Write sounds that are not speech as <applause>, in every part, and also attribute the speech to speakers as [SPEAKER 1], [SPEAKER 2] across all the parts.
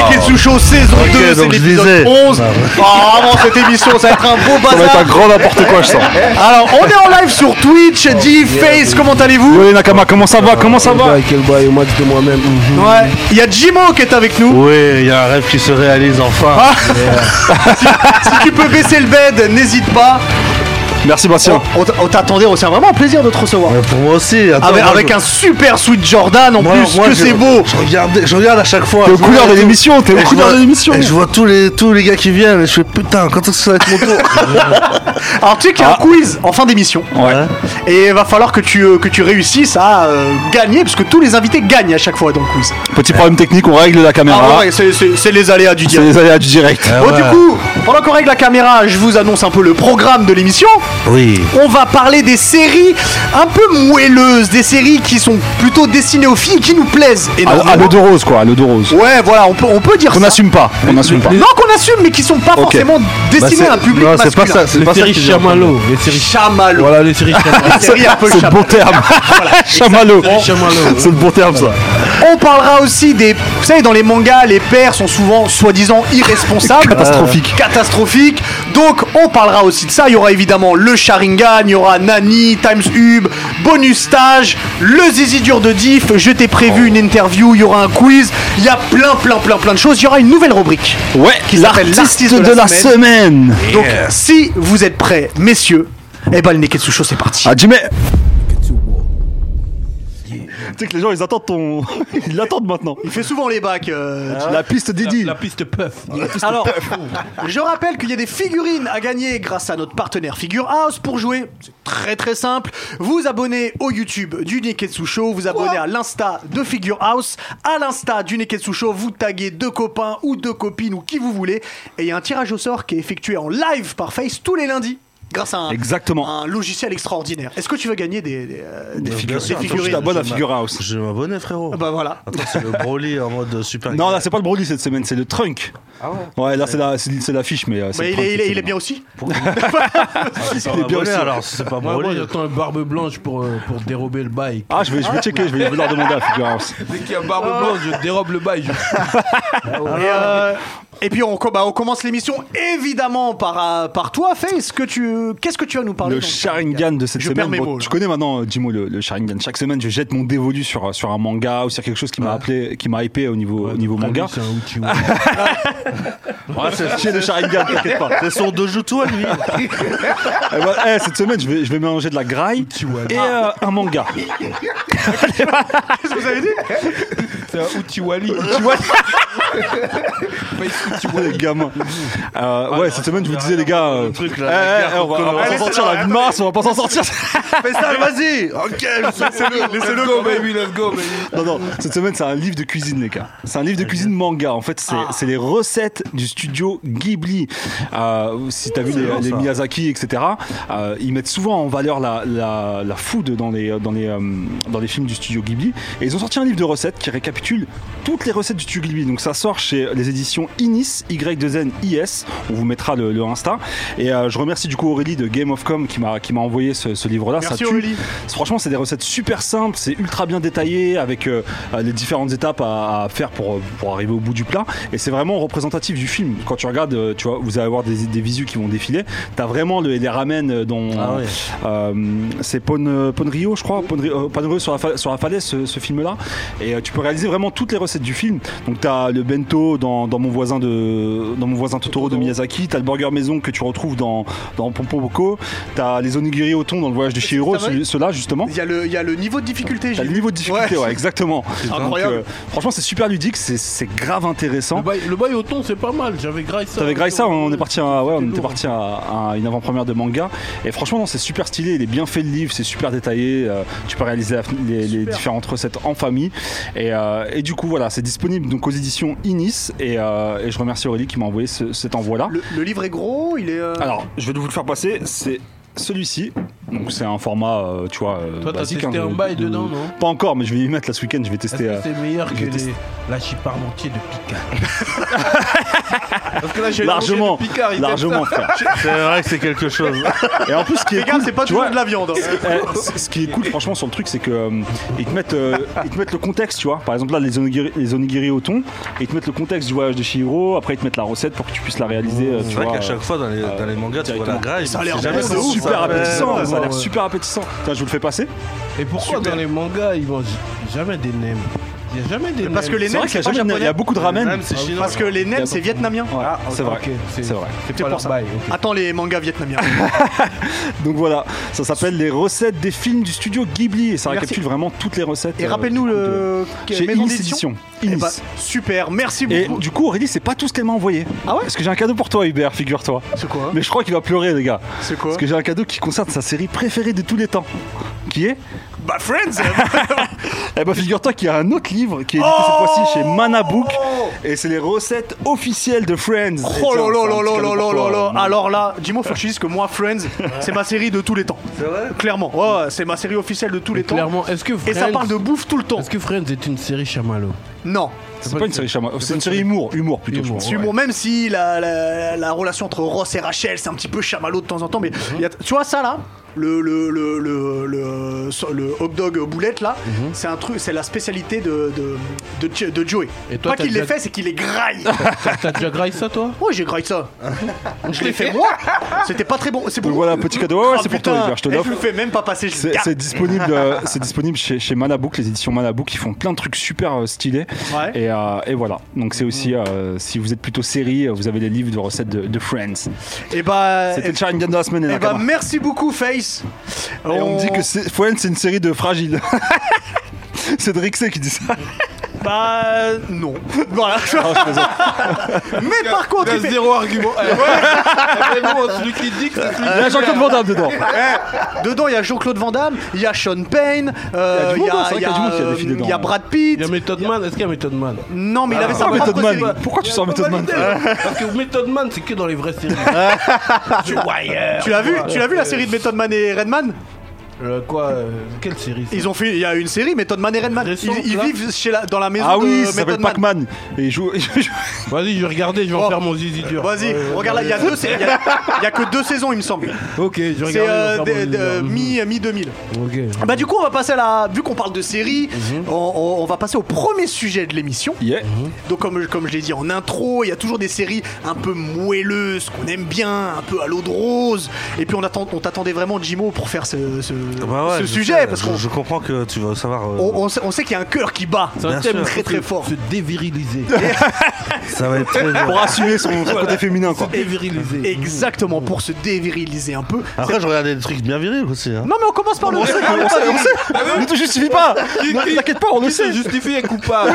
[SPEAKER 1] Bienvenue Ketsucho saison
[SPEAKER 2] Ah. Ok,
[SPEAKER 1] 2, c'est
[SPEAKER 2] donc je
[SPEAKER 1] l'épisode
[SPEAKER 2] disais.
[SPEAKER 1] 11. Oh, vraiment, cette émission, ça va être un beau
[SPEAKER 2] Ça va être
[SPEAKER 1] bazar.
[SPEAKER 2] un grand n'importe quoi, je sens.
[SPEAKER 1] Alors, on est en live sur Twitch.
[SPEAKER 2] Oh,
[SPEAKER 1] D-Face, comment allez-vous
[SPEAKER 2] Oui, Nakama, comment ça va Comment ça va
[SPEAKER 3] Bah, quel bail au max de moi-même.
[SPEAKER 1] Ouais. Il y a Jimo qui est avec nous.
[SPEAKER 2] Oui, il y a un rêve qui se réalise enfin.
[SPEAKER 1] Ah.
[SPEAKER 2] Oh.
[SPEAKER 1] <laughs> si, si tu peux baisser le bed, n'hésite pas.
[SPEAKER 2] Merci, Bastien.
[SPEAKER 1] On, t- on t'attendait, on s'est vraiment un plaisir de te recevoir.
[SPEAKER 3] Euh, Pour moi aussi.
[SPEAKER 2] Ah,
[SPEAKER 3] attends,
[SPEAKER 1] avec
[SPEAKER 3] moi,
[SPEAKER 1] avec
[SPEAKER 3] je-
[SPEAKER 1] un super sweet Jordan en
[SPEAKER 3] moi-
[SPEAKER 1] plus,
[SPEAKER 3] moi,
[SPEAKER 1] que
[SPEAKER 3] je-
[SPEAKER 1] c'est beau.
[SPEAKER 3] Je regarde, je regarde à chaque fois.
[SPEAKER 2] T'es aux
[SPEAKER 3] Je regarde
[SPEAKER 2] couleurs de
[SPEAKER 3] tout.
[SPEAKER 2] l'émission, t'es
[SPEAKER 3] Et
[SPEAKER 2] aux
[SPEAKER 3] je
[SPEAKER 2] couleurs
[SPEAKER 3] vois-
[SPEAKER 2] de l'émission.
[SPEAKER 3] et Je vois tous les, tous les gars qui viennent et je fais putain, quand est-ce que ça va être mon tour
[SPEAKER 1] Alors, tu sais qu'il y a un quiz en fin d'émission.
[SPEAKER 2] Ah. Ouais.
[SPEAKER 3] Hein?
[SPEAKER 1] Et il va falloir que tu, euh, que tu réussisses à euh, gagner, parce que tous les invités gagnent à chaque fois dans le quiz.
[SPEAKER 2] Petit problème technique, on règle la
[SPEAKER 1] Ah
[SPEAKER 2] caméra.
[SPEAKER 1] ouais, c'est- c'est c'est les aléas du
[SPEAKER 2] C'est
[SPEAKER 1] direct.
[SPEAKER 2] les aléas du direct.
[SPEAKER 3] Ah
[SPEAKER 1] Bon,
[SPEAKER 3] ouais.
[SPEAKER 1] du coup, pendant qu'on règle la caméra, je vous annonce un peu le programme de l'émission.
[SPEAKER 3] Oui.
[SPEAKER 1] On va parler des séries un peu moelleuses, des séries qui sont plutôt destinées aux filles, qui nous
[SPEAKER 3] Ah,
[SPEAKER 1] plaisent
[SPEAKER 2] À,
[SPEAKER 1] énormément.
[SPEAKER 2] à Ah, le de rose, quoi, à le de rose.
[SPEAKER 1] Ouais, voilà, on peut, on peut dire
[SPEAKER 2] Qu'on
[SPEAKER 1] ça.
[SPEAKER 2] n'assume pas, on n'assume pas.
[SPEAKER 1] Non, qu'on assume, mais qui sont pas
[SPEAKER 2] Ok.
[SPEAKER 1] forcément
[SPEAKER 3] Bah,
[SPEAKER 1] destinées
[SPEAKER 3] c'est-
[SPEAKER 1] à un public
[SPEAKER 3] non, c'est
[SPEAKER 1] masculin.
[SPEAKER 3] pas ça, c'est
[SPEAKER 4] Les
[SPEAKER 3] pas ça
[SPEAKER 4] séries
[SPEAKER 3] que j'ai entendu.
[SPEAKER 4] Chamallow. Les séries
[SPEAKER 1] Chamallow.
[SPEAKER 4] Voilà, les séries Chamallow.
[SPEAKER 1] Des séries un peu
[SPEAKER 2] C'est le
[SPEAKER 1] chamallow.
[SPEAKER 2] bon terme. Chamallow. C'est le bon terme, ça.
[SPEAKER 1] On parlera aussi des. Vous savez, dans les mangas, les pères sont souvent soi-disant <laughs> irresponsables.
[SPEAKER 2] Catastrophiques.
[SPEAKER 1] Catastrophiques. Donc, on parlera aussi de ça. Il y aura évidemment le Sharingan, il y aura Nani, Times Hub, bonus stage, le zizi dur de diff. Je t'ai prévu une interview, il y aura un quiz. Il y a plein, plein, plein, plein de choses. Il y aura une nouvelle rubrique.
[SPEAKER 2] Ouais,
[SPEAKER 1] Qui s'appelle l'artiste de la
[SPEAKER 2] semaine.
[SPEAKER 1] Donc, si vous êtes prêts, messieurs, eh ben, le Neketsu Show, c'est parti.
[SPEAKER 2] Ah, Jimmy Tu sais que les gens, ils attendent ton. Ils l'attendent maintenant.
[SPEAKER 1] Il fait souvent les bacs. euh,
[SPEAKER 2] La piste d'Eddy.
[SPEAKER 4] Ah La piste puff.
[SPEAKER 1] <laughs> Alors, je rappelle qu'il y a des figurines à gagner grâce à notre partenaire Figure House pour jouer. C'est très très simple. Vous abonnez au YouTube du Neketsu Show, vous abonnez à l'Insta de Figure House, à l'Insta du Neketsu Show, vous taguez deux copains ou deux copines ou qui vous voulez. Et il y a un tirage au sort qui est effectué en live par Face tous les lundis. Grâce à un,
[SPEAKER 2] Exactement.
[SPEAKER 1] un logiciel extraordinaire. Est-ce que tu veux gagner des, des, euh, des figures- des
[SPEAKER 2] Attention,
[SPEAKER 1] figurines
[SPEAKER 2] je t'abonne à
[SPEAKER 3] Je
[SPEAKER 2] Figure House.
[SPEAKER 3] Je vais m'abonner, frérot.
[SPEAKER 1] Ah Bah voilà.
[SPEAKER 3] Attends, c'est le Broly en mode super.
[SPEAKER 2] Non, là, c'est pas le Broly cette semaine, c'est le Trunk. Ah ouais Ouais, là, c'est la- c'est c'est l'affiche, mais. euh, c'est
[SPEAKER 1] Mais
[SPEAKER 2] le
[SPEAKER 1] Bah, il est,
[SPEAKER 2] Trunk
[SPEAKER 1] il est-
[SPEAKER 2] cette
[SPEAKER 1] il est
[SPEAKER 2] semaine.
[SPEAKER 1] bien aussi
[SPEAKER 3] c'est
[SPEAKER 2] bien aussi.
[SPEAKER 3] alors, c'est pas
[SPEAKER 4] Moi, moi
[SPEAKER 3] Broly.
[SPEAKER 4] j'attends une barbe blanche pour, euh, pour dérober le bail.
[SPEAKER 2] Ah, je vais, je vais checker, je vais, je vais leur demander à Figure hein. House.
[SPEAKER 4] Dès qu'il y a barbe blanche, je dérobe le bail.
[SPEAKER 1] Et, euh, et puis on, com- bah, on commence l'émission évidemment par, euh, par toi, Face. Que tu, qu'est-ce que tu vas nous parler
[SPEAKER 2] Le
[SPEAKER 1] dans-
[SPEAKER 2] Sharingan de cette
[SPEAKER 1] Je
[SPEAKER 2] semaine.
[SPEAKER 1] perds mes
[SPEAKER 2] bon,
[SPEAKER 1] mots, là.
[SPEAKER 2] tu connais maintenant, euh, Jimo, le, le Sharingan. Chaque semaine, je jette mon dévolu sur, euh, sur un manga ou sur quelque chose qui m'a appelé, qui m'a hypé au niveau, au niveau manga.
[SPEAKER 4] C'est un outil.
[SPEAKER 2] <laughs> Ouais, c'est chier le Sharingan, t'inquiète pas.
[SPEAKER 3] C'est son Dojutsu à lui.
[SPEAKER 2] Eh ben, eh, cette semaine, je vais, je vais mélanger de la graille
[SPEAKER 4] Uchiwali.
[SPEAKER 2] et euh, un manga.
[SPEAKER 1] Qu'est-ce que vous avez dit
[SPEAKER 4] C'est un outil
[SPEAKER 2] <laughs>
[SPEAKER 4] Wally.
[SPEAKER 2] Tu vois
[SPEAKER 4] Face outil
[SPEAKER 2] les gamins. Euh, ouais, cette semaine, je vous disais, les gars. euh,
[SPEAKER 3] truc,
[SPEAKER 2] eh,
[SPEAKER 3] là, la guerre
[SPEAKER 2] eh, on va- on va pas
[SPEAKER 1] Allez,
[SPEAKER 2] s'en
[SPEAKER 1] c'est
[SPEAKER 2] sortir
[SPEAKER 1] là,
[SPEAKER 2] la mars, on va pas s'en sortir.
[SPEAKER 3] Fais ça, vas-y. Ok, laissez-le.
[SPEAKER 4] Let's go, baby, let's go, baby.
[SPEAKER 2] Non, non, cette semaine, c'est un livre de cuisine, les gars. C'est un livre de cuisine manga. En fait, c'est
[SPEAKER 1] Ah.
[SPEAKER 2] c'est les recettes du studio Ghibli. Euh, si t'as vu les, les Miyazaki, etc., euh, ils mettent souvent en valeur la, la, la food dans les, dans, les, euh, dans les films du studio Ghibli. Et ils ont sorti un livre de recettes qui récapitule toutes les recettes du studio Ghibli. Donc, ça sort chez les éditions Inis, Y2NIS. On vous mettra le, le Insta. Et euh, je remercie du coup Aurélie de Game of Com qui m'a qui m'a envoyé ce, ce livre-là. Ça
[SPEAKER 1] Merci,
[SPEAKER 2] tue.
[SPEAKER 1] Aurélie.
[SPEAKER 2] Franchement, c'est des recettes super simples, c'est ultra bien détaillé avec euh, euh, les différentes étapes à, à faire pour, euh, pour arriver au bout du plat. Et c'est vraiment représentatif du film. Quand tu regardes, euh, tu vois, vous allez avoir des, des visus qui vont défiler. T'as vraiment le- les ramen euh, dont
[SPEAKER 3] Ah ouais.
[SPEAKER 2] euh, c'est Pon, euh, Ponrio, je crois, Ponrio, euh, Ponrio sur, la fa- sur la falaise, ce, ce film-là. Et euh, tu peux réaliser vraiment toutes les recettes du film. Donc t'as le bento dans, dans mon voisin de dans mon voisin Totoro de Miyazaki. T'as le burger maison que tu retrouves dans dans Pompo Boko. T'as les onigiri au thon dans le voyage de Chihiro.
[SPEAKER 1] ça va
[SPEAKER 2] celui- Ceux-là justement.
[SPEAKER 1] Il y, a le- il y a le niveau de difficulté.
[SPEAKER 2] T'as
[SPEAKER 1] j'ai
[SPEAKER 2] le
[SPEAKER 1] vu.
[SPEAKER 2] niveau de difficulté, ouais,
[SPEAKER 1] Ouais.
[SPEAKER 2] exactement. Donc,
[SPEAKER 1] Incroyable.
[SPEAKER 2] euh, franchement, c'est super ludique, c'est- c'est grave
[SPEAKER 4] Le
[SPEAKER 2] intéressant.
[SPEAKER 4] bail, le bail au thon, c'est pas mal. J'avais graille ça.
[SPEAKER 2] T'avais graillé ça, on est parti, à, ouais, on
[SPEAKER 4] C'était
[SPEAKER 2] était
[SPEAKER 4] lourd.
[SPEAKER 2] parti à, à une avant-première de manga. Et franchement, non, c'est super stylé, il est bien fait le livre, c'est super détaillé. euh, tu peux réaliser la- les, les différentes recettes en famille. Et, euh, et du coup, voilà, c'est disponible donc aux éditions Inis. Et, euh, et je remercie Aurélie qui m'a envoyé ce- cet envoi-là.
[SPEAKER 1] Le, le livre est gros, il est. euh,
[SPEAKER 4] Ah.
[SPEAKER 2] Alors, je vais vous le faire passer. C'est celui-ci. Donc, c'est un format, euh, tu vois. euh,
[SPEAKER 4] Toi, t'as
[SPEAKER 2] basique,
[SPEAKER 4] testé
[SPEAKER 2] hein,
[SPEAKER 4] un
[SPEAKER 2] de-
[SPEAKER 4] bail
[SPEAKER 2] de-
[SPEAKER 4] dedans, non
[SPEAKER 2] Pas encore, mais je vais euh, y mettre là ce week-end. Je vais
[SPEAKER 4] Est-ce
[SPEAKER 2] tester.
[SPEAKER 4] que
[SPEAKER 2] euh,
[SPEAKER 4] c'est meilleur
[SPEAKER 2] je
[SPEAKER 4] que
[SPEAKER 2] <laughs> teste.
[SPEAKER 4] les... la chiparmentier de Picard Parce que là, j'ai
[SPEAKER 2] Largement,
[SPEAKER 4] le Picard, il
[SPEAKER 2] largement, frère.
[SPEAKER 3] C'est vrai que c'est quelque chose.
[SPEAKER 2] Et en plus, ce qui est
[SPEAKER 1] Les gars,
[SPEAKER 2] cool,
[SPEAKER 1] c'est pas
[SPEAKER 2] tu
[SPEAKER 1] toujours
[SPEAKER 2] vois,
[SPEAKER 1] de la viande. hein.
[SPEAKER 2] Euh, c- ce qui est cool franchement sur le truc c'est que euh, ils te mettent euh, ils te mettent le contexte tu vois par exemple là les onigiri, les onigiri au thon et ils te mettent le contexte du voyage de Chihiro après ils te mettent la recette pour que tu puisses la réaliser euh, tu
[SPEAKER 3] C'est vrai
[SPEAKER 2] vois,
[SPEAKER 3] qu'à chaque fois dans les, dans les mangas, tu vois la
[SPEAKER 2] directement.
[SPEAKER 3] graille.
[SPEAKER 1] Ça a l'air
[SPEAKER 3] c'est
[SPEAKER 2] euh,
[SPEAKER 3] jamais
[SPEAKER 1] bon,
[SPEAKER 2] c'est
[SPEAKER 1] de ouf,
[SPEAKER 2] super
[SPEAKER 3] ça.
[SPEAKER 2] appétissant
[SPEAKER 3] Ouais,
[SPEAKER 2] ça a l'air
[SPEAKER 4] ouais.
[SPEAKER 2] super appétissant Tiens, je vous le fais passer
[SPEAKER 4] Et pourquoi
[SPEAKER 2] Super.
[SPEAKER 4] dans les mangas, ils mangent jamais des nems Il n'y a jamais des nems.
[SPEAKER 1] Parce que les
[SPEAKER 2] c'est
[SPEAKER 1] nems,
[SPEAKER 2] vrai qu'il y a
[SPEAKER 1] c'est pas
[SPEAKER 2] jamais de- il y
[SPEAKER 1] japonais.
[SPEAKER 2] a beaucoup de ramen
[SPEAKER 3] Même c'est chinois.
[SPEAKER 1] Parce que les nems, c'est vietnamien.
[SPEAKER 2] Ouais, c'est vrai
[SPEAKER 4] Ah, Ok,
[SPEAKER 2] Ah, c'est vrai
[SPEAKER 1] C'est
[SPEAKER 4] C'est pas
[SPEAKER 1] pour
[SPEAKER 4] leur
[SPEAKER 1] ça.
[SPEAKER 4] bail. ok.
[SPEAKER 1] Attends, les mangas vietnamiens.
[SPEAKER 2] <laughs> donc voilà ça s'appelle les recettes des films du studio Ghibli et ça
[SPEAKER 1] Merci.
[SPEAKER 2] récapitule vraiment toutes les recettes
[SPEAKER 1] Et
[SPEAKER 2] euh,
[SPEAKER 1] rappelle-nous
[SPEAKER 2] du coup, de-
[SPEAKER 1] le
[SPEAKER 2] chez
[SPEAKER 1] maison
[SPEAKER 2] Inis
[SPEAKER 1] d'édition.
[SPEAKER 2] Édition
[SPEAKER 1] Eh
[SPEAKER 2] Inis.
[SPEAKER 1] bah, super, merci
[SPEAKER 2] et
[SPEAKER 1] beaucoup.
[SPEAKER 2] du coup Aurélie c'est pas tout ce qu'elle m'a envoyé
[SPEAKER 1] Ah ouais
[SPEAKER 2] parce que j'ai un cadeau pour toi Hubert figure-toi
[SPEAKER 1] C'est quoi
[SPEAKER 2] mais je crois qu'il va pleurer les gars
[SPEAKER 1] C'est quoi
[SPEAKER 2] Parce que j'ai un cadeau qui concerne sa série préférée de tous les temps. Qui est
[SPEAKER 1] Bah, Friends
[SPEAKER 2] <laughs> Eh ben figure-toi qu'il y a un autre livre qui est édité
[SPEAKER 1] Oh
[SPEAKER 2] cette fois-ci chez Manabook. Et c'est les recettes officielles de Friends. Et
[SPEAKER 1] Oh là
[SPEAKER 2] tiens,
[SPEAKER 1] là
[SPEAKER 2] c'est un
[SPEAKER 1] là
[SPEAKER 2] petit
[SPEAKER 1] là là
[SPEAKER 2] cadeau pour
[SPEAKER 1] là
[SPEAKER 2] toi,
[SPEAKER 1] là
[SPEAKER 2] euh,
[SPEAKER 1] là. Alors là, dis-moi, faut que je dise que moi,
[SPEAKER 2] <laughs>
[SPEAKER 1] Friends, c'est ma série de tous les temps. C'est vrai Clairement. Ouais, ouais, c'est ma série officielle de tous les temps.
[SPEAKER 4] Clairement, est-ce que Friends...
[SPEAKER 1] Et ça parle de bouffe tout le temps.
[SPEAKER 4] Est-ce que Friends est une série chamallow
[SPEAKER 1] Non.
[SPEAKER 2] C'est pas une série chamois, c'est une série humour, humour plutôt. je
[SPEAKER 4] Humour.
[SPEAKER 2] pense.
[SPEAKER 1] C'est humour, même si la, la- la relation entre Ross et Rachel, c'est un petit peu chamallow de temps en temps,
[SPEAKER 4] Mhm.
[SPEAKER 1] mais il y a- tu vois ça là le, le, le, le, le, so- le hot dog boulette là,
[SPEAKER 4] Mhm.
[SPEAKER 1] c'est un truc, c'est la spécialité de, de, de, Ch- de Joey.
[SPEAKER 4] Et toi,
[SPEAKER 1] Pas
[SPEAKER 4] t'as
[SPEAKER 1] qu'il les
[SPEAKER 4] déjà-
[SPEAKER 1] fait, c'est qu'il les
[SPEAKER 4] <laughs>
[SPEAKER 1] graille.
[SPEAKER 4] T'as déjà graille ça, toi
[SPEAKER 1] Moi j'ai graille ça.
[SPEAKER 4] Ah,
[SPEAKER 1] je l'ai fait moi. C'était pas très bon. C'est pour
[SPEAKER 2] Donc voilà, petit cadeau. Ouais, ouais, Oh,
[SPEAKER 1] Ah,
[SPEAKER 2] c'est pour toi, Hubert, je te
[SPEAKER 1] Oh, Et je
[SPEAKER 2] l'offre.
[SPEAKER 1] le fais même pas passer. Je le
[SPEAKER 2] C'est
[SPEAKER 1] garde.
[SPEAKER 2] c'est disponible, euh, c'est disponible chez, chez Manabook, les éditions Manabook, ils font plein de trucs super euh, stylés.
[SPEAKER 1] Ouais.
[SPEAKER 2] Et, euh, et voilà, donc c'est aussi, euh, si vous êtes plutôt série, euh, vous avez les livres de recettes de, de Friends.
[SPEAKER 1] Et bah.
[SPEAKER 2] C'était le Sharingan de la semaine, les
[SPEAKER 1] Et bah
[SPEAKER 2] Nakama.
[SPEAKER 1] merci beaucoup Face. Euh,
[SPEAKER 2] Et on me dit que c'est- Friends, c'est une série de fragiles. <laughs> c'est Drixé qui dit ça.
[SPEAKER 1] bah non. <laughs> Voilà.
[SPEAKER 2] Oh,
[SPEAKER 1] <laughs> Mais par contre, il fait-
[SPEAKER 4] zéro argument.
[SPEAKER 1] <laughs>
[SPEAKER 4] Eh, ouais. Eh, mais non, celui qui dit que c'est celui
[SPEAKER 2] Il y a Jean-Claude Van Damme dedans.
[SPEAKER 1] Dedans, il y a Jean-Claude Van Damme, il y a Sean Payne, euh,
[SPEAKER 2] Il y a du monde, hein, c'est vrai qu'il y a du monde qui a des filles
[SPEAKER 1] euh,
[SPEAKER 2] dedans. hein.
[SPEAKER 1] il y a Brad Pitt.
[SPEAKER 4] Il y a Method Man, est-ce qu'il y a Method Man
[SPEAKER 1] Non, mais il avait
[SPEAKER 4] Ah,
[SPEAKER 1] sa
[SPEAKER 4] Method
[SPEAKER 1] propre
[SPEAKER 2] Method
[SPEAKER 1] série.
[SPEAKER 2] Man. Pourquoi tu sors Method Man
[SPEAKER 4] Parce que Method Man, c'est que dans les vraies séries. tu wire.
[SPEAKER 1] Tu l'as vu Tu l'as vu la série de Method Man et Redman
[SPEAKER 4] Euh, Quoi euh, Quelle série ça
[SPEAKER 1] Ils ont fait il y a une série Method Man et Redman.
[SPEAKER 4] Récent,
[SPEAKER 1] Ils, ils
[SPEAKER 4] là.
[SPEAKER 1] vivent chez la, dans la maison
[SPEAKER 2] Ah oui,
[SPEAKER 1] de
[SPEAKER 2] ça
[SPEAKER 1] Method
[SPEAKER 2] s'appelle
[SPEAKER 1] Man.
[SPEAKER 2] Pac-Man. Et il joue. il joue-
[SPEAKER 4] Vas-y, je vais regarder, je vais
[SPEAKER 1] Oh.
[SPEAKER 4] en faire mon zizi dur.
[SPEAKER 1] Vas-y,
[SPEAKER 4] Ouais,
[SPEAKER 1] regarde là, il y a deux sé- il y a- il y a que deux saisons, il me semble.
[SPEAKER 4] Ok, je
[SPEAKER 1] C'est euh,
[SPEAKER 4] regarde.
[SPEAKER 1] de- de- mi euh, mi 2000.
[SPEAKER 4] Ok.
[SPEAKER 1] Bah du coup, on va passer à la vu qu'on parle de série, on- on- on va passer au premier sujet de l'émission.
[SPEAKER 2] Yeah.
[SPEAKER 1] Donc comme, comme je l'ai dit en intro, il y a toujours des séries un peu moelleuses qu'on aime bien, un peu à l'eau de rose. Et puis on, attend, on t'attendait vraiment Jimo pour faire ce, ce,
[SPEAKER 3] Bah ouais,
[SPEAKER 1] ce
[SPEAKER 3] je
[SPEAKER 1] sujet
[SPEAKER 3] sais,
[SPEAKER 1] parce
[SPEAKER 3] je-
[SPEAKER 1] qu'on Oh,
[SPEAKER 3] Je comprends que tu vas savoir. euh,
[SPEAKER 1] on, on sait, on sait qu'il y a un cœur qui bat.
[SPEAKER 4] C'est un
[SPEAKER 3] Bien
[SPEAKER 4] thème
[SPEAKER 3] sûr.
[SPEAKER 1] Très, très fort.
[SPEAKER 4] Se
[SPEAKER 1] <laughs>
[SPEAKER 4] déviriliser.
[SPEAKER 1] oh.
[SPEAKER 3] Ça va être très dur.
[SPEAKER 2] Pour assumer son son côté féminin, quoi.
[SPEAKER 4] déviriliser.
[SPEAKER 1] Exactement pour se déviriliser un peu.
[SPEAKER 3] Après, je regardais des trucs bien virils aussi. hein.
[SPEAKER 1] Non mais on commence par le truc, on est pas viril.
[SPEAKER 2] Ne te justifie pas Ne- T'inquiète pas, on le sait.
[SPEAKER 4] Justifié et coupable.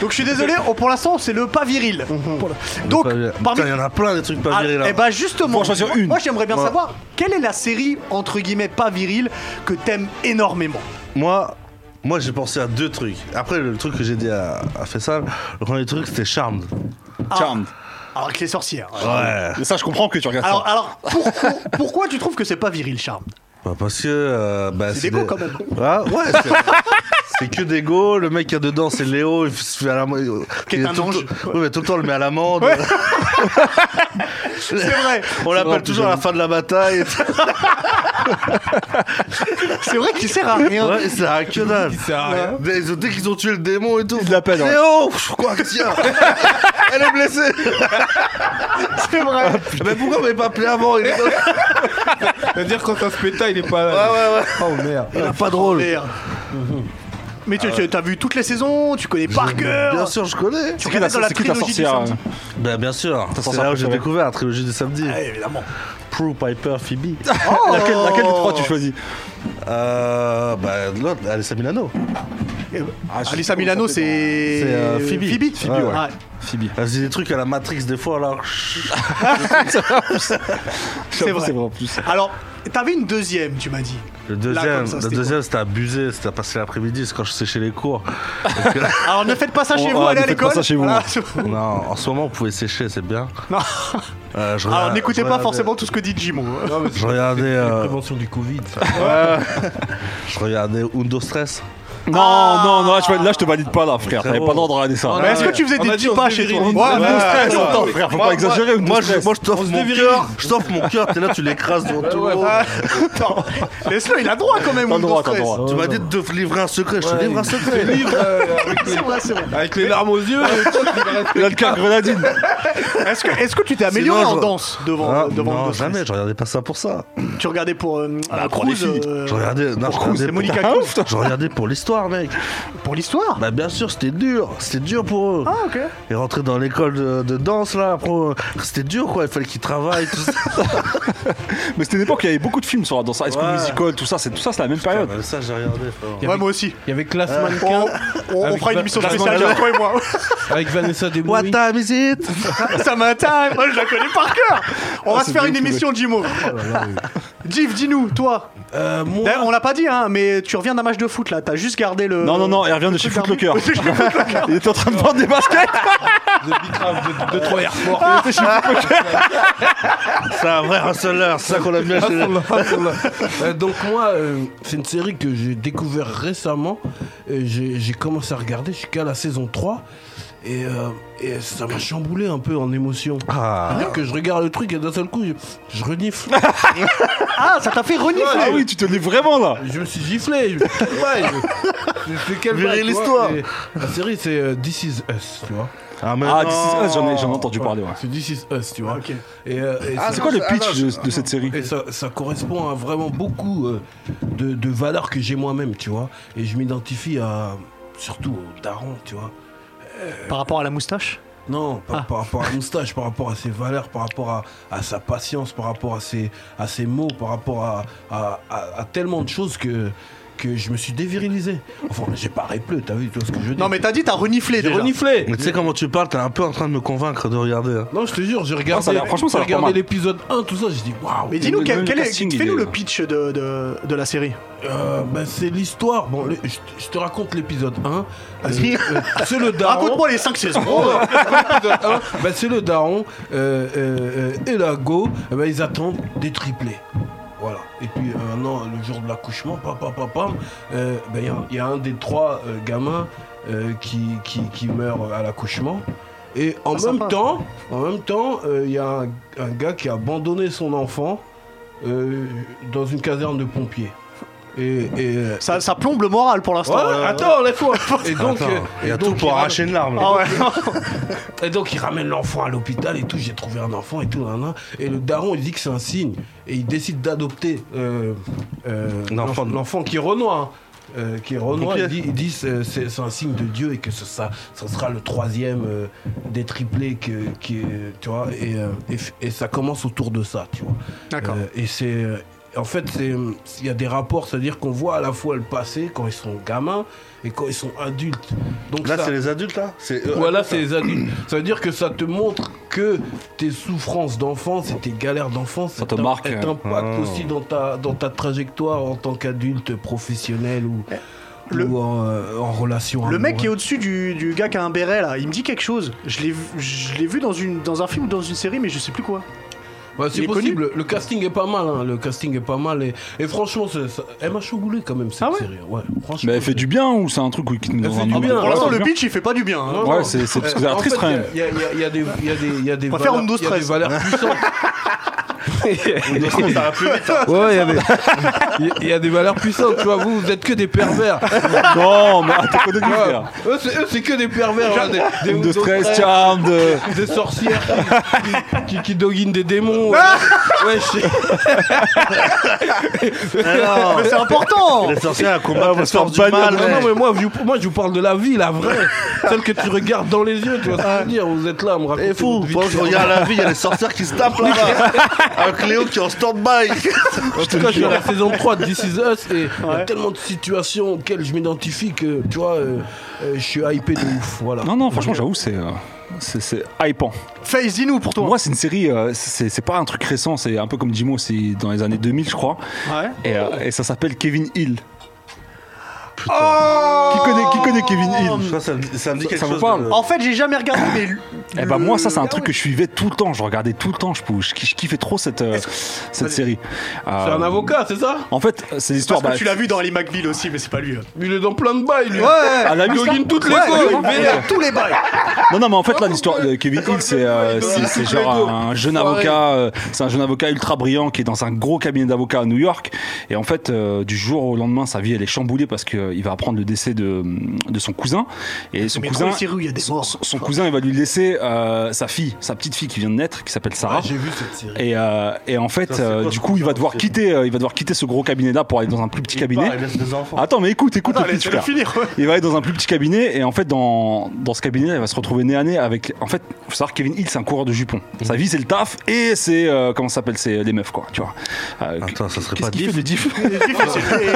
[SPEAKER 1] Donc je suis désolé, on- pour l'instant c'est le pas viril. Pour le- Donc
[SPEAKER 3] Pas viril.
[SPEAKER 1] parmi
[SPEAKER 3] Putain, il y en a plein des trucs pas virils. hein.
[SPEAKER 1] et
[SPEAKER 3] là.
[SPEAKER 1] bah justement,
[SPEAKER 2] Faut en choisir
[SPEAKER 1] moi,
[SPEAKER 2] une.
[SPEAKER 1] moi, j'aimerais bien
[SPEAKER 3] Ouais.
[SPEAKER 1] savoir quelle est la série entre guillemets pas virile que t'aimes énormément.
[SPEAKER 3] Moi, moi j'ai pensé à deux trucs. Après, le truc que j'ai dit à, à Fessal, le premier truc c'était Charmed.
[SPEAKER 2] Charmed.
[SPEAKER 1] Alors avec les sorcières.
[SPEAKER 3] Ouais.
[SPEAKER 2] Et ça, je comprends que tu regardes
[SPEAKER 1] Alors,
[SPEAKER 2] ça.
[SPEAKER 1] alors pourquoi, pourquoi tu trouves que c'est pas viril, Charme
[SPEAKER 3] Bah, parce que. euh, bah,
[SPEAKER 1] C'est des
[SPEAKER 3] des-
[SPEAKER 1] gos, quand même.
[SPEAKER 3] Ah, ouais, c'est. c'est <laughs> que des gos, le mec qu'il y a dedans c'est Léo, il se fait à la
[SPEAKER 1] Qui est un ange.
[SPEAKER 3] Oui, mais tout le temps on le met à l'amende.
[SPEAKER 1] C'est vrai,
[SPEAKER 3] On l'appelle toujours à la fin de
[SPEAKER 1] <laughs>
[SPEAKER 3] la bataille. et tout.
[SPEAKER 1] c'est vrai qu'il sert à rien.
[SPEAKER 3] Ouais, c'est un que dalle.
[SPEAKER 4] sert à rien.
[SPEAKER 3] Dès, dès qu'ils ont tué le démon et tout.
[SPEAKER 2] Ils l'appellent, ouais.
[SPEAKER 3] Léo, je crois que <laughs> tiens. Elle est blessée. Ah,
[SPEAKER 1] C'est vrai.
[SPEAKER 3] mais pourquoi vous m'avez pas appelé avant Il est dans-
[SPEAKER 4] C'est-à-dire quand ça se péta, il est pas
[SPEAKER 3] Ouais,
[SPEAKER 4] là.
[SPEAKER 3] ouais, ouais.
[SPEAKER 4] Oh merde.
[SPEAKER 3] Il est Ah, pas drôle.
[SPEAKER 1] Merde. Mais tu tu- t'as vu toutes les saisons, tu connais par cœur.
[SPEAKER 3] Bien sûr, je connais.
[SPEAKER 1] Tu
[SPEAKER 2] C'est qui la-
[SPEAKER 1] regardais dans la
[SPEAKER 2] c'est qui ta
[SPEAKER 1] trilogie du
[SPEAKER 2] sorcière
[SPEAKER 1] samedi.
[SPEAKER 2] euh,
[SPEAKER 3] Ben, bien sûr.
[SPEAKER 2] sens
[SPEAKER 3] C'est
[SPEAKER 2] ça
[SPEAKER 3] là où j'ai
[SPEAKER 2] préféré.
[SPEAKER 3] découvert la trilogie du samedi.
[SPEAKER 1] Ouais, évidemment.
[SPEAKER 3] Prue, Piper, <laughs> Phoebe.
[SPEAKER 2] Laquelle laquelle des
[SPEAKER 1] Oh,
[SPEAKER 2] trois tu choisis
[SPEAKER 3] Euh. Bah, l'autre, Alessa Milano.
[SPEAKER 1] Et-
[SPEAKER 2] Ah, je-
[SPEAKER 1] Alissa Milano, c'est.
[SPEAKER 3] C'est, euh, Phoebe.
[SPEAKER 1] Phoebe,
[SPEAKER 3] Phoebe, ouais.
[SPEAKER 2] Phoebe.
[SPEAKER 3] Elle faisait des trucs à la Matrix des fois, là. Ah,
[SPEAKER 1] C'est vrai.
[SPEAKER 2] C'est vrai en plus.
[SPEAKER 1] Alors, t'avais une deuxième, tu m'as dit.
[SPEAKER 3] Le
[SPEAKER 1] Là,
[SPEAKER 3] deuxième,
[SPEAKER 1] comme ça,
[SPEAKER 3] le
[SPEAKER 1] c'était
[SPEAKER 3] deuxième, c'était abusé. C'était à passer l'après-midi, c'est quand je séchais les cours. <laughs>
[SPEAKER 1] Alors, ne faites pas ça chez
[SPEAKER 2] Oh,
[SPEAKER 1] vous,
[SPEAKER 2] ah,
[SPEAKER 1] allez
[SPEAKER 2] ne
[SPEAKER 1] à
[SPEAKER 2] faites pas
[SPEAKER 1] l'école.
[SPEAKER 2] ça chez vous,
[SPEAKER 1] Voilà.
[SPEAKER 3] non, en ce moment, on pouvait sécher, c'est bien.
[SPEAKER 1] Non.
[SPEAKER 3] Euh,
[SPEAKER 2] Ah,
[SPEAKER 3] je
[SPEAKER 1] Alors,
[SPEAKER 3] regardais-
[SPEAKER 1] n'écoutez
[SPEAKER 3] je
[SPEAKER 1] pas
[SPEAKER 3] regardais-
[SPEAKER 1] forcément tout ce que dit hein. Jimo.
[SPEAKER 4] Non, mais c'est-
[SPEAKER 3] Je regardais,
[SPEAKER 4] c'est la
[SPEAKER 3] euh,
[SPEAKER 4] prévention du Covid. ça.
[SPEAKER 3] Je regardais Undo Stress.
[SPEAKER 2] Non, non, non, là je, là, je te valide pas là, frère. T'avais pas le droit de regarder ça.
[SPEAKER 1] Mais est-ce que tu faisais
[SPEAKER 4] On a
[SPEAKER 1] des
[SPEAKER 4] dit,
[SPEAKER 1] petits
[SPEAKER 4] on
[SPEAKER 1] pas
[SPEAKER 4] se
[SPEAKER 1] chez toi
[SPEAKER 4] dévirile.
[SPEAKER 1] Ouais,
[SPEAKER 4] Ouais.
[SPEAKER 1] ouais.
[SPEAKER 2] Attends, frère, faut
[SPEAKER 3] Moi-
[SPEAKER 2] pas exagérer. ou nous
[SPEAKER 3] Moi, je,
[SPEAKER 2] stress.
[SPEAKER 3] moi, je t'offre mon
[SPEAKER 4] dévirile.
[SPEAKER 3] cœur, je t'offre mon cœur, t'es là, tu l'écrases devant tout le monde.
[SPEAKER 1] Attends, Laisse-le, il a droit quand même
[SPEAKER 2] T'as
[SPEAKER 1] au
[SPEAKER 2] le droit, t'as le
[SPEAKER 1] stress.
[SPEAKER 2] droit.
[SPEAKER 3] Tu m'as dit de te livrer un secret, je te livre un secret.
[SPEAKER 1] C'est vrai, c'est vrai.
[SPEAKER 4] Avec les larmes aux yeux, le truc, il arrête.
[SPEAKER 2] Il a le cœur grenadine.
[SPEAKER 1] Est-ce que, est-ce que tu t'es amélioré
[SPEAKER 3] Sinon,
[SPEAKER 1] en
[SPEAKER 3] je-
[SPEAKER 1] danse devant,
[SPEAKER 3] Ah,
[SPEAKER 1] devant
[SPEAKER 3] non,
[SPEAKER 1] le stress
[SPEAKER 3] jamais, je regardais pas ça pour ça.
[SPEAKER 1] Tu regardais pour euh,
[SPEAKER 2] La
[SPEAKER 1] euh,
[SPEAKER 2] Croix Ah, des
[SPEAKER 1] Cruz,
[SPEAKER 2] Filles.
[SPEAKER 1] euh,
[SPEAKER 3] Je regardais, non, je regardais
[SPEAKER 1] c'est
[SPEAKER 3] pour-
[SPEAKER 1] Monica
[SPEAKER 3] Ah,
[SPEAKER 1] Cruz,
[SPEAKER 3] Je regardais pour l'histoire, mec.
[SPEAKER 1] pour l'histoire.
[SPEAKER 3] Bah, bien sûr, c'était dur, c'était dur pour eux.
[SPEAKER 1] Ah, ok.
[SPEAKER 3] Et rentrer dans l'école de, de danse, là, après, euh, c'était dur, quoi. Il fallait qu'ils travaillent, tout ça.
[SPEAKER 2] Mais c'était une époque où il y avait beaucoup de films sur la danse. High School
[SPEAKER 3] Ouais.
[SPEAKER 2] Musical, tout ça, c'est tout ça, c'est la même période.
[SPEAKER 3] Bah, ça, j'ai regardé, frère.
[SPEAKER 1] Ouais, moi aussi.
[SPEAKER 4] Il y avait Classe
[SPEAKER 2] Ah,
[SPEAKER 4] Mannequin
[SPEAKER 1] On, on- on
[SPEAKER 4] Avec
[SPEAKER 2] bah,
[SPEAKER 1] fera une
[SPEAKER 4] Va-
[SPEAKER 1] émission
[SPEAKER 4] Lars von
[SPEAKER 1] spéciale,
[SPEAKER 4] Trier.
[SPEAKER 1] toi et
[SPEAKER 2] <laughs>
[SPEAKER 1] moi.
[SPEAKER 4] avec Vanessa
[SPEAKER 3] What
[SPEAKER 4] Desbouilles.
[SPEAKER 3] time is it?
[SPEAKER 1] Ça m'intéresse, moi je la connais par cœur. On va se faire
[SPEAKER 2] Ah, bien
[SPEAKER 1] une
[SPEAKER 2] trouvé.
[SPEAKER 1] émission, Jimo.
[SPEAKER 2] Ah, bah,
[SPEAKER 1] Div, dis-nous, toi.
[SPEAKER 4] Euh, moi,
[SPEAKER 1] D'ailleurs, on l'a pas dit, hein, mais tu reviens d'un match de foot là, t'as juste gardé le.
[SPEAKER 2] Non, non, non, il revient de chez
[SPEAKER 1] truc
[SPEAKER 2] Foot Locker.
[SPEAKER 1] d'arbitre. C'est chez Foot Locker.
[SPEAKER 2] <laughs> Il était en train de vendre des baskets.
[SPEAKER 4] de Bicraft, de, de Troyer Fort.
[SPEAKER 3] C'est un vrai hustler, c'est ça qu'on aime bien chez les-
[SPEAKER 4] Hasselhoff, Hasselhoff. Euh, donc moi, euh, c'est une série que j'ai découvert récemment. Euh, j'ai j'ai commencé à regarder jusqu'à la saison 3. Et, euh, et ça m'a chamboulé un peu en émotion.
[SPEAKER 3] Ah.
[SPEAKER 4] C'est-à-dire que je regarde le truc et d'un seul coup, je, je renifle.
[SPEAKER 1] Ah, ça t'a fait renifler.
[SPEAKER 2] Ah oui, tu te dis vraiment là.
[SPEAKER 4] je me suis giflé. Je- Ouais, je- je- c'est quel
[SPEAKER 3] Virer
[SPEAKER 4] bail, tu vois,
[SPEAKER 3] l'histoire.
[SPEAKER 4] mais La série, c'est euh, This Is Us, tu vois.
[SPEAKER 3] Ah, mais
[SPEAKER 2] Ah,
[SPEAKER 3] non.
[SPEAKER 2] This Is Us, j'en ai, j'en ai entendu parler. Ouais.
[SPEAKER 4] C'est This Is Us, tu vois.
[SPEAKER 1] Ah, Ok.
[SPEAKER 4] Et, euh, et ça-
[SPEAKER 2] Ah, C'est quoi le pitch de, de cette série
[SPEAKER 4] Et ça, ça correspond à vraiment beaucoup euh, de, de valeurs que j'ai moi-même, tu vois. Et je m'identifie à surtout au daron, tu vois.
[SPEAKER 1] Par rapport à la moustache
[SPEAKER 4] Non, par,
[SPEAKER 2] Ah.
[SPEAKER 4] par rapport à la moustache, par rapport à ses valeurs, par rapport à, à sa patience, par rapport à ses, à ses mots, par rapport à, à- à- à tellement de choses que, que je me suis dévirilisé. Enfin, j'ai pas répleu, t'as vu, tu vois ce que je veux dire
[SPEAKER 1] Non, mais t'as dit t'as reniflé
[SPEAKER 4] j'ai
[SPEAKER 1] déjà.
[SPEAKER 4] reniflé
[SPEAKER 3] Mais tu sais comment tu parles, t'es un peu en train de me convaincre de regarder. hein.
[SPEAKER 4] Non, je te jure, j'ai
[SPEAKER 2] Non, ça a
[SPEAKER 4] regardé,
[SPEAKER 2] l'air- franchement, ça a
[SPEAKER 4] j'ai
[SPEAKER 2] l'air pas
[SPEAKER 4] regardé
[SPEAKER 2] mal.
[SPEAKER 4] l'épisode 1, tout ça, j'ai dit waouh
[SPEAKER 1] Mais dis-nous,
[SPEAKER 2] Le-
[SPEAKER 1] quel,
[SPEAKER 2] le
[SPEAKER 1] quel est-
[SPEAKER 2] casting, il
[SPEAKER 1] fais-nous le
[SPEAKER 2] est-
[SPEAKER 1] pitch de, de, de la série.
[SPEAKER 4] Euh, ben, c'est l'histoire. Bon, le- je, je te raconte l'épisode 1. Euh,
[SPEAKER 1] Vas-y.
[SPEAKER 4] euh,
[SPEAKER 1] <laughs>
[SPEAKER 4] c'est le
[SPEAKER 2] Ah,
[SPEAKER 4] daron.
[SPEAKER 1] Raconte-moi les 5 saisons.
[SPEAKER 4] Oh, non, l'épisode 1, ben, c'est le daron euh, euh, euh, et la go. eh ben, ils attendent des triplés. Voilà. Et puis euh, maintenant, le jour de l'accouchement, pam, pam, pam, pam, euh, ben, il y a- il y, a un des trois euh, gamins euh, qui, qui, qui meurt à l'accouchement. Et en
[SPEAKER 1] Ah,
[SPEAKER 4] même
[SPEAKER 1] sympa.
[SPEAKER 4] temps, en même temps, euh, il y a un, un gars qui a abandonné son enfant euh, dans une caserne de pompiers. Et, et, euh,
[SPEAKER 1] Ça, ça plombe le moral pour l'instant.
[SPEAKER 4] Ouais, ouais, attends,
[SPEAKER 3] <laughs>
[SPEAKER 4] laisse-moi. Et donc,
[SPEAKER 3] Attends,
[SPEAKER 4] euh,
[SPEAKER 3] il y a
[SPEAKER 4] et donc,
[SPEAKER 3] tout pour
[SPEAKER 4] il
[SPEAKER 3] arracher une larme. là.
[SPEAKER 1] Ah ouais.
[SPEAKER 4] ramène- Et donc, il ramène l'enfant à l'hôpital et tout. J'ai trouvé un enfant et tout. nan, nan. Et le daron, il dit que c'est un signe. Et il décide d'adopter euh, euh,
[SPEAKER 3] L'enfant.
[SPEAKER 4] l'enf- l'enfant qui est Renoir. hein. Euh, qui est Renoir,
[SPEAKER 3] Pompier.
[SPEAKER 4] il dit, il dit c'est, c'est- c'est un signe de Dieu et que ce, ça, ça sera le troisième euh, des triplés que, qui est, tu vois, et, euh, et f- et ça commence autour de ça, tu vois.
[SPEAKER 1] D'accord.
[SPEAKER 4] Euh, et c'est. euh, En fait, c'est, euh, il y a des rapports, c'est-à-dire qu'on voit à la fois le passé quand ils sont gamins et quand ils sont adultes. Donc
[SPEAKER 3] Là,
[SPEAKER 4] ça-
[SPEAKER 3] c'est les adultes, là C'est
[SPEAKER 1] Euh,
[SPEAKER 3] euh, eux,
[SPEAKER 4] voilà,
[SPEAKER 3] adultes,
[SPEAKER 4] c'est les adultes. Ça veut dire que ça te montre que tes souffrances d'enfance et tes galères d'enfance,
[SPEAKER 2] Ça te
[SPEAKER 4] t'im-
[SPEAKER 2] marque,
[SPEAKER 4] elles
[SPEAKER 2] hein.
[SPEAKER 4] t'impactent
[SPEAKER 3] Ah.
[SPEAKER 4] aussi dans ta, dans ta trajectoire en tant qu'adulte professionnel ou,
[SPEAKER 1] Eh, Le-
[SPEAKER 4] ou en, euh, en relation
[SPEAKER 1] Le mec qui est
[SPEAKER 4] amoureuse.
[SPEAKER 1] au-dessus du, du gars qui a un béret là, il me dit quelque chose. Je l'ai vu- je l'ai vu dans, une, dans un film ou dans une série, mais je sais plus quoi.
[SPEAKER 4] Bah, c'est
[SPEAKER 1] il est
[SPEAKER 4] possible. Le casting est pas mal. hein. Le casting est pas mal. Et, et franchement, c'est- ça- elle m'a chamboulé quand même cette
[SPEAKER 1] Ah ouais
[SPEAKER 4] série. Ouais, franchement.
[SPEAKER 2] Mais elle fait du bien ou c'est un truc où- qui nous
[SPEAKER 4] Elle fait
[SPEAKER 2] rend
[SPEAKER 4] du
[SPEAKER 2] un-
[SPEAKER 4] bien.
[SPEAKER 2] Ah, Ouais,
[SPEAKER 1] Pour l'instant,
[SPEAKER 2] c'est
[SPEAKER 1] le
[SPEAKER 2] bien.
[SPEAKER 1] pitch il fait pas du bien. hein.
[SPEAKER 4] Non,
[SPEAKER 2] Ouais,
[SPEAKER 4] non.
[SPEAKER 2] c'est c'est parce que
[SPEAKER 4] Euh,
[SPEAKER 2] c'est
[SPEAKER 4] en
[SPEAKER 2] triste
[SPEAKER 4] fait,
[SPEAKER 2] quand même.
[SPEAKER 4] Il y a- il y a- il y a des- il y a des- il y a des
[SPEAKER 1] On va faire
[SPEAKER 4] valeurs-
[SPEAKER 1] Undo
[SPEAKER 4] il y a des
[SPEAKER 1] Stress.
[SPEAKER 4] valeurs puissantes.
[SPEAKER 3] là. Ça va plus vite, hein.
[SPEAKER 4] Ouais, il y avait- il- il y a des valeurs puissantes, tu vois, vous, vous êtes que des pervers.
[SPEAKER 2] Non, mais t'es connu, frère.
[SPEAKER 4] Ouais, eux, c'est, eux, c'est que des pervers, hein, des, des
[SPEAKER 2] De stress,
[SPEAKER 4] des-
[SPEAKER 2] charme, de.
[SPEAKER 4] des sorcières qui, qui, qui doguinent des démons. Ouais, Ouais, je-
[SPEAKER 3] Ah, non.
[SPEAKER 1] Mais c'est important
[SPEAKER 3] Les sorcières, elles
[SPEAKER 1] <laughs>
[SPEAKER 3] combattent
[SPEAKER 2] Ah, on va
[SPEAKER 3] les
[SPEAKER 2] se faire
[SPEAKER 3] forces du
[SPEAKER 2] bannir,
[SPEAKER 3] mal.
[SPEAKER 4] Non,
[SPEAKER 3] mec.
[SPEAKER 4] non, mais moi, je, vous- moi, je vous parle de la vie, la vraie. Celle que tu regardes dans les yeux, tu vois ce que je veux dire. Vous êtes là à me raconter.
[SPEAKER 3] Et fou,
[SPEAKER 4] votre vie
[SPEAKER 3] pendant que
[SPEAKER 4] de
[SPEAKER 3] je regarde la vie, il y a les sorcières qui se tapent là-bas.
[SPEAKER 1] <laughs>
[SPEAKER 3] Avec Léo qui est en stand-by.
[SPEAKER 4] En tout cas, je suis à la saison 3 de This Is Us et il y
[SPEAKER 1] Ouais.
[SPEAKER 4] a tellement de situations auxquelles je m'identifie que, tu vois, euh, euh, je suis hypé de ouf. Voilà.
[SPEAKER 2] Non, non, franchement, j'avoue, c'est. euh, c'est- C'est hypant.
[SPEAKER 1] Face, dis-nous pour toi.
[SPEAKER 2] Moi, c'est une série, euh, c'est c'est pas un truc récent, c'est un peu comme Jimo, c'est dans les années 2000, je crois.
[SPEAKER 1] Ouais.
[SPEAKER 2] Et, euh, et ça s'appelle Kevin Hill.
[SPEAKER 3] Putain.
[SPEAKER 2] Qui connaît, qui connaît Kevin Hill
[SPEAKER 3] Je crois que Oh, ça, me- ça me dit
[SPEAKER 2] Ça-
[SPEAKER 3] quelque
[SPEAKER 2] ça vous
[SPEAKER 3] chose.
[SPEAKER 2] parle
[SPEAKER 3] de-
[SPEAKER 1] En fait, j'ai jamais regardé, mais. le-
[SPEAKER 2] Eh ben
[SPEAKER 1] le-
[SPEAKER 2] moi ça c'est
[SPEAKER 1] Ah
[SPEAKER 2] un truc
[SPEAKER 1] ouais.
[SPEAKER 2] que je suivais tout le temps, je regardais tout le temps, je, je, je kiffais trop cette, euh, cette série. Euh,
[SPEAKER 4] C'est un avocat, c'est ça
[SPEAKER 2] En fait c'est l'histoire...
[SPEAKER 1] Parce que
[SPEAKER 2] bah,
[SPEAKER 1] tu l'as vu dans Ali McBeal aussi, mais c'est pas lui. hein.
[SPEAKER 4] Il est dans plein de bails, lui.
[SPEAKER 1] Ouais,
[SPEAKER 2] à la
[SPEAKER 4] Il
[SPEAKER 2] mi-
[SPEAKER 4] goguine toutes les
[SPEAKER 1] Ouais,
[SPEAKER 4] causes,
[SPEAKER 1] il
[SPEAKER 4] vénère.
[SPEAKER 1] fait tous les bails.
[SPEAKER 2] Non, non, mais en fait, là, l'histoire de Kevin Hill, c'est euh,
[SPEAKER 4] Plaido,
[SPEAKER 2] c'est-
[SPEAKER 4] il
[SPEAKER 2] c'est
[SPEAKER 4] dit
[SPEAKER 2] genre
[SPEAKER 4] Plaido.
[SPEAKER 2] un jeune
[SPEAKER 4] Soirée.
[SPEAKER 2] avocat, euh, c'est un jeune avocat ultra brillant qui est dans un gros cabinet d'avocats à New York. Et en fait, euh, du jour au lendemain, sa vie, elle est chamboulée parce qu'il va apprendre le décès de, de son cousin. Et son
[SPEAKER 1] Mais
[SPEAKER 2] cousin,
[SPEAKER 1] dans les rues, il y a des
[SPEAKER 2] son,
[SPEAKER 1] morts.
[SPEAKER 2] son cousin, il va lui laisser euh, sa fille, sa petite fille qui vient de naître, qui s'appelle Sarah.
[SPEAKER 4] Ah, J'ai vu cette série.
[SPEAKER 2] Et, euh, et en fait,
[SPEAKER 3] Ça, c'est
[SPEAKER 2] euh,
[SPEAKER 3] quoi,
[SPEAKER 2] du
[SPEAKER 3] ce
[SPEAKER 2] coup, il va
[SPEAKER 3] cousin,
[SPEAKER 2] devoir
[SPEAKER 3] c'est-
[SPEAKER 2] quitter, euh, il va devoir quitter ce gros cabinet là pour aller dans un plus petit
[SPEAKER 3] Il
[SPEAKER 2] cabinet.
[SPEAKER 3] part, il laisse des enfants.
[SPEAKER 2] Attends, mais écoute, écoute,
[SPEAKER 1] Attends,
[SPEAKER 2] le petit
[SPEAKER 1] laisse-le
[SPEAKER 2] frère.
[SPEAKER 1] finir. ouais.
[SPEAKER 2] Il va aller dans un plus petit cabinet et en fait dans, dans ce cabinet il va se retrouver nez à nez avec en fait faut savoir que Kevin Hill c'est un coureur de jupons sa vie c'est le taf et c'est euh, comment ça s'appelle c'est les meufs quoi tu vois Euh,
[SPEAKER 3] Attends, ça serait
[SPEAKER 2] qu'est-ce
[SPEAKER 3] Ah, pas
[SPEAKER 2] qu'il
[SPEAKER 3] diff
[SPEAKER 2] fait de diff <laughs>
[SPEAKER 1] Difficile.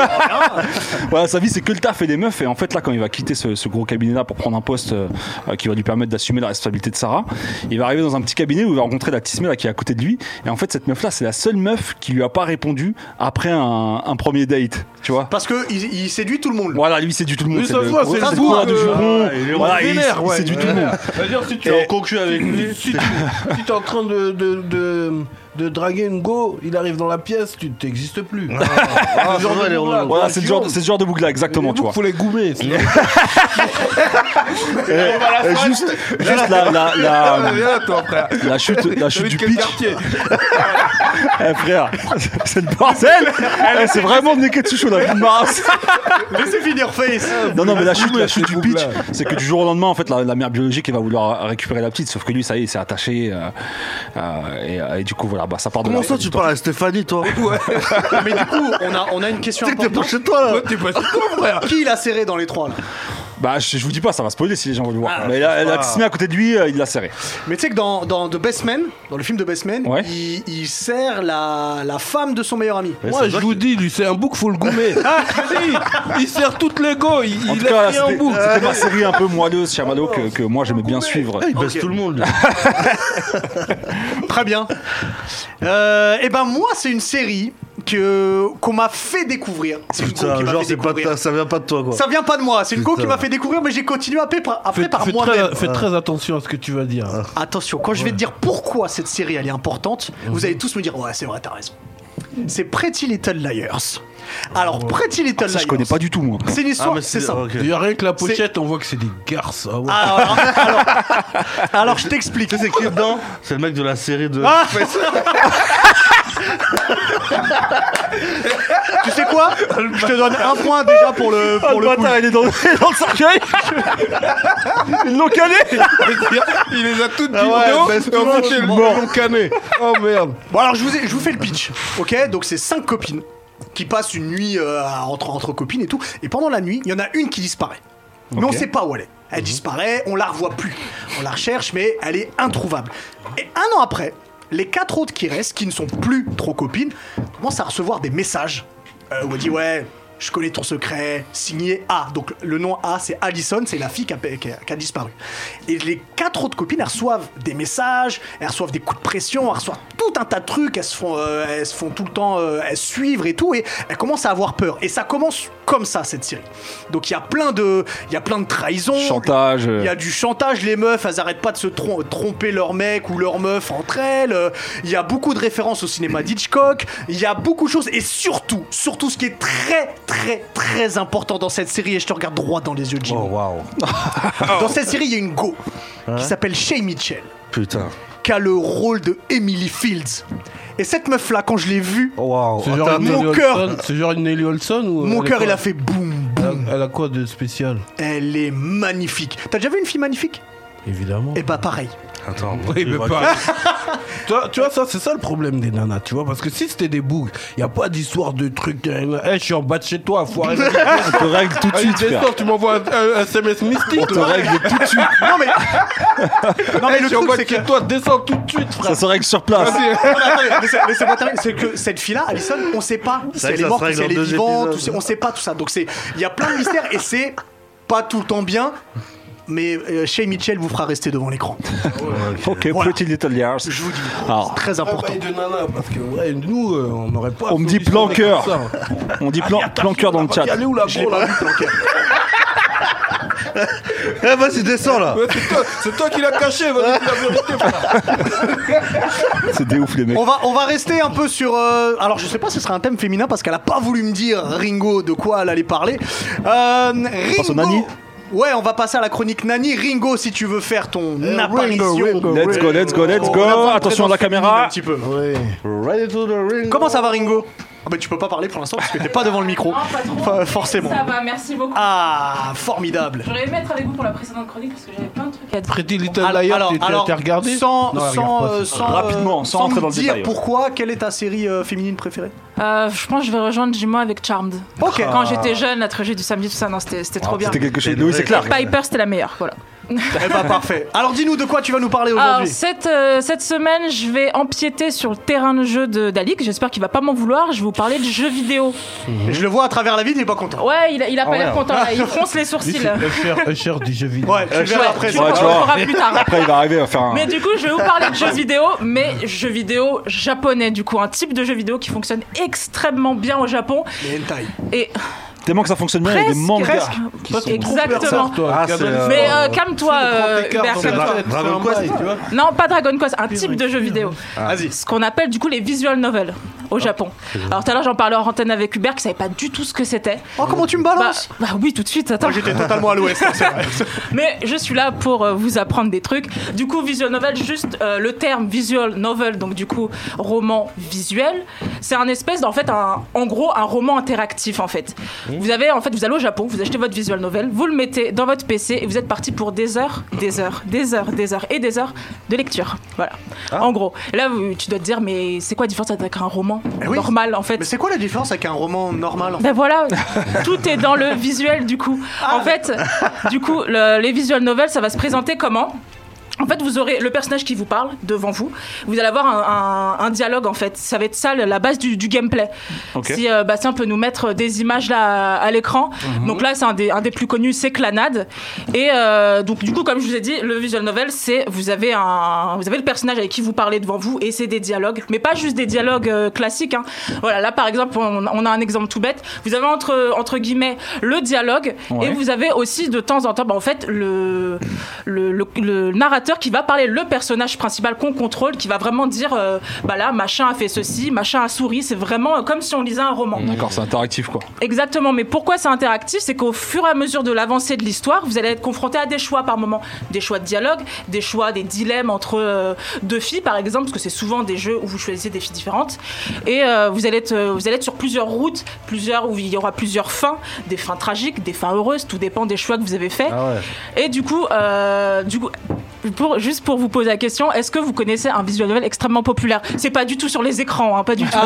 [SPEAKER 2] voilà sa vie c'est que le taf et les meufs et en fait là quand il va quitter ce, ce gros cabinet là pour prendre un poste euh, euh, qui va lui permettre d'assumer la responsabilité de Sarah il va arriver dans un petit cabinet où il va rencontrer la Tismé là qui est à côté de lui et en fait cette meuf là c'est la seule meuf qui lui a pas répondu après un, un premier date tu vois
[SPEAKER 1] Parce que il, il séduit tout le monde.
[SPEAKER 2] voilà lui c'est du tout le monde
[SPEAKER 4] Mais ça
[SPEAKER 2] le
[SPEAKER 4] se voit,
[SPEAKER 2] gros-
[SPEAKER 4] c'est
[SPEAKER 2] c'est
[SPEAKER 4] le
[SPEAKER 2] le coureur
[SPEAKER 4] bouc,
[SPEAKER 2] de
[SPEAKER 4] euh,
[SPEAKER 2] jupons
[SPEAKER 3] il est
[SPEAKER 2] Voilà, il-
[SPEAKER 4] vénère, ouais.
[SPEAKER 2] c'est du tout le monde
[SPEAKER 4] C'est-à-dire, si tu
[SPEAKER 3] T'es en concu avec lui.
[SPEAKER 4] Si tu si t'es en train de, de, de, de draguer une go, il arrive dans la pièce, tu t'existes plus.
[SPEAKER 3] Ah,
[SPEAKER 4] Le genre
[SPEAKER 3] c'est vrai,
[SPEAKER 4] de
[SPEAKER 3] elle est
[SPEAKER 4] bourrin, quoi.
[SPEAKER 3] relou.
[SPEAKER 2] Voilà, c'est le genre, c'est le genre de boucle là, exactement, tu vois.
[SPEAKER 4] Faut les goumer. sinon-
[SPEAKER 2] Euh, juste, juste la, la,
[SPEAKER 4] Ah,
[SPEAKER 2] la,
[SPEAKER 4] mais viens, toi, frère.
[SPEAKER 2] la chute, la
[SPEAKER 4] T'habites
[SPEAKER 2] chute du
[SPEAKER 4] quel
[SPEAKER 2] pitch. Ah,
[SPEAKER 4] quartier
[SPEAKER 2] Eh, frère, c'est le bordel. Eh, c'est vraiment de Neketsucho, la vie de Maras.
[SPEAKER 1] Laissez finir
[SPEAKER 2] <laughs>
[SPEAKER 1] Face.
[SPEAKER 2] Non, non, mais la chute, la chute du
[SPEAKER 4] boucle
[SPEAKER 2] pitch,
[SPEAKER 4] là.
[SPEAKER 2] c'est que du jour au lendemain, en fait, la, la mère biologique, elle va vouloir récupérer la petite, sauf que lui, ça y est, il s'est attaché, euh, euh, et, et du coup, voilà, bah, ça part de
[SPEAKER 3] Comment
[SPEAKER 2] la-
[SPEAKER 3] ça, tu parles à Stéphanie, toi
[SPEAKER 1] Mais du coup, on a, on a une question
[SPEAKER 3] T'es pas
[SPEAKER 1] importante.
[SPEAKER 3] chez toi, là
[SPEAKER 4] Toi, t'es pas chez toi, frère.
[SPEAKER 1] Qui il a serré dans les trois là
[SPEAKER 2] Bah, je, je vous dis pas, ça va spoiler si les gens veulent le voir.
[SPEAKER 4] Ah,
[SPEAKER 2] mais la, la Tissmé à côté de lui, euh, il l'a serré.
[SPEAKER 1] Mais tu sais que dans, dans The Best Man, dans le film de Best Man,
[SPEAKER 2] Ouais.
[SPEAKER 1] il, il serre la, la femme de son meilleur ami.
[SPEAKER 4] Moi, Ah, je vous dis, lui, c'est un bouc, faut le
[SPEAKER 2] <laughs>
[SPEAKER 4] goumer.
[SPEAKER 2] Ah,
[SPEAKER 4] Vas-y, il sert toutes les go, il,
[SPEAKER 2] En
[SPEAKER 4] il
[SPEAKER 2] tout cas,
[SPEAKER 4] a pris
[SPEAKER 2] c'était Euh,
[SPEAKER 4] un bouc.
[SPEAKER 2] c'était ma série un peu moelleuse, Shyamalo, que, que moi, j'aimais bien suivre.
[SPEAKER 1] Ah,
[SPEAKER 3] Il baisse tout le monde. lui.
[SPEAKER 1] Très bien. Euh, et ben moi, c'est une série que qu'on m'a fait découvrir. C'est une go
[SPEAKER 3] Putain,
[SPEAKER 1] qui m'a
[SPEAKER 3] genre,
[SPEAKER 1] fait
[SPEAKER 3] c'est pas
[SPEAKER 1] découvrir.
[SPEAKER 3] ta- ça vient pas de toi, quoi.
[SPEAKER 1] Ça vient pas de moi, c'est une go qui
[SPEAKER 3] Putain.
[SPEAKER 1] m'a fait découvrir, mais j'ai continué après par, après
[SPEAKER 4] Fais,
[SPEAKER 1] par
[SPEAKER 4] fais
[SPEAKER 1] moi-même.
[SPEAKER 4] très, fais très attention à ce que tu vas dire.
[SPEAKER 2] Ah.
[SPEAKER 1] Attention, quand je vais te dire pourquoi cette série elle est importante,
[SPEAKER 3] Mhm.
[SPEAKER 1] vous allez tous me dire ouais c'est vrai t'as raison. C'est Pretty Little Liars. Alors
[SPEAKER 3] Oh.
[SPEAKER 1] Pretty Little
[SPEAKER 2] Ça,
[SPEAKER 1] Liars.
[SPEAKER 2] je connais pas du tout, moi.
[SPEAKER 1] C'est une
[SPEAKER 3] Ah,
[SPEAKER 1] histoire,
[SPEAKER 3] mais
[SPEAKER 1] c'est ça.
[SPEAKER 3] ok.
[SPEAKER 4] Il y a rien que la pochette, on voit que c'est des garces. Ah ouais.
[SPEAKER 1] Alors, alors- alors, je
[SPEAKER 3] <laughs>
[SPEAKER 1] t'explique.
[SPEAKER 3] Tu sais, c'est qui dedans C'est le mec de la série de.
[SPEAKER 1] Ah tu sais quoi Je te donne un point déjà pour le pour le pool.
[SPEAKER 2] il est dans, dans le cercueil Ils l'ont calé
[SPEAKER 4] <laughs> Il les a toutes
[SPEAKER 3] Ah ouais,
[SPEAKER 4] vidéos,
[SPEAKER 3] bah, c'est
[SPEAKER 4] et en
[SPEAKER 3] tout
[SPEAKER 4] fait, ils
[SPEAKER 3] le
[SPEAKER 2] monde.
[SPEAKER 4] l'ont canné. Oh merde.
[SPEAKER 1] Bon alors je vous, ai- je vous fais le pitch. Ok, donc c'est cinq copines qui passent une nuit euh, entre, entre copines et tout. Et pendant la nuit, il y en a une qui disparaît. Mais on sait pas où elle est. Elle disparaît, on la revoit plus. On la recherche, mais elle est introuvable. Et un an après, les quatre autres qui restent, qui ne sont plus trop copines, commencent à recevoir des messages euh, où elle dit ouais. Je connais ton secret, signé A. Donc le nom A, c'est Allison, c'est la fille qui a, qui a- qui a disparu. Et les quatre autres copines, elles reçoivent des messages, elles reçoivent des coups de pression, elles reçoivent tout un tas de trucs, elles se font, euh, elles se font tout le temps, euh, elles se suivent et tout, et elles commencent à avoir peur. Et ça commence comme ça, cette série. Donc il y a plein de, il y a plein de trahisons.
[SPEAKER 2] Chantage.
[SPEAKER 1] Il y a
[SPEAKER 2] euh,
[SPEAKER 1] du chantage, les meufs, elles arrêtent pas de se trom- tromper leur mec ou leur meuf entre elles. Euh, Il y a beaucoup de références au cinéma d'Hitchcock. Il y a beaucoup de choses. Et surtout, surtout ce qui est très, très, très important dans cette série, et je te regarde droit dans les yeux, Jimmy.
[SPEAKER 3] Oh,
[SPEAKER 4] Oh.
[SPEAKER 3] waouh.
[SPEAKER 1] Dans cette série, il y a une go
[SPEAKER 4] Hein
[SPEAKER 1] qui s'appelle Shay Mitchell,
[SPEAKER 3] Putain.
[SPEAKER 1] qui a le rôle de Emily Fields. Et cette meuf-là, quand je l'ai vue,
[SPEAKER 3] Oh, Waouh.
[SPEAKER 4] C'est genre,
[SPEAKER 3] Attends,
[SPEAKER 4] une
[SPEAKER 1] mon
[SPEAKER 4] Nelly
[SPEAKER 1] cœur.
[SPEAKER 4] Olson- c'est genre une Nelly Olson ou euh,
[SPEAKER 1] mon
[SPEAKER 4] elle est
[SPEAKER 1] cœur,
[SPEAKER 4] quoi Euh,
[SPEAKER 1] il a fait boum,
[SPEAKER 4] Elle
[SPEAKER 1] boum.
[SPEAKER 4] a- Elle a quoi de spécial
[SPEAKER 1] Elle est magnifique. T'as déjà vu une fille magnifique
[SPEAKER 4] Évidemment.
[SPEAKER 1] Eh bah, pareil.
[SPEAKER 3] Oh, Attends.
[SPEAKER 4] <laughs> Oui,
[SPEAKER 3] il
[SPEAKER 4] mais
[SPEAKER 3] va-
[SPEAKER 4] pas. <laughs> Toi, tu vois, ça, c'est ça le problème des nanas, tu vois. Parce que si c'était des bougs, il a pas d'histoire de truc. euh, Eh, je suis en bas de chez toi, <laughs> foiré.
[SPEAKER 2] On te règle
[SPEAKER 1] Ah,
[SPEAKER 2] tout de
[SPEAKER 4] Allez,
[SPEAKER 2] suite, frère.
[SPEAKER 4] descends, tu m'envoies un, un- un SMS
[SPEAKER 2] On
[SPEAKER 4] mystique.
[SPEAKER 2] te
[SPEAKER 4] là.
[SPEAKER 2] règle tout de suite.
[SPEAKER 1] Non, mais. <laughs> non,
[SPEAKER 4] Eh, <laughs>
[SPEAKER 1] mais
[SPEAKER 4] je
[SPEAKER 1] le
[SPEAKER 4] suis en
[SPEAKER 1] truc,
[SPEAKER 4] bas de
[SPEAKER 1] c'est que.
[SPEAKER 4] chez toi, descends tout de suite, frère.
[SPEAKER 2] Ça se règle sur place.
[SPEAKER 1] Non,
[SPEAKER 4] <laughs>
[SPEAKER 1] mais attendez, laissez- laissez-moi terminer. C'est que cette fille-là, Alison, on sait pas si
[SPEAKER 3] vrai que
[SPEAKER 1] elle est
[SPEAKER 3] ça
[SPEAKER 1] morte,
[SPEAKER 3] serait
[SPEAKER 1] si elle
[SPEAKER 3] dans
[SPEAKER 1] est
[SPEAKER 3] deux
[SPEAKER 1] vivante,
[SPEAKER 3] épisodes.
[SPEAKER 1] ou si- on sait pas tout ça. Donc c'est, il y a plein de mystères et c'est pas tout le temps bien. mais euh, Shay Mitchell vous fera rester devant l'écran.
[SPEAKER 2] Ok,
[SPEAKER 1] Voilà.
[SPEAKER 2] Pretty Little Liars.
[SPEAKER 1] Je vous dis,
[SPEAKER 2] Alors,
[SPEAKER 1] c'est très important.
[SPEAKER 4] Et de nana, parce que ouais, nous, euh, on n'aurait pas.
[SPEAKER 2] On me dit
[SPEAKER 4] solutionné
[SPEAKER 2] planqueur.
[SPEAKER 4] comme ça.
[SPEAKER 2] on
[SPEAKER 1] Ah,
[SPEAKER 2] dit plan, planqueur dans le
[SPEAKER 1] bah,
[SPEAKER 2] chat.
[SPEAKER 4] Elle est où la gros, là
[SPEAKER 3] Eh, vas-y, descends là.
[SPEAKER 4] Ouais, c'est toi- C'est toi qui l'as caché, vas-y, dis la <laughs> vérité, frère.
[SPEAKER 2] C'est des ouf les mecs.
[SPEAKER 1] On va, on va rester un peu sur. euh, alors, je sais pas si ce sera un thème féminin parce qu'elle a pas voulu me dire, Ringo, de quoi elle allait parler. Euh, Ringo.
[SPEAKER 2] passe au Nani
[SPEAKER 1] Ouais, on va passer à la chronique Nani. Ringo, si tu veux faire ton apparition.
[SPEAKER 2] Let's go, let's go, let's
[SPEAKER 1] On
[SPEAKER 2] go.
[SPEAKER 1] va avoir une
[SPEAKER 2] Attention à la
[SPEAKER 1] présence féminine
[SPEAKER 2] caméra.
[SPEAKER 1] un petit peu.
[SPEAKER 3] Oui. Ready to the ring.
[SPEAKER 1] Comment ça va, Ringo Ah, bah, tu peux pas parler pour l'instant parce que t'es pas devant le micro.
[SPEAKER 5] Non, pas trop.
[SPEAKER 1] Enfin, forcément.
[SPEAKER 5] Ça va, merci beaucoup.
[SPEAKER 1] Ah, formidable.
[SPEAKER 5] J'aurais aimé être avec vous pour la précédente chronique parce que j'avais plein de trucs à dire.
[SPEAKER 4] Pretty Little Liar, tu- tu- t'as regardé
[SPEAKER 1] sans,
[SPEAKER 4] Non, elle
[SPEAKER 1] sans,
[SPEAKER 4] regarde pas,
[SPEAKER 1] euh,
[SPEAKER 4] c'est-
[SPEAKER 1] sans,
[SPEAKER 2] Rapidement,
[SPEAKER 1] euh,
[SPEAKER 2] sans rentrer
[SPEAKER 1] nous
[SPEAKER 2] dans le
[SPEAKER 1] dire
[SPEAKER 2] détail, ouais.
[SPEAKER 1] Pourquoi Quelle est ta série euh, féminine préférée
[SPEAKER 5] Euh, je pense que je vais rejoindre Jimo avec Charmed.
[SPEAKER 1] Ok. Ah.
[SPEAKER 5] Quand j'étais jeune, la tragédie du samedi, tout ça, non, c'était c'était trop bien.
[SPEAKER 2] C'était quelque chose.
[SPEAKER 3] Et
[SPEAKER 2] Louis,
[SPEAKER 3] le
[SPEAKER 2] c'est
[SPEAKER 3] mec,
[SPEAKER 2] clair.
[SPEAKER 5] Piper, c'était la meilleure, voilà.
[SPEAKER 1] Eh bah parfait. Alors dis-nous de quoi tu vas nous parler
[SPEAKER 5] Alors,
[SPEAKER 1] aujourd'hui.
[SPEAKER 5] cette, euh, cette semaine, je vais empiéter sur le terrain de jeu de Dalik. J'espère qu'il va pas m'en vouloir. Je vais vous parler de jeux vidéo.
[SPEAKER 1] Je le vois à travers la ville, il est pas content.
[SPEAKER 5] Ouais, il a, il a pas
[SPEAKER 1] Ah
[SPEAKER 3] ouais.
[SPEAKER 5] l'air content. là. Il
[SPEAKER 1] <laughs>
[SPEAKER 5] fronce les sourcils.
[SPEAKER 4] C'est Usher, Usher du jeu vidéo.
[SPEAKER 1] Ouais, tu le verras après.
[SPEAKER 5] tu
[SPEAKER 1] ça.
[SPEAKER 2] Ouais,
[SPEAKER 5] le
[SPEAKER 2] tu vois.
[SPEAKER 5] comprendras plus tard.
[SPEAKER 2] Après, il va arriver à faire un.
[SPEAKER 5] Mais du coup, je vais vous parler de jeux vidéo, mais jeux vidéo japonais, du coup, un type de jeu vidéo qui fonctionne extrêmement bien au Japon.
[SPEAKER 1] Les hentai.
[SPEAKER 5] Et
[SPEAKER 2] Tellement que ça fonctionne bien, il y a Ah, des
[SPEAKER 5] presque,
[SPEAKER 2] mangas.
[SPEAKER 5] presque.
[SPEAKER 2] qui sont-
[SPEAKER 5] Exactement.
[SPEAKER 3] Ah, c'est, euh,
[SPEAKER 5] Mais euh, calme-toi, euh, Hubert,
[SPEAKER 3] c'est
[SPEAKER 5] calme-toi.
[SPEAKER 3] Dra- Dragon Quest,
[SPEAKER 4] tu vois.
[SPEAKER 5] Non, pas Dragon Quest, un type de jeu vidéo.
[SPEAKER 2] Ah.
[SPEAKER 1] Vas-y. Ah.
[SPEAKER 5] Ce qu'on appelle du coup les visual novels au Japon. Alors tout à l'heure, j'en parlais en antenne avec Hubert qui savait pas du tout ce que c'était.
[SPEAKER 1] Oh comment tu me
[SPEAKER 5] Bah,
[SPEAKER 1] balances
[SPEAKER 5] bah oui, tout de suite, attends.
[SPEAKER 1] Moi j'étais totalement à l'ouest. c'est vrai.
[SPEAKER 5] Mais je suis là pour euh, vous apprendre des trucs. Du coup, visual novel, juste euh, le terme visual novel, donc du coup roman visuel, c'est un espèce d'en fait un, en gros un roman interactif en fait.
[SPEAKER 1] Mmh.
[SPEAKER 5] Vous avez en fait vous allez au Japon, vous achetez votre visual novel, vous le mettez dans votre PC et vous êtes parti pour des heures, des heures, des heures, des heures et des heures de lecture. Voilà.
[SPEAKER 1] Ah.
[SPEAKER 5] En gros. Et là, vous- tu dois te dire mais c'est quoi la différence avec un roman
[SPEAKER 1] Eh oui.
[SPEAKER 5] normal en fait
[SPEAKER 1] Mais c'est quoi la différence avec un roman normal en fait
[SPEAKER 5] ben voilà, tout est dans le visuel du coup. En fait, du coup, le- les visual novels, ça va se présenter comment en fait, vous aurez le personnage qui vous parle devant vous. Vous allez avoir un, un- un dialogue, en fait. Ça va être ça, la base du, du gameplay.
[SPEAKER 2] Ok.
[SPEAKER 5] Si euh, Bastien peut nous mettre des images là à l'écran.
[SPEAKER 2] Mhm.
[SPEAKER 5] Donc là, c'est un des, un des plus connus, c'est Clanade. Et euh, donc, du coup, comme je vous ai dit, le visual novel, c'est vous avez un, vous avez le personnage avec qui vous parlez devant vous et c'est des dialogues, mais pas juste des dialogues euh, classiques. hein. Voilà, là par exemple, on, on a un exemple tout bête. Vous avez entre entre guillemets le dialogue
[SPEAKER 2] Ouais.
[SPEAKER 5] et vous avez aussi de temps en temps, bah, en fait, le le, le- le narrateur qui va parler, le personnage principal qu'on contrôle, qui va vraiment dire, euh, bah là, machin a fait ceci, machin a souri. C'est vraiment euh, comme si on lisait un roman.
[SPEAKER 2] D'accord, c'est interactif quoi.
[SPEAKER 5] Exactement, mais pourquoi c'est interactif C'est qu'au fur et à mesure de l'avancée de l'histoire, vous allez être confronté à des choix par moment. Des choix de dialogue, des choix, des dilemmes entre euh, deux filles, par exemple, parce que c'est souvent des jeux où vous choisissez des filles différentes. Et euh, vous, allez être, euh, vous allez être sur plusieurs routes, plusieurs où il y aura plusieurs fins, des fins tragiques, des fins heureuses, tout dépend des choix que vous avez faits.
[SPEAKER 3] Ah ouais.
[SPEAKER 5] Et du coup, euh, du coup pour, juste pour vous poser la question, est-ce que vous connaissez un visual novel extrêmement populaire C'est pas du tout sur les écrans, hein, pas du tout.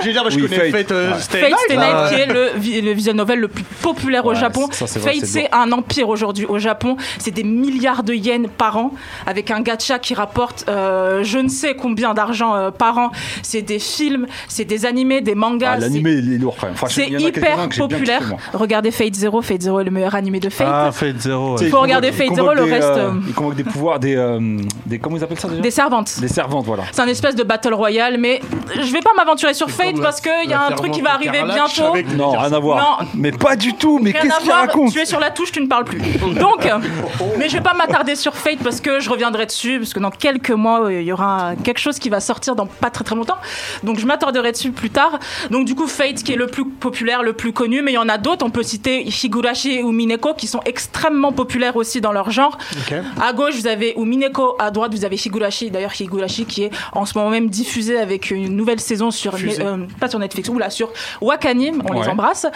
[SPEAKER 1] Je veux dire, bah, je
[SPEAKER 2] Oui,
[SPEAKER 1] connais
[SPEAKER 2] Fate.
[SPEAKER 1] Fate, euh, Stay
[SPEAKER 5] Fate
[SPEAKER 1] Night.
[SPEAKER 5] Stay Night, qui est le, vi- le visual novel le plus populaire au
[SPEAKER 2] Ouais,
[SPEAKER 5] Japon.
[SPEAKER 2] ça, c'est vrai,
[SPEAKER 5] Fate,
[SPEAKER 2] c'est
[SPEAKER 5] c'est un empire aujourd'hui au Japon. C'est des milliards de yens par an, avec un gacha qui rapporte euh, je ne sais combien d'argent euh, par an. C'est des films, c'est des animés, des mangas.
[SPEAKER 1] euh,
[SPEAKER 2] Ah,
[SPEAKER 5] c'est-
[SPEAKER 2] L'animé, il est lourd quand même. Franchement,
[SPEAKER 5] c'est
[SPEAKER 2] il y en a quelques-uns
[SPEAKER 5] hyper
[SPEAKER 2] que j'ai bien
[SPEAKER 5] populaire.
[SPEAKER 2] kiffé, moi.
[SPEAKER 5] Regardez Fate Zero. Fate Zero est le meilleur animé de Fate.
[SPEAKER 3] Ah, Fate Zero.
[SPEAKER 2] Tu sais,
[SPEAKER 3] ouais.
[SPEAKER 2] il
[SPEAKER 5] Faut regarder
[SPEAKER 2] convoque-
[SPEAKER 5] Fate
[SPEAKER 2] il
[SPEAKER 5] Zero,
[SPEAKER 2] convoque
[SPEAKER 5] le
[SPEAKER 2] des,
[SPEAKER 5] reste,
[SPEAKER 2] euh,
[SPEAKER 5] euh,
[SPEAKER 2] Il convoque des pouvoirs, des. euh, des- Comment ils appellent ça déjà
[SPEAKER 5] Des servantes.
[SPEAKER 2] Des servantes, voilà.
[SPEAKER 5] C'est un espèce de battle royale, mais je vais pas m'aventurer sur Fate
[SPEAKER 4] comme la-
[SPEAKER 5] parce
[SPEAKER 2] euh,
[SPEAKER 5] qu'il y
[SPEAKER 4] la
[SPEAKER 5] a un truc qui va
[SPEAKER 4] servante de
[SPEAKER 5] arriver
[SPEAKER 4] Carlac
[SPEAKER 5] bientôt.
[SPEAKER 4] avec
[SPEAKER 2] Non, rien à voir.
[SPEAKER 5] Non.
[SPEAKER 2] Mais pas du tout, mais
[SPEAKER 5] Rien
[SPEAKER 2] qu'est-ce
[SPEAKER 5] à
[SPEAKER 2] qu'il
[SPEAKER 5] voir,
[SPEAKER 2] raconte
[SPEAKER 5] Tu es sur la touche, tu ne parles plus. Donc, euh, mais je vais pas m'attarder sur Fate parce que je reviendrai dessus, parce que dans quelques mois, euh, il y aura quelque chose qui va sortir dans pas très très longtemps. Donc, je m'attarderai dessus plus tard. Donc, du coup, Fate qui est le plus populaire, le plus connu, mais il y en a d'autres. On peut citer Higurashi ou Mineko qui sont extrêmement populaires aussi dans leur genre. À gauche, vous avez Umineko, à droite, vous avez Higurashi. D'ailleurs, Higurashi qui est en ce moment même diffusé avec une nouvelle saison sur,
[SPEAKER 1] Fusée.
[SPEAKER 5] euh, pas sur Netflix, ou là, sur Wakanim. On
[SPEAKER 2] Ouais.
[SPEAKER 5] les embrasse.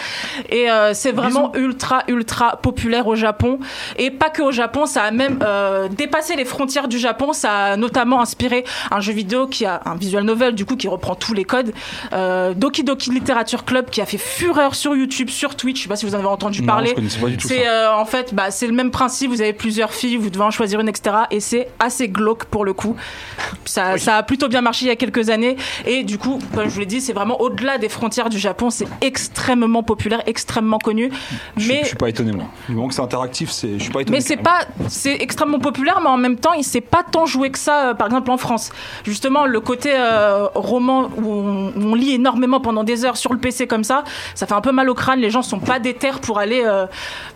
[SPEAKER 5] Et euh, c'est vraiment ultra, ultra populaire au Japon. Et pas que au Japon, ça a même euh, dépassé les frontières du Japon. Ça a notamment inspiré un jeu vidéo qui a un visual novel, du coup, qui reprend tous les codes. Euh, Doki Doki Literature Club qui a fait fureur sur YouTube, sur Twitch. Je sais pas si vous en avez entendu
[SPEAKER 2] Non,
[SPEAKER 5] parler.
[SPEAKER 2] je connaissais pas du tout ça.
[SPEAKER 5] euh, C'est euh, en fait, bah, c'est le même principe. Vous avez plusieurs filles, vous devez en choisir une, etc. Et c'est assez glauque pour le coup. Ça, ça a plutôt bien marché il y a quelques années. Et du coup, comme je vous l'ai dit, c'est vraiment au-delà des frontières du Japon. C'est extrêmement populaire, extrêmement connu.
[SPEAKER 2] Je,
[SPEAKER 5] Mais
[SPEAKER 2] je suis pas étonné, moi. Du moment que c'est interactif, c'est- je suis pas étonné.
[SPEAKER 5] mais c'est pas, c'est extrêmement populaire, mais en même temps, il s'est pas tant joué que ça, euh, par exemple en France. Justement, le côté euh, roman où on, où on lit énormément pendant des heures sur le PC comme ça, ça fait un peu mal au crâne. Les gens sont pas déterres pour aller euh,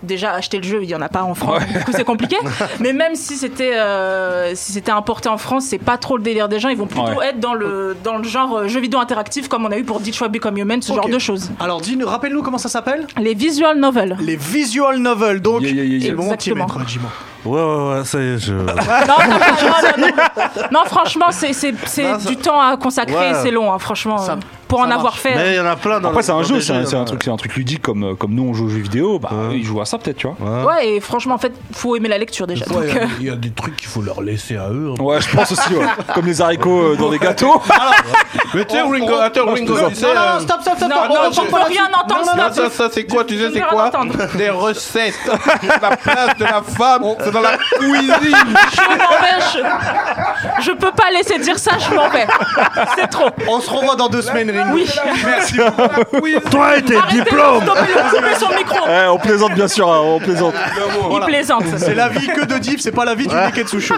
[SPEAKER 5] déjà acheter le jeu. Il y en a pas en France, du coup c'est compliqué. mais même si c'était, euh, si c'était importé en France, c'est pas trop le délire des gens. Ils vont plutôt
[SPEAKER 2] Ouais.
[SPEAKER 5] être dans le dans le genre euh, jeu vidéo interactif comme on a eu pour Detroit Become Human, ce
[SPEAKER 1] Ok.
[SPEAKER 5] genre de choses.
[SPEAKER 1] Alors, dis-nous, rappelle-nous comment ça s'appelle
[SPEAKER 5] Les visual novels.
[SPEAKER 1] Les visual novels. Donc,
[SPEAKER 2] Yeah, yeah, yeah, yeah.
[SPEAKER 1] c'est le moment de t'y
[SPEAKER 5] Exactement.
[SPEAKER 1] mettre, Jimon.
[SPEAKER 3] Ouais, ouais, ouais, ça y est, je.
[SPEAKER 5] Non, non, non, non, non. Non, franchement, c'est c'est- c'est
[SPEAKER 3] Non, ça-
[SPEAKER 5] du temps à consacrer,
[SPEAKER 3] Ouais.
[SPEAKER 5] c'est long, hein, franchement.
[SPEAKER 1] Ça-
[SPEAKER 5] euh, pour
[SPEAKER 1] ça
[SPEAKER 5] en avoir
[SPEAKER 1] marche.
[SPEAKER 5] fait.
[SPEAKER 3] Mais il y en a plein dans
[SPEAKER 2] Après, c'est un
[SPEAKER 3] dans
[SPEAKER 2] jeu,
[SPEAKER 3] des
[SPEAKER 2] c'est un,
[SPEAKER 3] jeux,
[SPEAKER 2] c'est un
[SPEAKER 3] hein.
[SPEAKER 2] truc, c'est un truc ludique comme, euh, comme nous on joue aux jeux vidéo. Bah,
[SPEAKER 3] Ouais.
[SPEAKER 2] ils jouent à ça peut-être, tu vois.
[SPEAKER 3] Ouais.
[SPEAKER 5] Ouais, et franchement, en fait, faut aimer la lecture déjà.
[SPEAKER 4] Ouais,
[SPEAKER 5] donc,
[SPEAKER 4] il y a-
[SPEAKER 5] euh,
[SPEAKER 4] il y, a des trucs qu'il faut leur laisser à eux. hein.
[SPEAKER 2] Ouais, je pense aussi, <laughs> ouais. comme les haricots euh, dans les <laughs> gâteaux.
[SPEAKER 4] Mais tu sais,
[SPEAKER 1] On-
[SPEAKER 4] Ringo,
[SPEAKER 1] on-
[SPEAKER 4] attends, Ringo,
[SPEAKER 1] Non,
[SPEAKER 4] tu sais,
[SPEAKER 1] non,
[SPEAKER 4] euh,
[SPEAKER 1] non, stop, stop, stop.
[SPEAKER 5] Non,
[SPEAKER 1] on
[SPEAKER 4] non,
[SPEAKER 1] reprend
[SPEAKER 4] je-
[SPEAKER 1] pas
[SPEAKER 5] faut
[SPEAKER 1] là-dessus.
[SPEAKER 5] rien entendre,
[SPEAKER 1] Non, non,
[SPEAKER 5] stop.
[SPEAKER 1] non,
[SPEAKER 4] ça, ça, c'est quoi, tu
[SPEAKER 5] Je
[SPEAKER 4] sais,
[SPEAKER 5] ne
[SPEAKER 4] c'est
[SPEAKER 5] veux
[SPEAKER 4] quoi
[SPEAKER 5] rien entendre.
[SPEAKER 4] Des recettes. la place de la femme, c'est dans la cuisine.
[SPEAKER 5] je m'empêche. Je peux pas laisser dire ça, je m'en vais. C'est trop.
[SPEAKER 1] On se revoit dans deux semaines, Ringo.
[SPEAKER 5] Oui.
[SPEAKER 1] Merci beaucoup.
[SPEAKER 3] Toi et tes
[SPEAKER 5] Arrêtez,
[SPEAKER 3] diplômes
[SPEAKER 5] stoppez-le, coupez son micro.
[SPEAKER 2] Eh, on plaisante, bien sûr, hein, on plaisante.
[SPEAKER 5] Il plaisante.
[SPEAKER 1] C'est la vie que de Div, c'est pas la vie du Neketsu Show.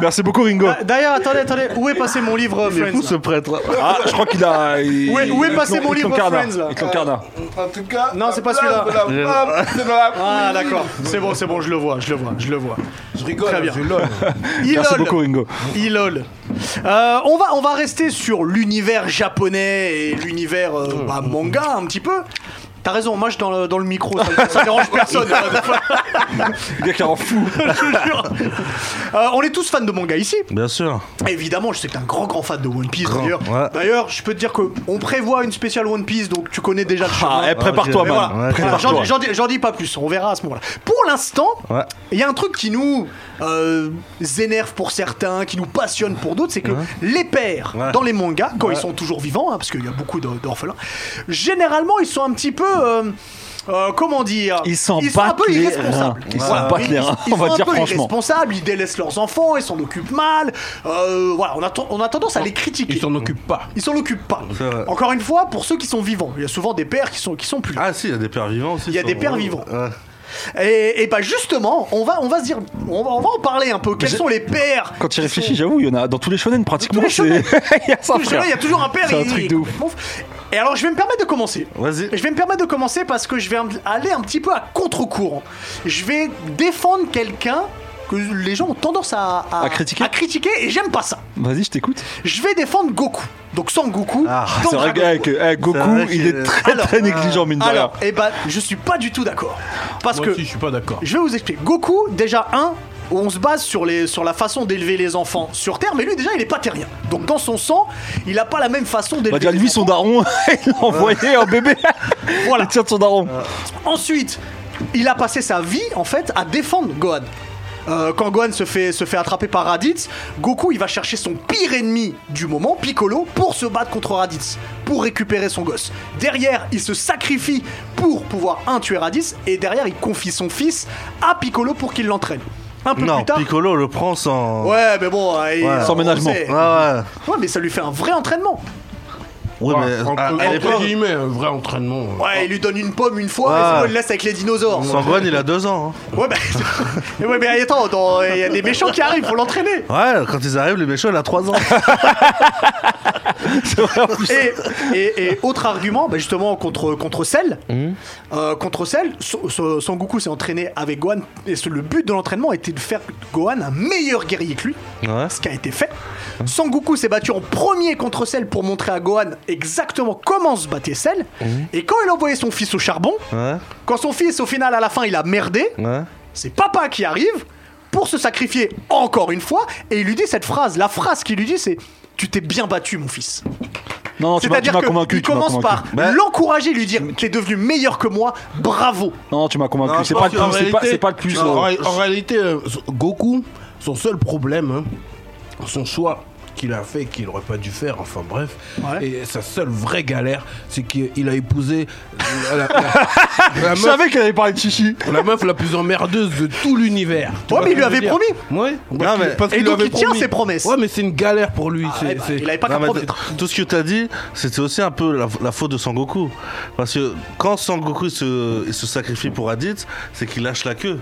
[SPEAKER 2] Merci beaucoup, Ringo.
[SPEAKER 1] <laughs> D'ailleurs, attendez, attendez, où est passé mon livre euh,
[SPEAKER 3] Mais fou
[SPEAKER 1] Friends
[SPEAKER 3] ce
[SPEAKER 1] là
[SPEAKER 3] prêtre
[SPEAKER 2] Ah, je crois qu'il a. il-
[SPEAKER 1] Où est- où est
[SPEAKER 2] il-
[SPEAKER 1] passé
[SPEAKER 2] il-
[SPEAKER 1] mon
[SPEAKER 2] il-
[SPEAKER 1] livre
[SPEAKER 2] Concarda,
[SPEAKER 1] Friends, là
[SPEAKER 2] il- Concarda.
[SPEAKER 4] En tout cas,
[SPEAKER 1] Non, c'est pas
[SPEAKER 4] la place
[SPEAKER 1] celui-là.
[SPEAKER 4] de la femme, c'est dans la
[SPEAKER 1] Ah,
[SPEAKER 4] cuisine.
[SPEAKER 1] d'accord, c'est bon, c'est bon, je le vois, je le vois, je le vois.
[SPEAKER 4] Je rigole, hein,
[SPEAKER 1] Très bien. E <laughs>
[SPEAKER 4] je lol.
[SPEAKER 2] Merci
[SPEAKER 1] Ilol.
[SPEAKER 2] beaucoup, Ringo.
[SPEAKER 1] Ilol. Euh, on, va, on va rester sur l'univers japonais et l'univers euh, bah, manga un petit peu. T'as raison, moi je dans le, dans le micro, ça, ça dérange personne. <laughs> hein, de toute façon,
[SPEAKER 2] Le gars qui rend fou.
[SPEAKER 1] je jure. Euh, on est tous fans de manga ici.
[SPEAKER 3] Bien sûr.
[SPEAKER 1] Évidemment, je sais que t'es un grand grand fan de One Piece
[SPEAKER 3] Grand,
[SPEAKER 1] d'ailleurs.
[SPEAKER 3] ouais.
[SPEAKER 1] D'ailleurs, je peux te dire que on prévoit une spéciale One Piece, donc tu connais déjà le chemin.
[SPEAKER 2] Ah, eh, prépare-toi,
[SPEAKER 1] Mais voilà,
[SPEAKER 2] man.
[SPEAKER 1] voilà,
[SPEAKER 2] Prépare-toi.
[SPEAKER 1] j'en- j'en dis- j'en dis pas plus, on verra à ce moment-là. Pour l'instant, il
[SPEAKER 3] Ouais.
[SPEAKER 1] y a un truc qui nous euh, énerve pour certains, qui nous passionne pour d'autres, c'est que les pères
[SPEAKER 3] Ouais.
[SPEAKER 1] dans les mangas, quand ils sont toujours vivants, hein, parce qu'il y a beaucoup d'or- d'orphelins, généralement ils sont un petit peu. euh, euh, comment dire
[SPEAKER 2] Ils s'en
[SPEAKER 1] sont un
[SPEAKER 2] battent
[SPEAKER 1] peu
[SPEAKER 2] les
[SPEAKER 1] irresponsables.
[SPEAKER 2] reins. Ils s'en battent les reins,
[SPEAKER 1] ils
[SPEAKER 2] on va
[SPEAKER 1] sont un
[SPEAKER 2] dire
[SPEAKER 1] peu
[SPEAKER 2] franchement.
[SPEAKER 1] irresponsables, ils délaissent leurs enfants, ils s'en occupent mal. Euh, voilà, on a, ten- on a tendance à les critiquer.
[SPEAKER 4] Ils s'en occupent pas.
[SPEAKER 1] Ils s'en occupent pas.
[SPEAKER 3] C'est vrai.
[SPEAKER 1] Encore une fois, pour ceux qui sont vivants, il y a souvent des pères qui sont, qui sont plus là.
[SPEAKER 3] Ah si, il y a des pères vivants aussi.
[SPEAKER 1] Il y a
[SPEAKER 3] ça,
[SPEAKER 1] des
[SPEAKER 3] ouais.
[SPEAKER 1] pères vivants.
[SPEAKER 3] Ouais.
[SPEAKER 1] Et, et bah justement, on va, on va se dire, on va, on va en parler un peu. Quels
[SPEAKER 2] j'ai-
[SPEAKER 1] sont les pères
[SPEAKER 2] Quand il
[SPEAKER 1] qui
[SPEAKER 2] réfléchit,
[SPEAKER 1] sont-
[SPEAKER 2] j'avoue, il y en a dans tous les shonen pratiquement.
[SPEAKER 1] Tous les
[SPEAKER 2] <laughs> c'est- il y a ça,
[SPEAKER 1] Tous les chemins,
[SPEAKER 2] frère.
[SPEAKER 1] Il y a toujours un père.
[SPEAKER 2] C'est un
[SPEAKER 1] et-
[SPEAKER 2] truc de ouf.
[SPEAKER 1] Et alors, je vais me permettre de commencer.
[SPEAKER 3] Vas-y.
[SPEAKER 1] Je vais me permettre de commencer parce que je vais aller un petit peu à contre-courant. Je vais défendre quelqu'un que les gens ont tendance à,
[SPEAKER 2] À critiquer
[SPEAKER 1] et j'aime pas ça.
[SPEAKER 2] Vas-y, je t'écoute.
[SPEAKER 1] Je vais défendre Goku. Donc sans Goku,
[SPEAKER 3] Ah,
[SPEAKER 1] dans
[SPEAKER 2] C'est vrai que
[SPEAKER 1] Dragon
[SPEAKER 2] eh, que- eh, Goku,
[SPEAKER 3] C'est vrai
[SPEAKER 2] il
[SPEAKER 3] que-
[SPEAKER 2] est <laughs> très
[SPEAKER 1] Alors,
[SPEAKER 2] très négligent, mine de rien.
[SPEAKER 1] Alors, eh ben, je suis pas du tout d'accord. Parce
[SPEAKER 4] Moi
[SPEAKER 1] que
[SPEAKER 4] aussi, je suis pas d'accord.
[SPEAKER 1] je vais vous expliquer. Goku, déjà un, on se base sur, les, sur la façon d'élever les enfants sur Terre, mais lui déjà il est pas terrien. Donc dans son sang, il a pas la même façon d'élever.
[SPEAKER 2] Bah, déjà,
[SPEAKER 1] les
[SPEAKER 2] lui, son
[SPEAKER 1] enfants.
[SPEAKER 2] daron, il l'a envoyé en bébé.
[SPEAKER 1] Voilà.
[SPEAKER 2] Il tient de son daron.
[SPEAKER 1] Ensuite, il a passé sa vie en fait à défendre Gohan. Euh, quand Gohan se fait, se fait attraper par Raditz, Goku il va chercher son pire ennemi du moment, Piccolo, pour se battre contre Raditz, pour récupérer son gosse. Derrière, il se sacrifie pour pouvoir un tuer Raditz, et derrière, il confie son fils à Piccolo pour qu'il l'entraîne. Un peu
[SPEAKER 3] Non,
[SPEAKER 1] plus tard.
[SPEAKER 3] Piccolo le prend sans.
[SPEAKER 1] Ouais, mais bon, euh, il-
[SPEAKER 3] Ouais.
[SPEAKER 2] Sans
[SPEAKER 1] on
[SPEAKER 2] ménagement.
[SPEAKER 1] sait.
[SPEAKER 3] Ouais, ouais.
[SPEAKER 1] Ouais, mais ça lui fait un vrai entraînement.
[SPEAKER 3] Oui, mais.
[SPEAKER 4] Entre,
[SPEAKER 3] à- à
[SPEAKER 4] entre
[SPEAKER 3] l'époque,
[SPEAKER 4] guillemets, un vrai entraînement. euh,
[SPEAKER 1] Ouais, il lui donne une pomme une fois, et
[SPEAKER 3] Ouais.
[SPEAKER 1] sinon il le laisse avec les dinosaures.
[SPEAKER 3] Sans Gohan, il a deux ans. hein.
[SPEAKER 1] Ouais, bah, <laughs> ouais, mais attends, dans- il y a des méchants qui arrivent, faut l'entraîner.
[SPEAKER 3] hein. Ouais, quand ils arrivent, le méchant, il a trois ans.
[SPEAKER 1] Et, et- et autre argument, bah, justement, contre, contre Cell.
[SPEAKER 3] Mmh.
[SPEAKER 1] Euh, contre Cell, So- So- Son Goku s'est entraîné avec Gohan. Et ce- le but de l'entraînement était de faire Gohan un meilleur guerrier que lui.
[SPEAKER 3] Ouais.
[SPEAKER 1] Ce qui a été fait. Son Goku s'est battu en premier contre Cell pour montrer à Gohan exactement comment se battait Cell. Et quand il a envoyé son fils au charbon,
[SPEAKER 3] Mmh. Ouais.
[SPEAKER 1] quand son fils, au final, à la fin, il a merdé,
[SPEAKER 3] Ouais.
[SPEAKER 1] c'est papa qui arrive pour se sacrifier encore une fois. Et il lui dit cette phrase. La phrase qu'il lui dit, c'est Tu t'es bien battu, mon fils.
[SPEAKER 2] Non, non, Oh, tu m'as tu
[SPEAKER 1] C'est-à-dire
[SPEAKER 2] m'as
[SPEAKER 1] que
[SPEAKER 2] convaincu.
[SPEAKER 1] il
[SPEAKER 2] tu m'as
[SPEAKER 1] commence
[SPEAKER 2] convaincu.
[SPEAKER 1] par
[SPEAKER 3] Bah-
[SPEAKER 1] l'encourager, lui dire tu es devenu meilleur que moi, bravo.
[SPEAKER 2] Non, tu m'as
[SPEAKER 4] Non,
[SPEAKER 2] convaincu.
[SPEAKER 4] je
[SPEAKER 2] C'est
[SPEAKER 4] pense
[SPEAKER 2] pas, le
[SPEAKER 4] qu'en
[SPEAKER 2] plus, c'est pas-
[SPEAKER 4] réalité-
[SPEAKER 2] c'est pas le plus.
[SPEAKER 4] Non, En,
[SPEAKER 2] euh,
[SPEAKER 4] ré- en réalité, euh, Goku, son seul problème, hein, son choix qu'il a fait, qu'il n'aurait pas dû faire, enfin bref.
[SPEAKER 1] Ouais.
[SPEAKER 4] Et sa seule vraie galère, c'est qu'il a épousé la,
[SPEAKER 1] <laughs>
[SPEAKER 4] la- la- la meuf,
[SPEAKER 2] Je savais qu'elle avait parlé de chichi.
[SPEAKER 4] la meuf la plus emmerdeuse de tout l'univers. Tu
[SPEAKER 1] Ouais,
[SPEAKER 4] vois
[SPEAKER 1] mais
[SPEAKER 4] ce
[SPEAKER 1] il lui
[SPEAKER 4] que je veux
[SPEAKER 1] avait
[SPEAKER 4] dire
[SPEAKER 1] promis.
[SPEAKER 4] Ouais,
[SPEAKER 3] Non,
[SPEAKER 4] qu'il-
[SPEAKER 3] mais-
[SPEAKER 1] Et
[SPEAKER 4] qu'il
[SPEAKER 1] donc,
[SPEAKER 4] avait
[SPEAKER 1] il tient
[SPEAKER 4] promis.
[SPEAKER 1] ses promesses.
[SPEAKER 4] Ouais, mais c'est une galère pour lui.
[SPEAKER 1] Ah,
[SPEAKER 4] c'est-
[SPEAKER 1] eh ben,
[SPEAKER 4] c'est-
[SPEAKER 1] il avait pas qu'à
[SPEAKER 3] Non, mais t-
[SPEAKER 1] promettre.
[SPEAKER 3] tout ce que tu as dit, c'était aussi un peu la, la faute de Sangoku. Parce que quand Sangoku se, il se sacrifie pour Adit, c'est qu'il lâche la queue.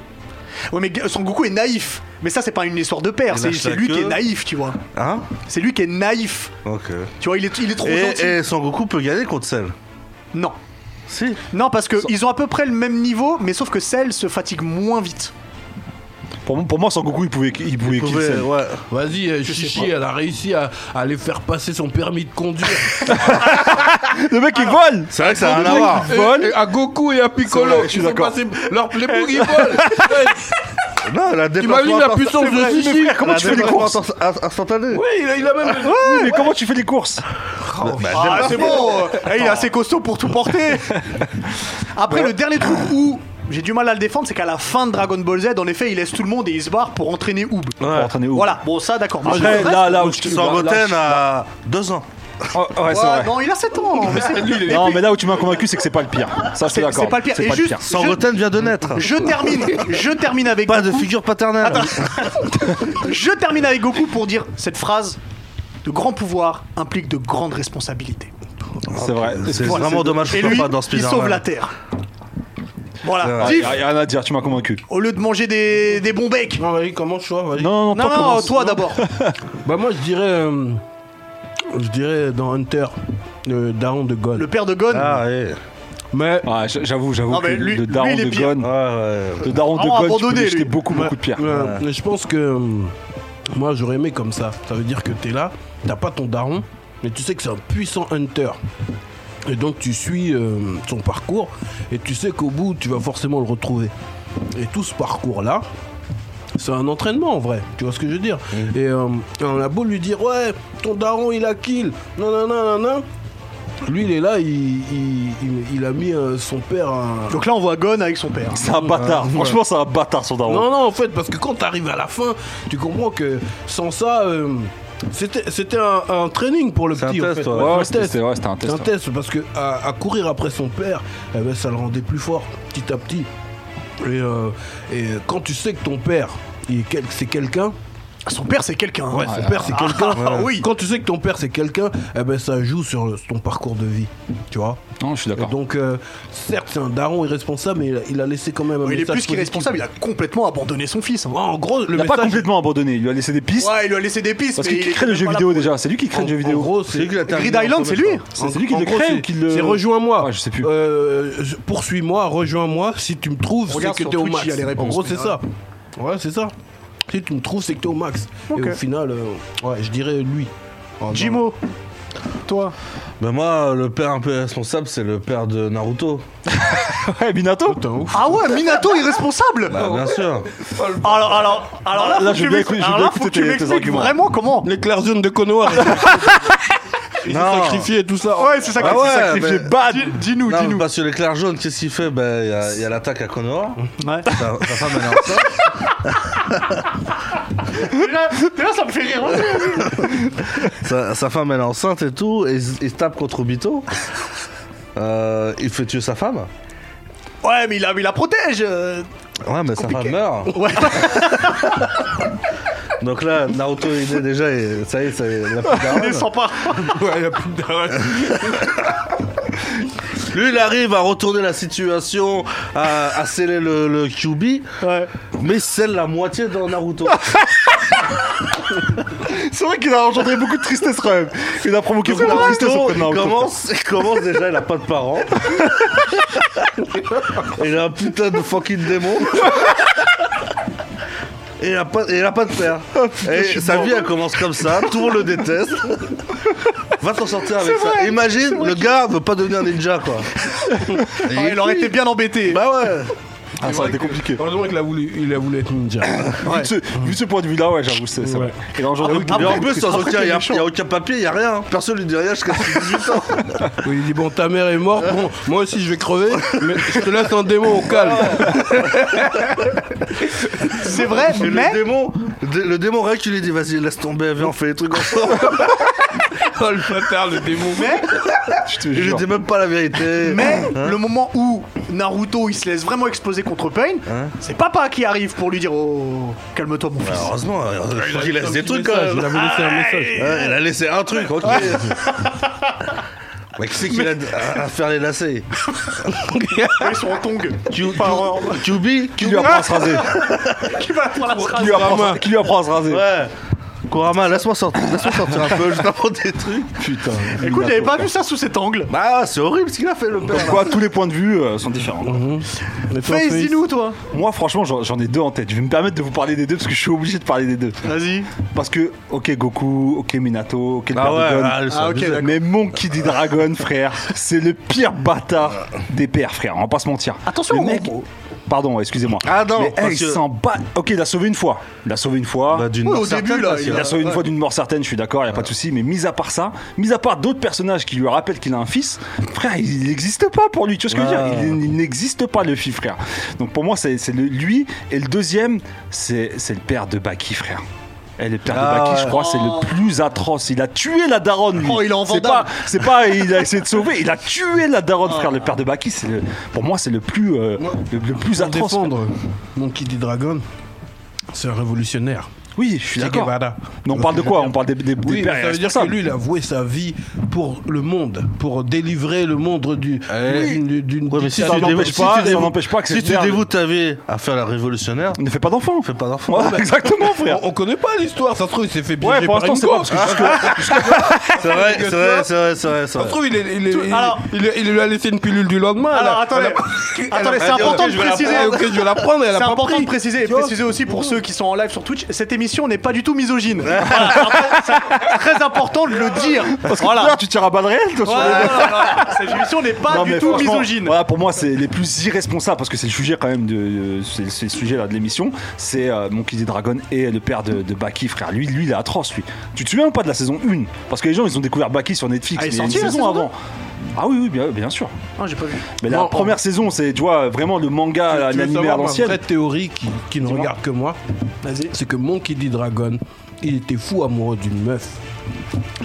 [SPEAKER 1] Ouais, mais G- Son Goku est naïf. Mais ça, c'est pas une histoire de père.
[SPEAKER 2] Eh
[SPEAKER 3] Il
[SPEAKER 1] C'est
[SPEAKER 2] bah,
[SPEAKER 3] lâche
[SPEAKER 1] c'est
[SPEAKER 3] la
[SPEAKER 1] lui qui est
[SPEAKER 3] queue.
[SPEAKER 1] naïf, tu vois.
[SPEAKER 3] Hein
[SPEAKER 1] C'est lui qui est naïf.
[SPEAKER 3] Ok.
[SPEAKER 1] Tu vois, il est, il est trop
[SPEAKER 2] Eh,
[SPEAKER 1] gentil.
[SPEAKER 3] Et, et Sangoku peut gagner contre Cell.
[SPEAKER 1] Non.
[SPEAKER 3] Si.
[SPEAKER 1] Non, parce que ils ont à peu près le même niveau, mais sauf que Cell se fatigue moins vite.
[SPEAKER 2] Pour, moi- pour moi, sans Goku, il pouvait, il pouvait,
[SPEAKER 3] Il
[SPEAKER 2] kill
[SPEAKER 3] pouvait-
[SPEAKER 2] Cell.
[SPEAKER 3] ouais.
[SPEAKER 4] Vas-y, euh, Chichi, elle a réussi à, à aller faire passer son permis de conduire.
[SPEAKER 2] Le mec, il vole
[SPEAKER 3] C'est vrai que Ah, ça a rien à
[SPEAKER 2] mec,
[SPEAKER 3] voir.
[SPEAKER 2] il vole.
[SPEAKER 4] Et- et à Goku et à
[SPEAKER 2] C'est
[SPEAKER 4] Piccolo.
[SPEAKER 2] vrai, je suis
[SPEAKER 4] ils font
[SPEAKER 2] d'accord.
[SPEAKER 4] passer Leur playbook, ils volent.
[SPEAKER 3] Non,
[SPEAKER 4] T'imagines
[SPEAKER 3] la déplacement
[SPEAKER 4] la
[SPEAKER 3] instant-
[SPEAKER 4] puissance de Chichi
[SPEAKER 2] frère, comment
[SPEAKER 3] la
[SPEAKER 2] tu fais les
[SPEAKER 3] déplacement
[SPEAKER 2] courses
[SPEAKER 3] instant- instant- instantané.
[SPEAKER 4] Oui, il a, il a même.
[SPEAKER 2] Oui, mais comment tu fais les courses
[SPEAKER 3] Bah,
[SPEAKER 1] Ah, c'est bon Eh, Il est assez costaud pour tout
[SPEAKER 2] <laughs>
[SPEAKER 1] porter Après, le dernier truc où j'ai du mal à le défendre, c'est qu'à la fin de Dragon Ball Z, en effet, il laisse tout le monde et il se barre pour entraîner Oob.
[SPEAKER 2] Pour entraîner où
[SPEAKER 1] Voilà, bon, ça, d'accord. Mais
[SPEAKER 2] Après,
[SPEAKER 1] sur le reste-
[SPEAKER 2] là, là où je te- là- là-
[SPEAKER 3] Sangoten a deux ans.
[SPEAKER 2] Oh, ouais, c'est
[SPEAKER 1] Ouais,
[SPEAKER 2] vrai.
[SPEAKER 1] non, il a 7 ans mais c'est-
[SPEAKER 2] Non, mais là où tu m'as convaincu, c'est que c'est pas le pire. Ça, c'est
[SPEAKER 1] C'est
[SPEAKER 2] d'accord.
[SPEAKER 1] c'est pas le pire.
[SPEAKER 2] C'est
[SPEAKER 1] Et
[SPEAKER 2] pas
[SPEAKER 1] juste,
[SPEAKER 2] le pire.
[SPEAKER 1] je,
[SPEAKER 3] Sangoten vient de naître.
[SPEAKER 1] je termine, je termine avec
[SPEAKER 3] Pas de
[SPEAKER 1] Goku.
[SPEAKER 3] figure paternelle.
[SPEAKER 1] Je termine avec Goku pour dire cette phrase de grand pouvoir implique de grandes responsabilités.
[SPEAKER 2] C'est vrai.
[SPEAKER 3] C'est
[SPEAKER 1] Voilà.
[SPEAKER 3] vraiment Oh, dommage
[SPEAKER 1] Et
[SPEAKER 3] qu'on
[SPEAKER 1] lui,
[SPEAKER 3] soit pas dans
[SPEAKER 1] il
[SPEAKER 3] Spider-Man.
[SPEAKER 1] sauve la Terre. Voilà.
[SPEAKER 3] vrai.
[SPEAKER 2] Il
[SPEAKER 1] Diff,
[SPEAKER 2] y a rien à dire, tu m'as convaincu.
[SPEAKER 1] au lieu de manger des, des bons becs.
[SPEAKER 4] Non, vas-y, comment je vois vas-y.
[SPEAKER 2] Non, non,
[SPEAKER 1] Non,
[SPEAKER 2] toi,
[SPEAKER 1] non,
[SPEAKER 2] commence.
[SPEAKER 1] toi d'abord.
[SPEAKER 4] Bah, moi, je dirais. euh, je dirais dans Hunter, le daron de Gon.
[SPEAKER 1] Le père de Gon.
[SPEAKER 3] Ah ouais.
[SPEAKER 4] Mais.
[SPEAKER 2] Ouais, j- j'avoue, j'avoue
[SPEAKER 1] Non,
[SPEAKER 2] que
[SPEAKER 1] mais lui-
[SPEAKER 2] le daron
[SPEAKER 1] lui, il est
[SPEAKER 2] de
[SPEAKER 1] pire.
[SPEAKER 2] Gon,
[SPEAKER 3] Ouais, ouais.
[SPEAKER 2] le
[SPEAKER 1] Vraiment
[SPEAKER 2] daron de Gon, tu peux
[SPEAKER 1] abandonné,
[SPEAKER 2] lui
[SPEAKER 1] lui.
[SPEAKER 2] jeter beaucoup, beaucoup de pierres.
[SPEAKER 4] euh, Je pense que. euh, Moi, j'aurais aimé comme ça. Ça veut dire que t'es là, t'as pas ton daron, mais tu sais que c'est un puissant Hunter. Et donc, tu suis euh, son parcours, et tu sais qu'au bout, tu vas forcément le retrouver. Et tout ce parcours-là, c'est un entraînement en vrai, tu vois ce que je veux dire.
[SPEAKER 2] Mm.
[SPEAKER 4] Et euh, on a beau lui dire ouais, ton daron il a kill, non non non non Lui il est là, il, il, il- il a mis euh, son père à...
[SPEAKER 1] Donc là, on voit Gon avec son père.
[SPEAKER 2] C'est un bâtard. Franchement, c'est un bâtard, son daron.
[SPEAKER 4] Non non en fait parce que quand t'arrives à la fin, tu comprends que sans ça, euh, c'était c'était un, un training pour le
[SPEAKER 3] C'est un
[SPEAKER 4] petit. en
[SPEAKER 3] test,
[SPEAKER 4] fait.
[SPEAKER 3] ouais.
[SPEAKER 4] C'est un
[SPEAKER 2] Ouais, c'était
[SPEAKER 4] test.
[SPEAKER 2] c'était- ouais, c'était un
[SPEAKER 4] C'est
[SPEAKER 2] test.
[SPEAKER 4] un test parce que à, à courir après son père, eh ben, ça le rendait plus fort petit à petit. Et, euh, et quand tu sais que ton père, il est quel- c'est quelqu'un,
[SPEAKER 1] Son père, c'est quelqu'un.
[SPEAKER 4] Ouais, son père, c'est
[SPEAKER 2] <laughs>
[SPEAKER 4] quelqu'un.
[SPEAKER 1] Ah, oui.
[SPEAKER 4] Quand tu sais que ton père, c'est quelqu'un, eh ben, ça joue sur le- ton parcours de vie. Tu vois
[SPEAKER 2] Non, je suis
[SPEAKER 4] Et
[SPEAKER 2] d'accord.
[SPEAKER 4] Donc, euh, certes, c'est un daron irresponsable, mais il a, il a laissé quand même un
[SPEAKER 1] Il est
[SPEAKER 4] message
[SPEAKER 1] plus
[SPEAKER 4] positif.
[SPEAKER 1] qu'irresponsable, il a complètement abandonné son fils. hein.
[SPEAKER 4] Ouais, en gros, le
[SPEAKER 2] Il a pas
[SPEAKER 4] message.
[SPEAKER 2] complètement abandonné, il lui a laissé des pistes.
[SPEAKER 1] Ouais, il lui a laissé des pistes.
[SPEAKER 2] Parce
[SPEAKER 1] mais
[SPEAKER 2] qu'il
[SPEAKER 1] il
[SPEAKER 2] crée le
[SPEAKER 1] était
[SPEAKER 2] jeu
[SPEAKER 1] pas là
[SPEAKER 2] vidéo
[SPEAKER 1] pour-
[SPEAKER 2] déjà, c'est lui qui crée le jeu
[SPEAKER 4] en
[SPEAKER 2] vidéo.
[SPEAKER 4] gros,
[SPEAKER 3] C'est lui
[SPEAKER 4] c'est.
[SPEAKER 3] qui l'a terminé
[SPEAKER 1] Grid Island,
[SPEAKER 3] en
[SPEAKER 1] c'est
[SPEAKER 3] premier,
[SPEAKER 1] lui
[SPEAKER 3] je crois.
[SPEAKER 2] C'est c'est lui qui
[SPEAKER 4] en
[SPEAKER 2] le
[SPEAKER 4] gros,
[SPEAKER 2] crée
[SPEAKER 4] c'est-
[SPEAKER 2] ou qui le.
[SPEAKER 4] C'est rejoins-moi.
[SPEAKER 2] Ouais, je sais plus.
[SPEAKER 4] Euh, je- Poursuis-moi, rejoins-moi. Si tu me trouves, c'est
[SPEAKER 1] Regarde
[SPEAKER 4] que
[SPEAKER 1] sur
[SPEAKER 4] t'es au
[SPEAKER 1] Twitch,
[SPEAKER 4] max.
[SPEAKER 1] il y a les réponses,
[SPEAKER 4] en gros,
[SPEAKER 1] mais
[SPEAKER 4] c'est
[SPEAKER 1] ouais.
[SPEAKER 4] ça. Ouais, c'est ça. Si tu me trouves, c'est que t'es au max.
[SPEAKER 1] Ok.
[SPEAKER 4] Et au final, euh, ouais, je dirais lui. Ah, non.
[SPEAKER 1] Jimo, toi.
[SPEAKER 3] Ben moi, le père un peu responsable, c'est le père de Naruto.
[SPEAKER 2] Ouais, <laughs> Minato
[SPEAKER 4] Putain, ouf.
[SPEAKER 1] Ah ouais, Minato irresponsable
[SPEAKER 3] Bah, bien sûr.
[SPEAKER 1] Alors, alors, alors là,
[SPEAKER 2] Ah, Là,
[SPEAKER 1] faut
[SPEAKER 2] je
[SPEAKER 1] que tu
[SPEAKER 2] veux bien
[SPEAKER 1] m'ex-
[SPEAKER 2] écouter- je veux
[SPEAKER 1] alors
[SPEAKER 2] bien
[SPEAKER 1] là, faut que
[SPEAKER 2] écouter
[SPEAKER 1] tu
[SPEAKER 2] tes- tes
[SPEAKER 1] m'expliques
[SPEAKER 2] arguments.
[SPEAKER 1] vraiment comment.
[SPEAKER 4] Les clairs-jaunes de Konoha. <laughs> Ils
[SPEAKER 3] Non.
[SPEAKER 4] sont sacrifiés et tout ça.
[SPEAKER 1] Ouais, c'est ça
[SPEAKER 3] Ah ouais,
[SPEAKER 2] Sacrifié
[SPEAKER 3] mais-
[SPEAKER 1] <laughs>
[SPEAKER 2] bad
[SPEAKER 1] Dis-nous,
[SPEAKER 3] Non,
[SPEAKER 1] dis-nous.
[SPEAKER 3] parce que l'éclair jaune, qu'est-ce qu'il fait Ben, il y a- il y a, l'attaque à Konoha.
[SPEAKER 1] Ouais.
[SPEAKER 3] Ta, ta femme, elle est enceinte.
[SPEAKER 1] Déjà, <laughs> déjà, ça me fait rire.
[SPEAKER 3] sa, sa femme, elle est enceinte et tout. Et il se- il se tape contre Obito. Euh, il fait tuer sa femme.
[SPEAKER 1] Ouais, mais il la, il la protège. euh.
[SPEAKER 3] Ouais, mais sa femme meurt.
[SPEAKER 1] Ouais.
[SPEAKER 3] <laughs> Donc là, Naruto, il est déjà, et ça y est, ça y est, il a plus de
[SPEAKER 2] Ah
[SPEAKER 3] daronne.
[SPEAKER 1] Il
[SPEAKER 2] bah.
[SPEAKER 1] descend pas.
[SPEAKER 4] Ouais, y a plus de daronne.
[SPEAKER 3] Lui, il arrive à retourner la situation, à, à sceller le, le QB,
[SPEAKER 1] Ouais.
[SPEAKER 3] mais scelle la moitié dans
[SPEAKER 1] <laughs>
[SPEAKER 3] Naruto.
[SPEAKER 2] C'est vrai qu'il a engendré beaucoup de tristesse quand même. Il a provoqué beaucoup de tristesse
[SPEAKER 3] Naruto,
[SPEAKER 2] auprès de
[SPEAKER 3] il
[SPEAKER 2] Naruto.
[SPEAKER 3] commence, il commence déjà, il a pas de parents. <laughs> il a un putain de fucking démon. Et il, a pas, et il a pas de père.
[SPEAKER 1] Oh,
[SPEAKER 3] et sa vie, elle commence comme ça. Tout le monde le déteste. Va t'en sortir avec ça. Imagine, le gars veut pas devenir ninja, quoi. Ah, Et
[SPEAKER 1] Ouais, il aurait été bien embêté.
[SPEAKER 3] Bah ouais.
[SPEAKER 2] Ah, ça a été compliqué.
[SPEAKER 4] Heureusement qu'il a voulu, il a voulu être ninja.
[SPEAKER 2] Vu de ce- vu de ce point de vue-là, ouais, j'avoue, c'est c'est vrai. Il a engendré beaucoup de
[SPEAKER 3] Mais Ah, en plus, sans
[SPEAKER 1] après,
[SPEAKER 3] aucun,
[SPEAKER 1] t'es
[SPEAKER 3] il n'y a,
[SPEAKER 1] méchant.
[SPEAKER 3] y a aucun papier, il n'y a rien. Personne lui dit rien jusqu'à ses
[SPEAKER 1] <laughs>
[SPEAKER 3] 18 ans.
[SPEAKER 4] Oui, il dit bon, ta mère est morte. Bon, moi aussi je vais crever. Mais je te laisse un démon au calme.
[SPEAKER 1] C'est vrai,
[SPEAKER 3] Et
[SPEAKER 1] mais
[SPEAKER 3] le démon, dé- le démon Ray qui lui dit vas-y laisse tomber, viens on fait les trucs
[SPEAKER 1] <laughs>
[SPEAKER 3] ensemble.
[SPEAKER 4] Oh le bâtard, le démon.
[SPEAKER 1] Mais,
[SPEAKER 2] Je te
[SPEAKER 3] Il lui
[SPEAKER 2] jure.
[SPEAKER 3] dit même pas la vérité.
[SPEAKER 1] mais
[SPEAKER 3] Hein
[SPEAKER 1] le moment où Naruto il se laisse vraiment exploser contre Pain,
[SPEAKER 3] Hein
[SPEAKER 1] c'est papa qui arrive pour lui dire Oh, calme-toi mon fils.
[SPEAKER 3] Heureusement, heureusement qu'il laisse
[SPEAKER 4] Un
[SPEAKER 3] des
[SPEAKER 4] petit
[SPEAKER 3] trucs quand
[SPEAKER 4] message,
[SPEAKER 3] même.
[SPEAKER 4] Il avait laissé un message.
[SPEAKER 1] <laughs>
[SPEAKER 3] Ouais, elle a laissé un truc, ok. Ah. <laughs> Mais qui c'est qu'il a d- à à faire les lacets
[SPEAKER 1] Ils sont en tongue.
[SPEAKER 3] Q-
[SPEAKER 1] Enfin, en-
[SPEAKER 3] Q- QB
[SPEAKER 2] Qui lui apprend à se
[SPEAKER 3] <laughs>
[SPEAKER 2] raser
[SPEAKER 1] qui va pour la phrase.
[SPEAKER 2] Qui lui apprend- qui lui apprend à se raser
[SPEAKER 3] Ouais. Kurama, laisse-moi sortir, laisse-moi sortir un peu, je t'apporte des trucs.
[SPEAKER 2] Putain.
[SPEAKER 1] Écoute, j'avais pas vu ça sous cet angle.
[SPEAKER 3] Bah, c'est horrible ce qu'il a fait, le père.
[SPEAKER 2] Comme quoi, tous les points de vue euh, sont différents.
[SPEAKER 3] Mhm.
[SPEAKER 4] Mais toi,
[SPEAKER 1] Face,
[SPEAKER 4] Face,
[SPEAKER 1] dis-nous toi.
[SPEAKER 2] Moi, franchement, j'en j'en ai deux en tête. Je vais me permettre de vous parler des deux parce que je suis obligé de parler des deux.
[SPEAKER 1] Vas-y.
[SPEAKER 2] Parce que, ok, Goku, ok, Minato, ok, le
[SPEAKER 3] Ah
[SPEAKER 2] père de
[SPEAKER 3] ouais,
[SPEAKER 2] Gon.
[SPEAKER 3] ah, le-
[SPEAKER 1] Ah, ok, d'accord.
[SPEAKER 2] mais Monkey D. Dragon, frère, c'est le pire bâtard des pères, frère. On va pas se mentir.
[SPEAKER 1] Attention,
[SPEAKER 2] le
[SPEAKER 1] au
[SPEAKER 2] mec.
[SPEAKER 1] gros.
[SPEAKER 2] Pardon, excusez-moi.
[SPEAKER 3] Ah non,
[SPEAKER 2] mais,
[SPEAKER 3] parce
[SPEAKER 2] hey, il
[SPEAKER 3] que-
[SPEAKER 2] s'en bat. Ok, il a sauvé une fois. Il a sauvé une fois.
[SPEAKER 3] Bah, d'une
[SPEAKER 1] Ouais, au
[SPEAKER 3] mort
[SPEAKER 1] début,
[SPEAKER 3] certaine,
[SPEAKER 1] là,
[SPEAKER 3] parce
[SPEAKER 1] il
[SPEAKER 2] Il
[SPEAKER 3] qu'il
[SPEAKER 1] a-
[SPEAKER 3] a-
[SPEAKER 2] l'a sauvé une
[SPEAKER 1] ouais.
[SPEAKER 2] fois d'une mort certaine, je suis d'accord, il a pas de souci, mais mis à part ça, mis à part d'autres personnages qui lui rappellent qu'il a un fils, frère, il il n'existe pas pour lui, tu vois ce que je veux dire Il, il n'existe pas le fils, frère. Donc pour moi, c'est c'est le- lui, et le deuxième, c'est c'est le père de Baki, frère. Et le père de
[SPEAKER 3] Ah
[SPEAKER 2] Baki, je
[SPEAKER 3] ouais.
[SPEAKER 2] crois, c'est le plus atroce. Il a tué la daronne, lui.
[SPEAKER 1] Oh, il est en
[SPEAKER 2] C'est
[SPEAKER 1] vandame.
[SPEAKER 2] pas, c'est pas, il a essayé de sauver, il a tué la daronne, frère. Le père de Baki, c'est le- pour moi, c'est le plus, euh, le, le plus
[SPEAKER 4] Pour
[SPEAKER 2] atroce. frère.
[SPEAKER 4] défendre Monkey D. Dragon, c'est un révolutionnaire.
[SPEAKER 2] Oui, je suis
[SPEAKER 4] Che
[SPEAKER 2] d'accord.
[SPEAKER 4] Guevara.
[SPEAKER 2] Mais on parle de quoi On parle des, des, des
[SPEAKER 4] Oui, mais
[SPEAKER 2] pères
[SPEAKER 4] ça veut dire que
[SPEAKER 2] irresponsables.
[SPEAKER 4] lui, il a voué sa vie pour le monde, pour délivrer le monde du-
[SPEAKER 2] Eh
[SPEAKER 4] d'une d'une
[SPEAKER 3] Ouais, mais si
[SPEAKER 4] dictature.
[SPEAKER 3] tu dévoues-
[SPEAKER 2] n'empêche
[SPEAKER 3] si
[SPEAKER 2] pas-
[SPEAKER 3] tu
[SPEAKER 2] ça
[SPEAKER 3] dévoues-
[SPEAKER 2] n'empêche pas que
[SPEAKER 3] si
[SPEAKER 2] cette
[SPEAKER 3] tu
[SPEAKER 2] merde-
[SPEAKER 3] dévoues ta vie à faire la révolutionnaire,
[SPEAKER 2] Ne fais pas d'enfant.
[SPEAKER 3] fais pas d'enfant.
[SPEAKER 2] Ouais, <laughs> exactement, frère.
[SPEAKER 4] On, on connaît pas l'histoire, ça se trouve il s'est fait piéger
[SPEAKER 2] Ouais, pour
[SPEAKER 4] par
[SPEAKER 2] l'instant,
[SPEAKER 4] une
[SPEAKER 2] c'est pas
[SPEAKER 4] go.
[SPEAKER 2] parce que
[SPEAKER 1] Ah.
[SPEAKER 2] jusque-
[SPEAKER 3] C'est vrai, c'est vrai, c'est vrai, c'est vrai.
[SPEAKER 4] Ça
[SPEAKER 3] c'est
[SPEAKER 4] se
[SPEAKER 3] vrai.
[SPEAKER 4] trouve il, est- il est- il-
[SPEAKER 1] alors-
[SPEAKER 4] il est- il lui a laissé une pilule du lendemain. elle
[SPEAKER 1] Alors
[SPEAKER 4] a-
[SPEAKER 1] attendez, attendez, c'est
[SPEAKER 3] elle a dit,
[SPEAKER 1] important
[SPEAKER 3] ok,
[SPEAKER 1] de
[SPEAKER 3] je vais la
[SPEAKER 1] préciser.
[SPEAKER 4] elle a- ok, je vais la prendre. Elle a
[SPEAKER 1] C'est
[SPEAKER 4] pas
[SPEAKER 1] important
[SPEAKER 4] pris.
[SPEAKER 1] de préciser et
[SPEAKER 4] Tu vois
[SPEAKER 1] préciser aussi pour ceux qui sont en live sur Twitch, cette émission n'est pas du tout
[SPEAKER 2] <laughs>
[SPEAKER 1] misogyne. Voilà, c'est important- c'est très important de le dire.
[SPEAKER 2] Parce que
[SPEAKER 1] Voilà.
[SPEAKER 2] frère, tu tires à balles réelles, toi, sur
[SPEAKER 1] Ouais,
[SPEAKER 2] les-
[SPEAKER 1] non, non, non, Cette émission n'est pas
[SPEAKER 2] Non,
[SPEAKER 1] du
[SPEAKER 2] mais
[SPEAKER 1] tout
[SPEAKER 2] franchement,
[SPEAKER 1] misogyne.
[SPEAKER 2] Voilà, pour moi, c'est les plus irresponsables parce que c'est le sujet quand même de, de- c'est c'est le sujet là de l'émission. C'est euh, Monkey D. Dragon et le père de, de Baki, frère. Lui, lui, il est atroce, lui. Tu te souviens ou pas de la saison 1 Parce que les gens, ils ont découvert Baki sur Netflix.
[SPEAKER 1] Ah, elle est
[SPEAKER 2] mais il y a une
[SPEAKER 1] sortie, la
[SPEAKER 2] saison
[SPEAKER 1] saison deux
[SPEAKER 2] avant. Ah oui, oui, bien, bien sûr.
[SPEAKER 1] Ah, j'ai pas vu.
[SPEAKER 2] Mais la
[SPEAKER 4] Moi, en-
[SPEAKER 2] première saison, c'est, tu vois, vraiment le
[SPEAKER 4] Tu-
[SPEAKER 2] manga,
[SPEAKER 4] tu veux
[SPEAKER 2] l'animé à
[SPEAKER 4] savoir ma
[SPEAKER 2] l'ancienne.
[SPEAKER 4] vraie théorie qui, qui ne
[SPEAKER 2] Dis-moi.
[SPEAKER 4] regarde que moi,
[SPEAKER 1] Vas-y.
[SPEAKER 4] c'est que Monkey D. Dragon, il était fou amoureux d'une meuf.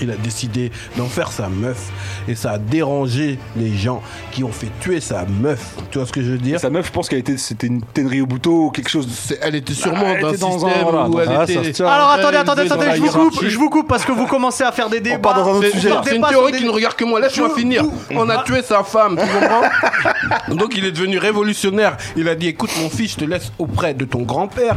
[SPEAKER 4] Il a décidé d'en faire sa meuf et ça a dérangé les gens qui ont fait tuer sa meuf. Tu vois ce que je veux dire
[SPEAKER 2] Sa meuf, je pense qu'elle était, c'était une Tenryu Buto ou quelque chose de
[SPEAKER 4] C'est- Bah, Elle était sûrement
[SPEAKER 2] Ah, elle
[SPEAKER 4] dans un
[SPEAKER 2] était dans un-
[SPEAKER 4] système
[SPEAKER 2] voilà,
[SPEAKER 4] où
[SPEAKER 2] dans-
[SPEAKER 4] elle
[SPEAKER 3] Ah, ça se
[SPEAKER 4] était.
[SPEAKER 3] tient.
[SPEAKER 1] Alors
[SPEAKER 4] elle
[SPEAKER 1] attendez,
[SPEAKER 4] était
[SPEAKER 1] attendez,
[SPEAKER 4] dans
[SPEAKER 1] attendez,
[SPEAKER 4] la
[SPEAKER 1] je vous coupe,
[SPEAKER 4] hiérarchie.
[SPEAKER 1] je vous coupe parce que vous commencez à faire des débats.
[SPEAKER 2] part dans Oh, un autre
[SPEAKER 1] Vous
[SPEAKER 4] C'est
[SPEAKER 2] sujet, là.
[SPEAKER 1] partez
[SPEAKER 4] c'est une
[SPEAKER 1] pas sur
[SPEAKER 4] théorie
[SPEAKER 1] des-
[SPEAKER 4] qui ne regarde que moi. Laisse-moi finir. On a tué sa femme, tu <laughs> comprends Donc il est devenu révolutionnaire. Il a dit écoute mon fils, je te laisse auprès de ton grand-père.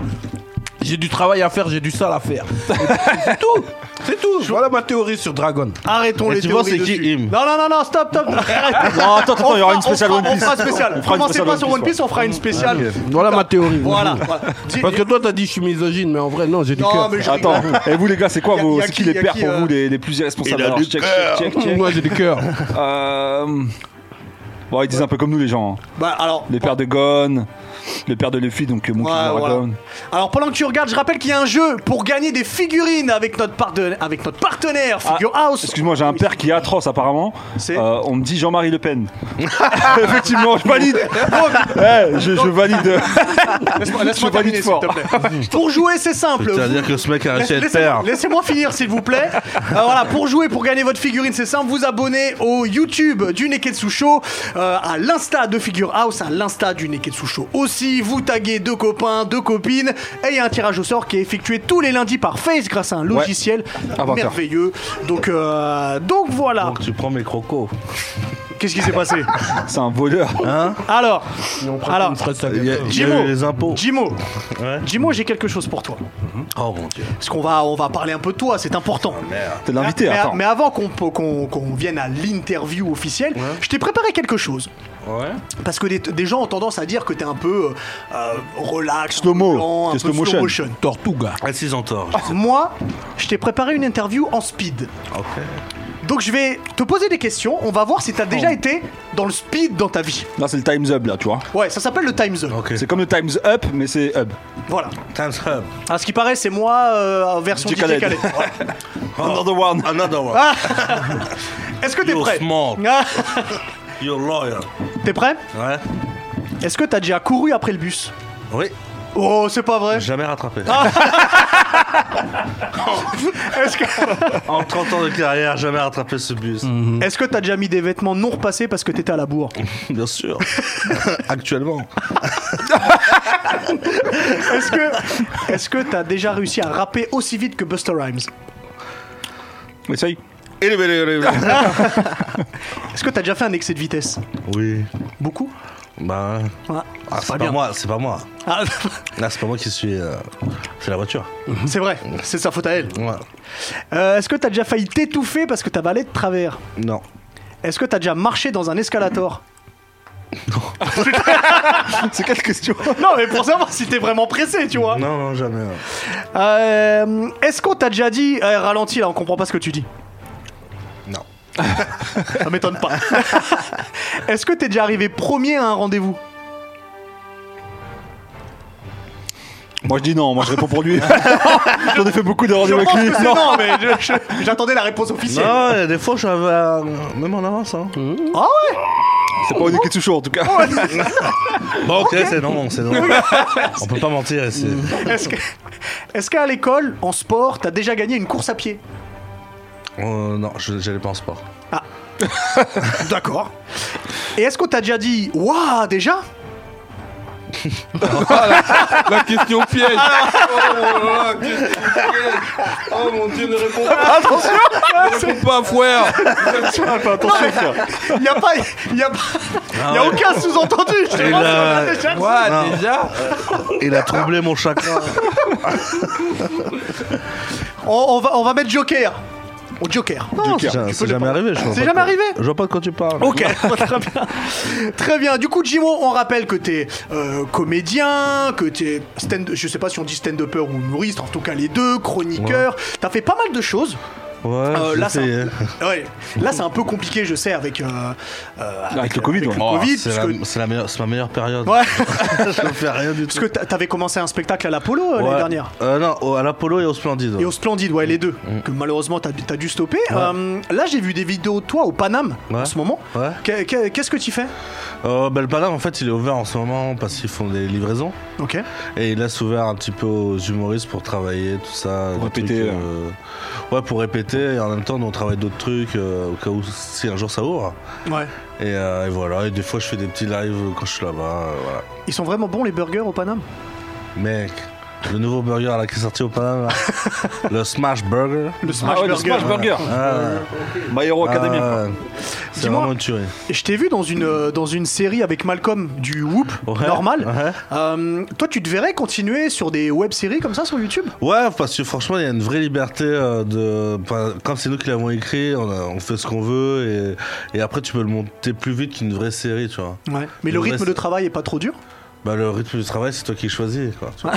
[SPEAKER 4] J'ai du travail à faire, j'ai du sale à faire. Et puis, C'est tout. C'est tout. Voilà ma théorie sur Dragon.
[SPEAKER 1] Arrêtons
[SPEAKER 3] Et
[SPEAKER 1] les
[SPEAKER 3] tu vois,
[SPEAKER 1] théories
[SPEAKER 3] c'est qui,
[SPEAKER 1] dessus.
[SPEAKER 3] Im
[SPEAKER 1] Non, non, non, non, stop, stop. arrête.
[SPEAKER 2] <laughs> Non, attends, attends, il y aura
[SPEAKER 1] On
[SPEAKER 2] une
[SPEAKER 1] fera-
[SPEAKER 2] spéciale One
[SPEAKER 1] On
[SPEAKER 2] Piece.
[SPEAKER 1] fera spéciale.
[SPEAKER 2] On fera une
[SPEAKER 1] Commencez
[SPEAKER 2] spéciale
[SPEAKER 1] pas sur
[SPEAKER 2] One
[SPEAKER 1] One
[SPEAKER 2] Piece,
[SPEAKER 1] Piece, on fera une spéciale.
[SPEAKER 4] Voilà ma théorie.
[SPEAKER 1] Voilà. voilà. Dis-
[SPEAKER 4] Parce que toi t'as dit je suis misogyne, mais en vrai non, j'ai du
[SPEAKER 1] Non,
[SPEAKER 4] cœur.
[SPEAKER 1] mais je
[SPEAKER 2] Attends,
[SPEAKER 1] rigole.
[SPEAKER 2] et vous les gars, c'est quoi
[SPEAKER 1] Y a-
[SPEAKER 2] vos.
[SPEAKER 1] y a
[SPEAKER 2] C'est
[SPEAKER 1] qui-
[SPEAKER 2] qui
[SPEAKER 1] y a
[SPEAKER 2] les pères
[SPEAKER 1] qui,
[SPEAKER 2] pour
[SPEAKER 1] euh,
[SPEAKER 2] vous, les, les plus irresponsables
[SPEAKER 3] Il a
[SPEAKER 2] Alors,
[SPEAKER 3] du
[SPEAKER 2] check,
[SPEAKER 3] cœur.
[SPEAKER 2] check, check, check.
[SPEAKER 4] Moi j'ai du cœur.
[SPEAKER 2] Euh, Bon, ils disent un peu comme nous, les gens. hein.
[SPEAKER 1] Bah, alors,
[SPEAKER 2] Le père de Gon, le père de Luffy, donc euh, Monkey
[SPEAKER 1] Ouais,
[SPEAKER 2] D.
[SPEAKER 1] voilà.
[SPEAKER 2] Dragon.
[SPEAKER 1] Alors pendant que tu regardes, je rappelle qu'il y a un jeu pour gagner des figurines avec notre, partena- avec notre partenaire
[SPEAKER 2] Ah,
[SPEAKER 1] Figure House.
[SPEAKER 2] Excuse-moi, j'ai un père qui est atroce apparemment.
[SPEAKER 1] C'est
[SPEAKER 2] Euh, on me dit Jean-Marie
[SPEAKER 1] <laughs>
[SPEAKER 2] Le Pen. Effectivement, je valide. <laughs> Eh, je, je valide.
[SPEAKER 1] Laisse-moi laisse-moi
[SPEAKER 2] <laughs> je
[SPEAKER 1] terminer, s'il
[SPEAKER 2] valide fort.
[SPEAKER 1] te plaît. <laughs> pour jouer, c'est simple.
[SPEAKER 3] C'est-à-dire que ce mec a réussi à être
[SPEAKER 1] Laissez-
[SPEAKER 3] père.
[SPEAKER 1] Laissez-moi finir, s'il vous plaît. Euh, voilà, pour jouer, pour gagner votre figurine, c'est simple. Vous abonnez au YouTube du Neketsu Show, euh, à l'Insta de Figure House, à l'Insta du Neketsu Show aussi. Vous taguez deux copains, deux copines. Et il y a un tirage au sort qui est effectué tous les lundis par Face grâce à un logiciel
[SPEAKER 2] À 20.
[SPEAKER 1] merveilleux. Donc, euh, donc voilà.
[SPEAKER 3] Donc tu prends mes crocos.
[SPEAKER 1] Qu'est-ce qui s'est passé
[SPEAKER 2] C'est un voleur.
[SPEAKER 3] Hein
[SPEAKER 1] Alors,
[SPEAKER 4] Alors,
[SPEAKER 1] alors,
[SPEAKER 4] une fraise, ça
[SPEAKER 3] Il y a,
[SPEAKER 4] gâteau.
[SPEAKER 3] il y a
[SPEAKER 1] Ah, Jimo.
[SPEAKER 3] eu Euh, les impôts.
[SPEAKER 1] Jimo,
[SPEAKER 3] Ouais.
[SPEAKER 1] Jimo, j'ai quelque chose pour toi.
[SPEAKER 3] Oh mon dieu.
[SPEAKER 1] Parce qu'on va, on va parler un peu de toi, c'est important.
[SPEAKER 2] T'es l'invité,
[SPEAKER 1] mais,
[SPEAKER 2] attends.
[SPEAKER 1] mais avant qu'on qu'on- qu'on vienne à l'interview officielle, je t'ai préparé quelque chose.
[SPEAKER 3] Ouais.
[SPEAKER 1] Parce que des, des gens ont tendance à dire que t'es un peu euh, euh, relax,
[SPEAKER 2] Slow-mo,
[SPEAKER 1] un peu lent, un
[SPEAKER 2] t'es
[SPEAKER 1] peu
[SPEAKER 2] slow motion.
[SPEAKER 4] Tortuga.
[SPEAKER 3] Ah, s'ils ont tort.
[SPEAKER 1] Moi, je t'ai préparé une interview en speed.
[SPEAKER 3] Ok.
[SPEAKER 1] Donc je vais te poser des questions, on va voir si t'as déjà été dans le speed dans ta vie.
[SPEAKER 2] Là, c'est le Time's Up, là, tu vois.
[SPEAKER 1] Ouais, ça s'appelle le time zone.
[SPEAKER 3] Ok.
[SPEAKER 2] C'est comme le Time's Up, mais c'est Up.
[SPEAKER 1] Voilà.
[SPEAKER 3] Time's up.
[SPEAKER 1] À ce qui paraît, c'est moi euh, en version
[SPEAKER 2] DJ
[SPEAKER 1] DJ Khaled. <laughs>
[SPEAKER 2] Khaled.
[SPEAKER 1] Ouais.
[SPEAKER 2] Another one.
[SPEAKER 3] Another one. Ah.
[SPEAKER 1] Est-ce que t'es
[SPEAKER 3] You're
[SPEAKER 1] prêt
[SPEAKER 3] smart.
[SPEAKER 1] Ah,
[SPEAKER 3] You're lawyer.
[SPEAKER 1] T'es prêt
[SPEAKER 3] Ouais.
[SPEAKER 1] Est-ce que t'as déjà couru après le bus
[SPEAKER 3] Oui.
[SPEAKER 1] Oh, c'est pas vrai.
[SPEAKER 3] Ah. Jamais rattrapé. En 30 ans de carrière, jamais rattrapé ce bus.
[SPEAKER 1] Est-ce que t'as déjà mis des vêtements non repassés parce que t'étais à la bourre
[SPEAKER 3] Bien sûr. <laughs> Actuellement.
[SPEAKER 1] Est-ce que <laughs> est-ce que t'as déjà réussi à rapper aussi vite que Buster Rhymes
[SPEAKER 2] Essaye.
[SPEAKER 3] Et les- les- les- les-
[SPEAKER 1] Est-ce que t'as déjà fait un excès de vitesse
[SPEAKER 3] Oui.
[SPEAKER 1] Beaucoup
[SPEAKER 3] Bah.
[SPEAKER 1] Ah,
[SPEAKER 3] ah, c'est pas, moi, c'est pas moi.
[SPEAKER 1] Ah, <laughs>
[SPEAKER 3] Là, c'est pas moi qui suis. euh, C'est la voiture.
[SPEAKER 1] c'est vrai, c'est sa faute à elle.
[SPEAKER 3] Ouais.
[SPEAKER 1] Euh, Est-ce que t'as déjà failli t'étouffer parce que t'as valé de travers
[SPEAKER 3] Non.
[SPEAKER 1] Est-ce que t'as déjà marché dans un
[SPEAKER 2] <laughs>
[SPEAKER 1] escalator <laughs>
[SPEAKER 2] C'est quelle question
[SPEAKER 1] Non, mais pour savoir si t'es vraiment pressé, tu vois.
[SPEAKER 3] Non, non, jamais. euh.
[SPEAKER 1] Euh, Est-ce qu'on t'a déjà dit Eh, Ralentis là, on comprend pas ce que tu dis.
[SPEAKER 3] Non.
[SPEAKER 1] Ça m'étonne
[SPEAKER 2] <laughs>
[SPEAKER 1] pas. Est-ce que t'es déjà arrivé premier à un rendez-vous
[SPEAKER 2] Moi je dis non, moi je réponds pour lui. J'en ai fait beaucoup de
[SPEAKER 1] Je
[SPEAKER 2] rendez-vous
[SPEAKER 1] pense
[SPEAKER 2] avec lui.
[SPEAKER 1] que c'est
[SPEAKER 2] Non.
[SPEAKER 1] non, mais je- je- j'attendais la réponse officielle.
[SPEAKER 3] Non, il y a des fois, je suis à- même en avance. Hein.
[SPEAKER 1] Ah ouais
[SPEAKER 2] C'est pas une Ketsucho en tout cas.
[SPEAKER 3] Bon, ok, c'est non, c'est non. On peut pas mentir. c'est-
[SPEAKER 1] Est-ce que- est-ce qu'à l'école, en sport, t'as déjà gagné une course à pied
[SPEAKER 3] Euh, non, je- j'allais pas en sport.
[SPEAKER 1] D'accord. Et est-ce qu'on t'a déjà dit Waouh, déjà
[SPEAKER 4] <laughs> La question piège. Oh, là là, question piège. Oh mon dieu, ne réponds pas. Attention Ne réponds pas, frère.
[SPEAKER 1] Il n'y a pas. Il n'y a, pas- y a aucun sous-entendu je te
[SPEAKER 3] Ah Et
[SPEAKER 1] jure,
[SPEAKER 3] là-
[SPEAKER 1] c'est déjà-
[SPEAKER 4] Moi,
[SPEAKER 3] Non.
[SPEAKER 4] déjà
[SPEAKER 3] Il a troublé mon <laughs> chakra.
[SPEAKER 1] on, on va, on va mettre Joker. Au Joker.
[SPEAKER 3] Non,
[SPEAKER 2] Joker,
[SPEAKER 3] c'est ja- c'est jamais arrivé. je vois
[SPEAKER 1] C'est
[SPEAKER 3] pas
[SPEAKER 1] jamais
[SPEAKER 3] de-
[SPEAKER 1] arrivé
[SPEAKER 3] Je vois pas de quoi tu parles.
[SPEAKER 1] Ok, <laughs> très bien. Très bien. Du coup, Jimo, on rappelle que t'es euh, comédien, que t'es stand, je sais pas si on dit stand-upper ou humoriste, en tout cas les deux, chroniqueur. T'as fait pas mal de choses.
[SPEAKER 3] Ouais,
[SPEAKER 1] Euh,
[SPEAKER 3] j'ai
[SPEAKER 1] là, c'est
[SPEAKER 3] essayé.
[SPEAKER 1] un... ouais. Là, c'est un peu compliqué, je sais, avec, euh, euh,
[SPEAKER 2] Avec le Covid, ouais.
[SPEAKER 3] Oh,
[SPEAKER 1] Covid,
[SPEAKER 3] c'est
[SPEAKER 1] parce
[SPEAKER 3] la-
[SPEAKER 1] que-
[SPEAKER 3] c'est la meilleure- c'est ma meilleure période.
[SPEAKER 1] Ouais.
[SPEAKER 3] <laughs> je ne fais rien du tout.
[SPEAKER 1] Parce que t'a- t'avais commencé un spectacle à l'Apollo euh, <laughs> l'année
[SPEAKER 3] Ouais.
[SPEAKER 1] dernière.
[SPEAKER 3] Euh, Non, au- à l'Apollo et au Splendide.
[SPEAKER 1] Et au Splendide, ouais, les deux.
[SPEAKER 3] Mm.
[SPEAKER 1] Que malheureusement, t'as as dû stopper. Euh, là, j'ai vu des vidéos de toi au Paname
[SPEAKER 3] Ouais.
[SPEAKER 1] en ce moment.
[SPEAKER 3] Ouais.
[SPEAKER 1] Qu'est- qu'est- Qu'est-ce que tu fais
[SPEAKER 3] Euh, bah, le Paname, en fait, il est ouvert en ce moment parce qu'ils font des livraisons.
[SPEAKER 1] Ok.
[SPEAKER 3] Et il laisse ouvert un petit peu aux humoristes pour travailler, tout ça.
[SPEAKER 2] Pour
[SPEAKER 3] des
[SPEAKER 2] répéter,
[SPEAKER 3] trucs, euh, Ouais, pour répéter. Et en même temps, nous, on travaille d'autres trucs euh, au cas où si un jour ça ouvre.
[SPEAKER 1] Ouais.
[SPEAKER 3] Et, euh, et voilà. Et des fois, je fais des petits lives quand je suis là-bas. euh, voilà.
[SPEAKER 1] Ils sont vraiment bons les burgers au Paname.
[SPEAKER 3] Mec, le nouveau burger là, qui est sorti au Panama, là. le Smash Burger.
[SPEAKER 1] Le Smash
[SPEAKER 2] ouais, le
[SPEAKER 1] Burger.
[SPEAKER 2] Smash Burger.
[SPEAKER 3] Ah,
[SPEAKER 2] My Hero Academia.
[SPEAKER 3] ah, c'est
[SPEAKER 1] Dis-moi.
[SPEAKER 3] vraiment une tuerie.
[SPEAKER 1] Je t'ai vu dans une euh, dans une série avec Malcolm du Whoop
[SPEAKER 3] Ouais,
[SPEAKER 1] normal.
[SPEAKER 3] ouais.
[SPEAKER 1] Euh, toi, tu te verrais continuer sur des web-séries comme ça sur YouTube
[SPEAKER 3] Ouais, parce que franchement, il y a une vraie liberté euh, de. enfin, Comme c'est nous qui l'avons écrit, on, a- on fait ce qu'on veut et, et après, tu peux le monter plus vite qu'une vraie série, tu vois.
[SPEAKER 1] Ouais. Mais le
[SPEAKER 3] Ouais,
[SPEAKER 1] rythme
[SPEAKER 3] c'est-
[SPEAKER 1] de travail est pas trop dur.
[SPEAKER 3] Bah, le rythme du travail, c'est toi qui choisis, quoi. tu vois.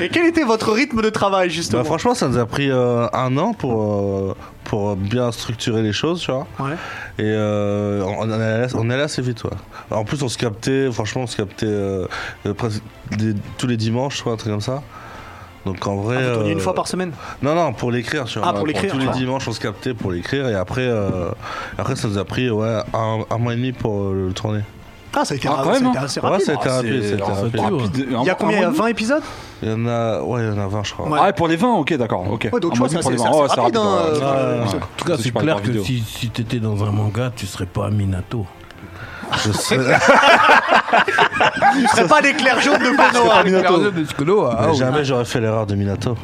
[SPEAKER 1] Et quel était votre rythme de travail justement
[SPEAKER 3] Bah, franchement, ça nous a pris euh, un an pour, euh, pour bien structurer les choses, tu vois.
[SPEAKER 1] Ouais.
[SPEAKER 3] Et euh, on, on allait, on allait assez vite, ouais. En plus, on se captait, franchement, on se captait euh, euh, presque des- tous les dimanches, soit un truc comme ça. Donc en vrai.
[SPEAKER 1] Ah, vous tourniez une
[SPEAKER 3] euh,
[SPEAKER 1] fois par semaine.
[SPEAKER 3] Non, non, pour l'écrire, tu vois.
[SPEAKER 1] Ah, pour l'écrire,
[SPEAKER 3] Tous les
[SPEAKER 1] ouais.
[SPEAKER 3] dimanches, on se captait pour l'écrire et après, euh, après ça nous a pris ouais, un, un mois et demi pour euh, le tourner.
[SPEAKER 1] Ah, ça a été,
[SPEAKER 2] Ah,
[SPEAKER 1] ra-
[SPEAKER 2] quand
[SPEAKER 1] ça a
[SPEAKER 2] même,
[SPEAKER 1] été
[SPEAKER 2] hein.
[SPEAKER 1] assez
[SPEAKER 3] Ouais,
[SPEAKER 1] rapide.
[SPEAKER 3] ça a été
[SPEAKER 2] Ah, c'est-
[SPEAKER 3] rapide, ça a été
[SPEAKER 2] alors,
[SPEAKER 3] rapide.
[SPEAKER 2] rapide.
[SPEAKER 1] Il y a combien Il y a 20 épisodes
[SPEAKER 3] Il y en a, ouais, il y en a 20, je crois.
[SPEAKER 1] Ouais.
[SPEAKER 2] Ah, pour les 20, ok, d'accord. ok.
[SPEAKER 1] Ouais, donc,
[SPEAKER 2] Ah,
[SPEAKER 1] tu
[SPEAKER 2] moi,
[SPEAKER 1] vois, ça,
[SPEAKER 2] pour les
[SPEAKER 1] c'est-
[SPEAKER 2] 20.
[SPEAKER 1] c'est
[SPEAKER 2] Ouais, c'est
[SPEAKER 1] rapide, hein,
[SPEAKER 2] ouais.
[SPEAKER 1] euh,
[SPEAKER 2] Ouais.
[SPEAKER 1] c'est-
[SPEAKER 4] En tout cas,
[SPEAKER 2] Je
[SPEAKER 4] c'est
[SPEAKER 2] parle
[SPEAKER 4] clair
[SPEAKER 2] par
[SPEAKER 4] que
[SPEAKER 2] vidéo.
[SPEAKER 4] si, si t'étais dans un manga, tu serais pas Minato.
[SPEAKER 1] <laughs>
[SPEAKER 3] Je sais.
[SPEAKER 1] Tu serais pas l'éclair jaune
[SPEAKER 3] <laughs>
[SPEAKER 1] de Bono. hein.
[SPEAKER 4] Minato. de Scolo, ah,
[SPEAKER 3] Mais
[SPEAKER 4] ouais.
[SPEAKER 3] jamais j'aurais fait l'erreur de Minato.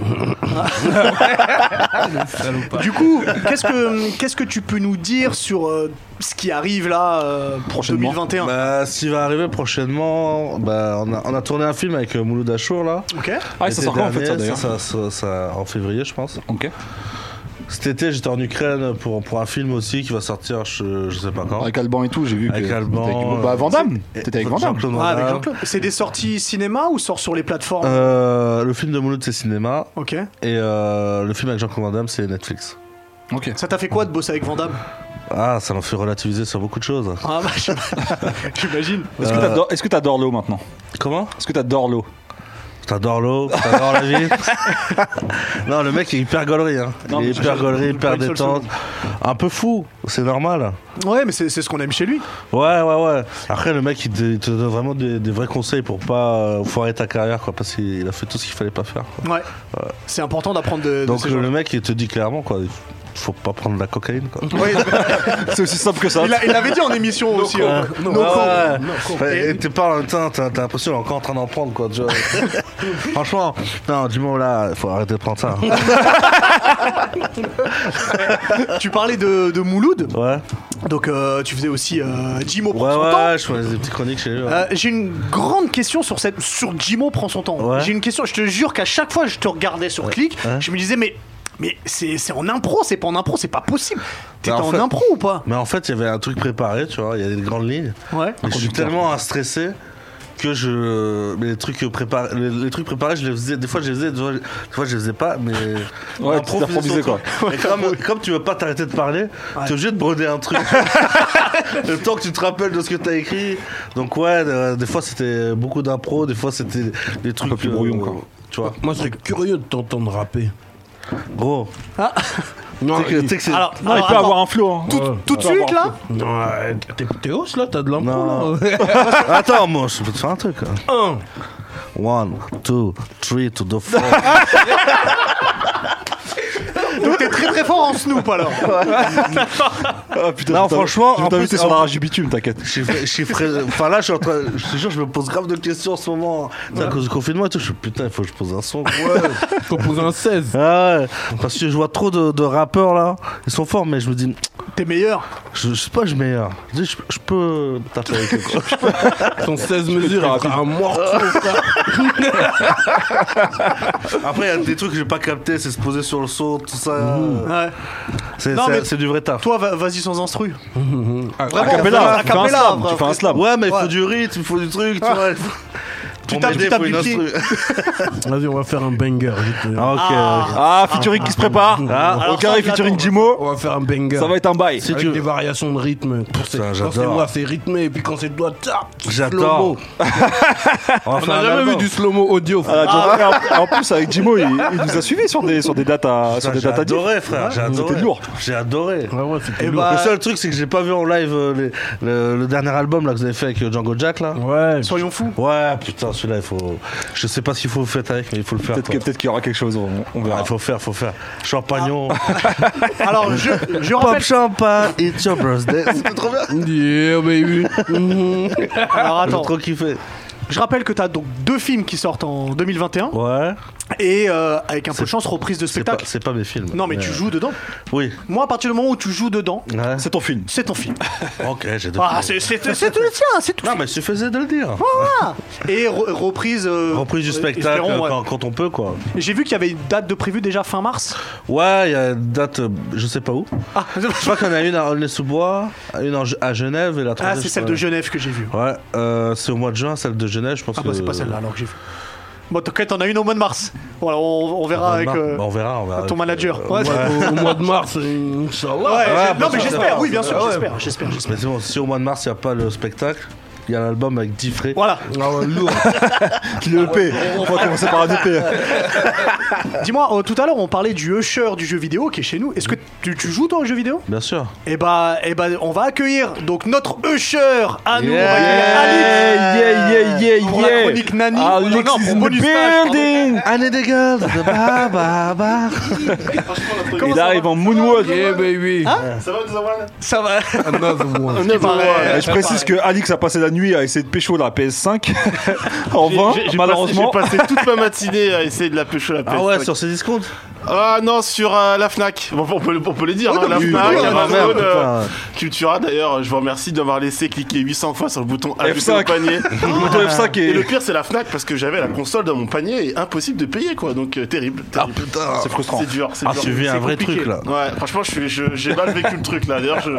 [SPEAKER 4] Salopard.
[SPEAKER 1] Du coup, qu'est-ce que qu'est-ce que tu peux nous dire sur euh, ce qui arrive là euh,
[SPEAKER 2] Prochainement.
[SPEAKER 1] 2021
[SPEAKER 3] Bah, s'il va arriver prochainement, bah, on, a, on a tourné un film avec euh, Mouloud Achour là.
[SPEAKER 1] Ok.
[SPEAKER 2] Ah, ça
[SPEAKER 3] L'été
[SPEAKER 2] sort quand en fait, ça
[SPEAKER 3] dernier,
[SPEAKER 2] d'ailleurs
[SPEAKER 3] ça, ça- ça- en février, je pense.
[SPEAKER 2] Ok.
[SPEAKER 3] Cet été, j'étais en Ukraine pour, pour un film aussi qui va sortir, je, je sais pas quand.
[SPEAKER 2] Avec Alban et tout, j'ai vu
[SPEAKER 3] Avec
[SPEAKER 2] que.
[SPEAKER 3] Alban,
[SPEAKER 2] t'étais avec- Bah, Van Damme Ah, T'étais avec Van Damme
[SPEAKER 3] Jean-Claude Van
[SPEAKER 1] Ah, avec
[SPEAKER 3] Damme.
[SPEAKER 1] Jean-Claude. C'est des sorties cinéma ou sort sur les plateformes
[SPEAKER 3] Euh, le film de Mouloud, c'est cinéma.
[SPEAKER 1] Ok.
[SPEAKER 3] Et euh, le film avec Jean-Claude Van Damme, c'est Netflix.
[SPEAKER 2] Ok.
[SPEAKER 1] Ça t'a fait quoi de bosser avec Vandame
[SPEAKER 3] Ah, ça m'a fait relativiser sur beaucoup de choses.
[SPEAKER 1] Ah bah j'im- <laughs> j'imagine.
[SPEAKER 3] Euh.
[SPEAKER 2] Est-ce que t'adores- est-ce que t'adores l'eau maintenant
[SPEAKER 3] Comment
[SPEAKER 2] Est-ce que t'adores l'eau
[SPEAKER 3] T'adores l'eau, t'adores la vie. <laughs> non, le mec est hyper gaulerie. Hein.
[SPEAKER 2] Non,
[SPEAKER 3] il est
[SPEAKER 2] mais
[SPEAKER 3] hyper gaulerie, hyper
[SPEAKER 1] une seule
[SPEAKER 3] détente. Un peu fou, c'est normal.
[SPEAKER 1] Ouais, mais c'est c'est ce qu'on aime chez lui.
[SPEAKER 3] Ouais, ouais, ouais. Après, le mec, il te, il te donne vraiment des, des vrais conseils pour pas euh, foirer ta carrière, quoi. Parce qu'il a fait tout ce qu'il fallait pas faire. quoi.
[SPEAKER 1] Ouais. C'est important d'apprendre de, de
[SPEAKER 3] Euh. Donc,
[SPEAKER 1] ces
[SPEAKER 3] euh,
[SPEAKER 1] gens.
[SPEAKER 3] le mec, il te dit clairement, quoi. il Faut pas prendre de la cocaïne, quoi.
[SPEAKER 1] Ouais,
[SPEAKER 2] C'est aussi simple que ça.
[SPEAKER 1] il a- il l'avait dit en émission aussi. hein.
[SPEAKER 3] Non,
[SPEAKER 1] No con.
[SPEAKER 3] Et t'es pas en même temps, t'as t'as l'impression qu'il est encore en train d'en prendre, quoi. <laughs> tu vois. Franchement, non, du moins là, faut arrêter de prendre ça. hein. <laughs>
[SPEAKER 1] Tu parlais de, de Mouloud,
[SPEAKER 3] Ouais.
[SPEAKER 1] donc euh, tu faisais aussi euh, Jimo prend
[SPEAKER 3] Ouais,
[SPEAKER 1] son
[SPEAKER 3] ouais,
[SPEAKER 1] temps.
[SPEAKER 3] ouais, je faisais des petites chroniques chez eux. hein. ouais.
[SPEAKER 1] Euh, J'ai une grande question sur cette sur Jimo prend son temps.
[SPEAKER 3] Ouais.
[SPEAKER 1] J'ai une question. Je te jure qu'à chaque fois je te regardais sur Click,
[SPEAKER 3] Ouais.
[SPEAKER 1] je me disais mais mais c'est c'est en impro, c'est pas en impro, c'est pas possible. T'étais
[SPEAKER 3] Bah, en
[SPEAKER 1] en,
[SPEAKER 3] fait-
[SPEAKER 1] impro ou pas
[SPEAKER 3] Mais en fait, il y avait un truc préparé, tu vois, il y a des grandes lignes.
[SPEAKER 1] Ouais.
[SPEAKER 3] Et je suis tellement stressé que je. Mais les trucs préparés, les, les trucs préparés, je les faisais. Des fois, je les faisais, des fois, je- des fois, je les faisais pas, mais.
[SPEAKER 2] Ouais,
[SPEAKER 3] L'impro
[SPEAKER 2] tu
[SPEAKER 3] faisait son
[SPEAKER 2] t'improvisais, quoi. <laughs>
[SPEAKER 3] truc. Et comme, comme tu veux pas t'arrêter de parler, t'es obligé de broder
[SPEAKER 2] <laughs>
[SPEAKER 3] un truc. Le temps que tu te rappelles de ce que t'as écrit. Donc, ouais, euh, des fois, c'était beaucoup d'impro, des fois, c'était des trucs. euh,
[SPEAKER 2] peu plus brouillon, quoi.
[SPEAKER 3] Tu vois,
[SPEAKER 4] Moi, je serais curieux de t'entendre rapper.
[SPEAKER 3] gros.
[SPEAKER 1] Ah.
[SPEAKER 4] Non,
[SPEAKER 3] <laughs> Tu sais que- tu sais que c'est.
[SPEAKER 1] Alors,
[SPEAKER 2] Non, il
[SPEAKER 1] alors,
[SPEAKER 2] peut
[SPEAKER 1] attends.
[SPEAKER 2] avoir un flow. hein.
[SPEAKER 1] tout,
[SPEAKER 4] Ouais.
[SPEAKER 1] tout de
[SPEAKER 2] Il peut
[SPEAKER 1] suite
[SPEAKER 2] avoir
[SPEAKER 1] là
[SPEAKER 4] non, euh, t'es- t'es hausse là, t'as de l'impro
[SPEAKER 3] Non.
[SPEAKER 4] là.
[SPEAKER 3] Attends, moi, je peux te faire un truc. hein.
[SPEAKER 4] Un.
[SPEAKER 3] One, two, three, to the four.
[SPEAKER 1] Donc t'es très très fort en Snoop
[SPEAKER 2] <laughs>
[SPEAKER 1] alors.
[SPEAKER 2] Ah putain,
[SPEAKER 3] Non,
[SPEAKER 2] je vais
[SPEAKER 3] franchement,
[SPEAKER 2] je vais
[SPEAKER 3] en
[SPEAKER 2] t'inviter
[SPEAKER 3] plus-
[SPEAKER 2] sur
[SPEAKER 3] en-
[SPEAKER 2] la rage du bitume, t'inquiète.
[SPEAKER 3] J'ai fait- j'ai fait- Enfin là, je suis en train. Je te jure, je me pose grave de questions en ce moment. Tu sais, À cause du confinement et tout, je suis putain, il faut que je pose un son. quoi.
[SPEAKER 4] Compose un 16.
[SPEAKER 3] <laughs> Ah ouais, parce que je vois trop de, de rappeurs là, ils sont forts, mais je me dis,
[SPEAKER 1] T'es meilleur.
[SPEAKER 3] je, je sais pas, je suis meilleur. Je, je- je peux taper avec eux. quoi.
[SPEAKER 4] Ton 16 mesures, il fera un morceau.
[SPEAKER 3] <laughs> Après, il y a des trucs que j'ai pas capté, c'est se poser sur le son, tout ça.
[SPEAKER 1] Ouais.
[SPEAKER 3] Mmh. C'est
[SPEAKER 1] Non,
[SPEAKER 3] c'est-
[SPEAKER 1] mais-
[SPEAKER 3] c'est du vrai taf.
[SPEAKER 1] Toi va- vas-y sans instru. Vraiment,
[SPEAKER 2] Capella,
[SPEAKER 1] a
[SPEAKER 2] tu fais un
[SPEAKER 1] cappella,
[SPEAKER 2] slam,
[SPEAKER 1] bref.
[SPEAKER 2] tu fais un slam.
[SPEAKER 3] Ouais, mais il faut
[SPEAKER 1] Ouais.
[SPEAKER 3] du rythme, il faut du truc, tu vois. il faut- Pour
[SPEAKER 1] tapes- <laughs> tu
[SPEAKER 3] m'aider,
[SPEAKER 1] tapes
[SPEAKER 3] faut une
[SPEAKER 1] du pied.
[SPEAKER 3] instru.
[SPEAKER 4] Vas-y, on va faire un banger. je te-
[SPEAKER 3] Ah, ok. ok.
[SPEAKER 2] Ah, featuring qui se prépare.
[SPEAKER 1] alors
[SPEAKER 2] Ah, au
[SPEAKER 1] ça,
[SPEAKER 2] carré
[SPEAKER 1] je
[SPEAKER 2] featuring
[SPEAKER 1] l'attends.
[SPEAKER 2] Jimo,
[SPEAKER 4] On va faire un banger.
[SPEAKER 2] ça va être un bail.
[SPEAKER 3] Si
[SPEAKER 4] Avec
[SPEAKER 3] tu
[SPEAKER 4] des
[SPEAKER 3] veux.
[SPEAKER 4] variations de rythme. Pour ces-
[SPEAKER 3] Putain,
[SPEAKER 4] quand c'est
[SPEAKER 3] j'adore.
[SPEAKER 4] moi, c'est rythmé. Et puis quand c'est toi, tap,
[SPEAKER 3] J'adore.
[SPEAKER 4] slow-mo.
[SPEAKER 3] On va
[SPEAKER 4] On
[SPEAKER 3] faire
[SPEAKER 4] n'a
[SPEAKER 3] un
[SPEAKER 4] jamais
[SPEAKER 3] album.
[SPEAKER 4] vu du slow-mo audio.
[SPEAKER 2] Ah, Joker, en en plus, avec Jimo, il, il nous a suivis sur des, sur des dates à, sur
[SPEAKER 3] Ça,
[SPEAKER 2] des
[SPEAKER 3] J'ai
[SPEAKER 2] dates Ah, à dire.
[SPEAKER 3] adoré, frère. J'ai adoré.
[SPEAKER 2] C'était lourd.
[SPEAKER 3] J'ai adoré.
[SPEAKER 4] Ouais, ouais, c'était
[SPEAKER 1] Eh
[SPEAKER 4] lourd.
[SPEAKER 1] bah,
[SPEAKER 3] Le seul truc, c'est que j'ai pas vu en live euh, les- le, le dernier album là, que vous avez fait avec euh, Django Jack. là.
[SPEAKER 4] Ouais.
[SPEAKER 1] Soyons
[SPEAKER 3] <laughs>
[SPEAKER 1] fous.
[SPEAKER 3] Ouais, putain, celui-là, il faut. Je sais pas ce qu'il faut faire avec, mais il faut le faire.
[SPEAKER 2] Peut-être
[SPEAKER 3] quoi.
[SPEAKER 2] que- peut-être qu'il y aura quelque chose, on, on
[SPEAKER 3] Ouais,
[SPEAKER 2] verra.
[SPEAKER 3] il faut faire, faut faire. Champagnon. <laughs>
[SPEAKER 1] Alors je, je
[SPEAKER 3] Pop
[SPEAKER 1] rappelle.
[SPEAKER 3] champagne, it's your birthday. C'était trop bien.
[SPEAKER 4] Yeah, eh, baby.
[SPEAKER 6] <laughs>
[SPEAKER 1] Alors
[SPEAKER 3] J'ai
[SPEAKER 1] attends.
[SPEAKER 3] trop kiffé.
[SPEAKER 1] Je rappelle que t'as donc deux films qui sortent en 2021
[SPEAKER 3] Ouais.
[SPEAKER 1] et euh, avec un peu
[SPEAKER 3] C'est-
[SPEAKER 1] de chance reprise de
[SPEAKER 3] C'est pas,
[SPEAKER 1] spectacle.
[SPEAKER 3] c'est pas mes films.
[SPEAKER 1] Non mais tu joues dedans.
[SPEAKER 3] Oui.
[SPEAKER 1] Moi à partir du moment où tu joues dedans,
[SPEAKER 3] Ouais.
[SPEAKER 2] C'est ton film.
[SPEAKER 1] c'est ton
[SPEAKER 3] <laughs>
[SPEAKER 1] film.
[SPEAKER 3] Ok, j'ai deux
[SPEAKER 1] Ah, c'est
[SPEAKER 3] films.
[SPEAKER 1] c'est- c'est tout le tien, c'est tout.
[SPEAKER 3] Non, mais il suffisait de le dire.
[SPEAKER 1] Et re- reprise. euh,
[SPEAKER 3] Reprise du
[SPEAKER 1] euh,
[SPEAKER 3] spectacle
[SPEAKER 1] espérons,
[SPEAKER 3] euh,
[SPEAKER 1] ouais.
[SPEAKER 3] quand, quand on peut, quoi.
[SPEAKER 1] Et J'ai vu qu'il y avait une date de prévue déjà fin mars.
[SPEAKER 3] Ouais, il y a une date, euh, je sais pas où.
[SPEAKER 1] Ah,
[SPEAKER 3] Je crois qu'il y en a une à Aulnay-sous-Bois, une en- à Genève et la
[SPEAKER 1] Ah,
[SPEAKER 3] troisième.
[SPEAKER 1] c'est
[SPEAKER 3] je
[SPEAKER 1] celle
[SPEAKER 3] crois.
[SPEAKER 1] de Genève que j'ai vue.
[SPEAKER 3] Ouais, euh, c'est au mois de juin, celle de Genève, je pense
[SPEAKER 1] Ah
[SPEAKER 3] que.
[SPEAKER 1] bah c'est pas celle-là alors que j'ai vue. Bon t'inquiète, t'en as une au mois de mars. Voilà, on, on verra avec
[SPEAKER 3] Bah,
[SPEAKER 1] euh,
[SPEAKER 3] on verra, on verra.
[SPEAKER 1] ton manager.
[SPEAKER 3] Ouais.
[SPEAKER 1] Ouais, ouais,
[SPEAKER 4] Au, au mois de mars, euh, Inch'Allah.
[SPEAKER 1] j'ai-
[SPEAKER 3] bah,
[SPEAKER 1] non mais
[SPEAKER 3] ça,
[SPEAKER 1] j'espère,
[SPEAKER 3] ça,
[SPEAKER 1] oui bien sûr,
[SPEAKER 4] ouais.
[SPEAKER 1] j'espère, j'espère, j'espère.
[SPEAKER 3] Mais c'est bon, si au mois de mars il n'y a pas le spectacle, il y a l'album avec 10 frais.
[SPEAKER 1] Voilà,
[SPEAKER 4] Ah ouais,
[SPEAKER 2] <laughs>
[SPEAKER 4] lourd.
[SPEAKER 2] Le EP. On va commencer par un E EP.
[SPEAKER 1] dis-moi, euh, tout à l'heure on parlait du usher du jeu vidéo qui est chez nous. Est-ce que tu, tu joues toi au jeu vidéo
[SPEAKER 3] Bien sûr.
[SPEAKER 1] Eh bah, eh bah, on va accueillir donc notre usher à nous,
[SPEAKER 3] Yeah.
[SPEAKER 1] Alex,
[SPEAKER 2] Yeah, yeah, yeah, yeah.
[SPEAKER 1] pour la chronique Nani. non,
[SPEAKER 2] Alex
[SPEAKER 1] non,
[SPEAKER 2] is
[SPEAKER 1] pour
[SPEAKER 2] in the
[SPEAKER 1] bonus stage.
[SPEAKER 2] building.
[SPEAKER 3] Année des gueules,
[SPEAKER 1] <laughs>
[SPEAKER 3] de ba ba ba.
[SPEAKER 1] Comment
[SPEAKER 2] Il
[SPEAKER 1] ça
[SPEAKER 2] arrive en moonwalk.
[SPEAKER 4] Yeah, Eh, baby.
[SPEAKER 6] Hein
[SPEAKER 1] Ça va
[SPEAKER 4] Another one.
[SPEAKER 1] Ouais,
[SPEAKER 2] Et je précise que Alix a passé la nuit à essayer de pécho la PS5 <laughs> en vain,
[SPEAKER 6] J'ai- j'ai
[SPEAKER 2] malheureusement.
[SPEAKER 6] passé- J'ai passé toute ma matinée à essayer de la pêcher la pêche.
[SPEAKER 3] Ah ouais, sur ses discounts
[SPEAKER 6] Ah non, sur euh, la Fnac. Bon, on, peut, on peut le dire, hein, la
[SPEAKER 3] oui,
[SPEAKER 6] Fnac,
[SPEAKER 3] oui,
[SPEAKER 6] Amazon,
[SPEAKER 3] merde,
[SPEAKER 6] euh,
[SPEAKER 3] putain.
[SPEAKER 6] Cultura. D'ailleurs, je vous remercie d'avoir laissé cliquer 800 fois sur le bouton ajouter au
[SPEAKER 2] F5.
[SPEAKER 6] panier.
[SPEAKER 3] <laughs>
[SPEAKER 2] Le moto F5
[SPEAKER 6] Et le
[SPEAKER 2] est.
[SPEAKER 6] pire, c'est la Fnac parce que j'avais la console dans mon panier et impossible de payer quoi. Donc euh, terrible. terrible.
[SPEAKER 3] Ah, putain.
[SPEAKER 2] C'est frustrant.
[SPEAKER 6] C'est dur, c'est
[SPEAKER 3] Ah,
[SPEAKER 6] dur.
[SPEAKER 3] tu vis un
[SPEAKER 6] C'est
[SPEAKER 3] vrai
[SPEAKER 6] compliqué.
[SPEAKER 3] truc, là.
[SPEAKER 6] Ouais, franchement, je suis- je- j'ai mal vécu le truc là. D'ailleurs, je
[SPEAKER 1] Et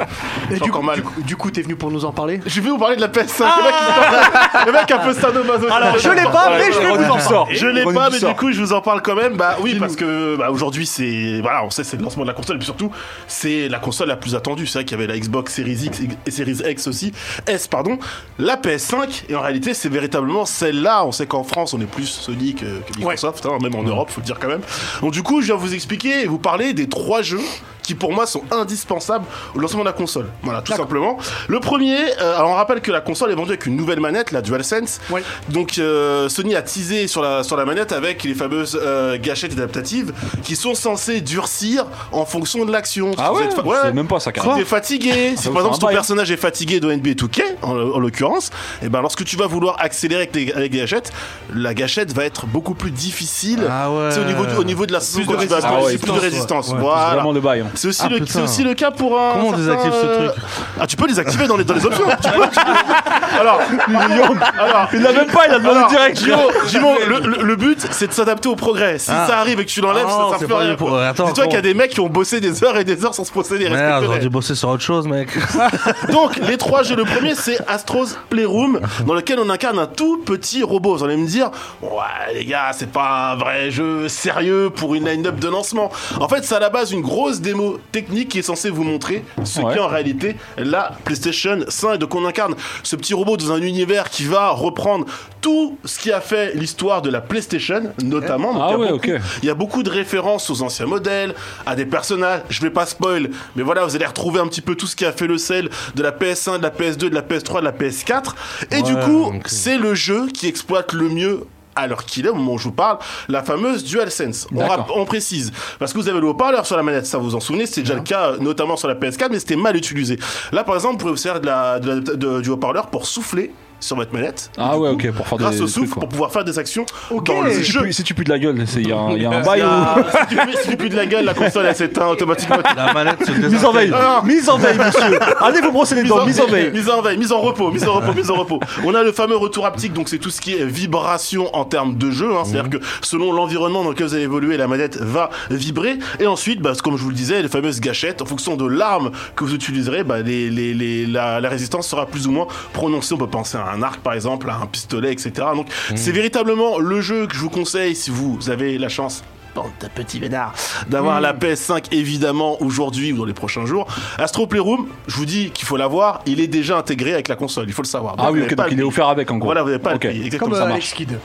[SPEAKER 6] j'ai
[SPEAKER 1] du,
[SPEAKER 6] encore
[SPEAKER 1] coup-
[SPEAKER 6] mal.
[SPEAKER 1] du coup- du coup, t'es venu pour nous en parler
[SPEAKER 6] Je vais vous parler de la PS5. le, mec, il parle- le mec un peu sadomaso.
[SPEAKER 1] Alors, Ah je l'ai pas, mais je vais vous en
[SPEAKER 2] Sort.
[SPEAKER 6] Je l'ai
[SPEAKER 2] René
[SPEAKER 6] pas,
[SPEAKER 2] du
[SPEAKER 6] mais
[SPEAKER 2] sort.
[SPEAKER 6] du coup, je vous en parle quand même. Bah oui, parce que bah voilà, aujourd'hui, c'est voilà, on sait c'est le lancement de la console, et puis surtout, c'est la console la plus attendue. C'est vrai qu'il y avait la Xbox Series X et Series X aussi, S pardon, la PS5, et en réalité, c'est véritablement celle-là. On sait qu'en France, on est plus Sony que, que Microsoft, hein, même en Europe, faut le dire quand même. Donc du coup, je viens vous expliquer et vous parler des trois jeux qui pour moi sont indispensables au lancement de la console. Voilà, tout simplement. Le premier, euh, alors on rappelle que la console est vendue avec une nouvelle manette, la DualSense.
[SPEAKER 1] Ouais.
[SPEAKER 6] Donc euh, Sony a teasé sur la, sur la manette avec les fameuses euh, gâchettes adaptatives qui sont censées durcir en fonction de l'action.
[SPEAKER 2] Ah
[SPEAKER 6] Si vous
[SPEAKER 2] ouais,
[SPEAKER 6] êtes fa-
[SPEAKER 2] je savais même pas ça,
[SPEAKER 6] Si
[SPEAKER 2] carrément.
[SPEAKER 3] <laughs>
[SPEAKER 6] t'es fatigué, si
[SPEAKER 2] vous
[SPEAKER 6] par exemple
[SPEAKER 2] fera
[SPEAKER 6] si
[SPEAKER 2] un
[SPEAKER 6] ton
[SPEAKER 2] bail.
[SPEAKER 6] personnage est fatigué de NBA 2K en, en l'occurrence, et ben lorsque tu vas vouloir accélérer avec les, avec les gâchettes, la gâchette va être beaucoup plus difficile.
[SPEAKER 4] Ah ouais.
[SPEAKER 6] C'est au niveau, du- au niveau de la
[SPEAKER 4] de
[SPEAKER 6] sauce quand tu vas
[SPEAKER 4] résistance.
[SPEAKER 6] appuyer,
[SPEAKER 2] Ah ouais,
[SPEAKER 6] plus de
[SPEAKER 4] ouais.
[SPEAKER 6] résistance.
[SPEAKER 4] Ouais, plus
[SPEAKER 6] Voilà.
[SPEAKER 2] Vraiment le bail. hein.
[SPEAKER 6] C'est aussi,
[SPEAKER 3] Ah,
[SPEAKER 6] le,
[SPEAKER 3] putain.
[SPEAKER 6] c'est aussi le cas pour un.
[SPEAKER 3] Comment on
[SPEAKER 6] certain,
[SPEAKER 3] désactive ce
[SPEAKER 6] euh,
[SPEAKER 3] truc
[SPEAKER 6] Ah, tu peux désactiver dans les, dans les options. tu peux, tu peux. Alors, alors,
[SPEAKER 2] Il l'a même pas,
[SPEAKER 3] Ah,
[SPEAKER 2] il a demandé
[SPEAKER 6] alors,
[SPEAKER 2] direct.
[SPEAKER 3] <laughs>
[SPEAKER 6] Jimo, Jimo, le, le- le but, c'est de s'adapter au progrès. Si
[SPEAKER 3] Ah.
[SPEAKER 6] ça arrive et que tu l'enlèves,
[SPEAKER 3] Ah non,
[SPEAKER 6] ça,
[SPEAKER 3] c'est
[SPEAKER 6] ça fait
[SPEAKER 3] pas
[SPEAKER 6] rien.
[SPEAKER 3] du pour-
[SPEAKER 6] quoi.
[SPEAKER 3] Attends,
[SPEAKER 6] Dis-toi qu'il y a
[SPEAKER 3] comment-
[SPEAKER 6] des mecs qui ont bossé des heures et des heures sans se procéder.
[SPEAKER 3] Merde, j'aurais
[SPEAKER 6] respecte-les.
[SPEAKER 3] dû bosser sur autre
[SPEAKER 1] <laughs>
[SPEAKER 3] chose, mec.
[SPEAKER 6] <laughs> Donc, les trois jeux, le premier, c'est Astro's Playroom, dans lequel on incarne un tout petit robot. Vous allez me dire, ouais, les gars, c'est pas un vrai jeu sérieux pour une line-up de lancement. En fait, c'est à la base une grosse démo technique qui est censée vous montrer ce
[SPEAKER 2] Ouais.
[SPEAKER 6] qu'est en réalité la PlayStation 5. Donc, on incarne ce petit robot dans un univers qui va reprendre tout ce qui a fait l'histoire de la PlayStation, notamment. Donc,
[SPEAKER 2] Ah
[SPEAKER 6] il y a
[SPEAKER 2] ouais,
[SPEAKER 6] beaucoup-
[SPEAKER 2] ok.
[SPEAKER 6] il y a beaucoup de références aux anciens modèles, à des personnages. Je vais pas spoil, mais voilà, vous allez retrouver un petit peu tout ce qui a fait le sel de la PS1, de la PS2, de la PS3, de la PS4. Et du
[SPEAKER 3] Ouais,
[SPEAKER 6] coup,
[SPEAKER 2] euh,
[SPEAKER 3] ok.
[SPEAKER 6] c'est le jeu qui exploite le mieux. Alors qu'il est, au moment où je vous parle, la fameuse DualSense. On,
[SPEAKER 2] D'accord.
[SPEAKER 6] rap- on précise. Parce que vous avez le haut-parleur sur la manette, ça vous vous en souvenez, c'était déjà le cas, euh, notamment sur la PS4, mais c'était mal utilisé. Là, par exemple, vous pouvez vous servir de la- de la- de- du haut-parleur pour souffler sur votre manette.
[SPEAKER 2] Ah ouais, ok, pour faire des.
[SPEAKER 6] Grâce au
[SPEAKER 2] des trucs,
[SPEAKER 6] souffle,
[SPEAKER 2] quoi.
[SPEAKER 6] pour pouvoir faire des actions
[SPEAKER 1] Ok.
[SPEAKER 6] dans les
[SPEAKER 2] Si tu
[SPEAKER 6] jeux.
[SPEAKER 2] pues- Si tu pues de la gueule, c'est- il y a un il y a un
[SPEAKER 6] Il
[SPEAKER 2] bail
[SPEAKER 6] y a-
[SPEAKER 2] ou.
[SPEAKER 6] si, tu fais, si tu pues de la gueule, la console elle s'éteint
[SPEAKER 2] <laughs>
[SPEAKER 6] automatiquement.
[SPEAKER 3] La manette se
[SPEAKER 2] Mise en veille,
[SPEAKER 6] Non, non.
[SPEAKER 2] <laughs> mise en veille, monsieur. Allez vous brosser les dents, mise en veille.
[SPEAKER 6] mise en veille, mise en repos, mise en repos, mise en repos. On a le fameux retour haptique, donc c'est tout ce qui est vibration en termes de jeu. hein. C'est-à-dire
[SPEAKER 2] Mhm.
[SPEAKER 6] que selon l'environnement dans lequel vous allez évoluer, la manette va vibrer. Et ensuite, bah, comme je vous le disais, les fameuses gâchettes, en fonction de l'arme que vous utiliserez, bah, les- les- les- la, la résistance sera plus ou moins prononcée. On peut penser à un arc par exemple, à un pistolet, etc. Donc
[SPEAKER 2] Mhm.
[SPEAKER 6] c'est véritablement le jeu que je vous conseille si vous avez la chance bande de petits vénards, d'avoir
[SPEAKER 2] Hmm.
[SPEAKER 6] la PS5 évidemment aujourd'hui ou dans les prochains jours. Astro Playroom, je vous dis qu'il faut l'avoir, il est déjà intégré avec la console, il faut le savoir.
[SPEAKER 2] Ah
[SPEAKER 6] Donc,
[SPEAKER 2] oui,
[SPEAKER 6] vous
[SPEAKER 2] ok,
[SPEAKER 6] n'avez pas
[SPEAKER 2] donc
[SPEAKER 6] à le
[SPEAKER 2] il est
[SPEAKER 6] payer.
[SPEAKER 2] offert avec en gros.
[SPEAKER 6] Voilà, vous n'avez pas à le
[SPEAKER 2] Ok.
[SPEAKER 6] payer, exactement.
[SPEAKER 1] Comme
[SPEAKER 2] ça
[SPEAKER 1] euh,
[SPEAKER 2] marche.
[SPEAKER 1] Alex Kidd.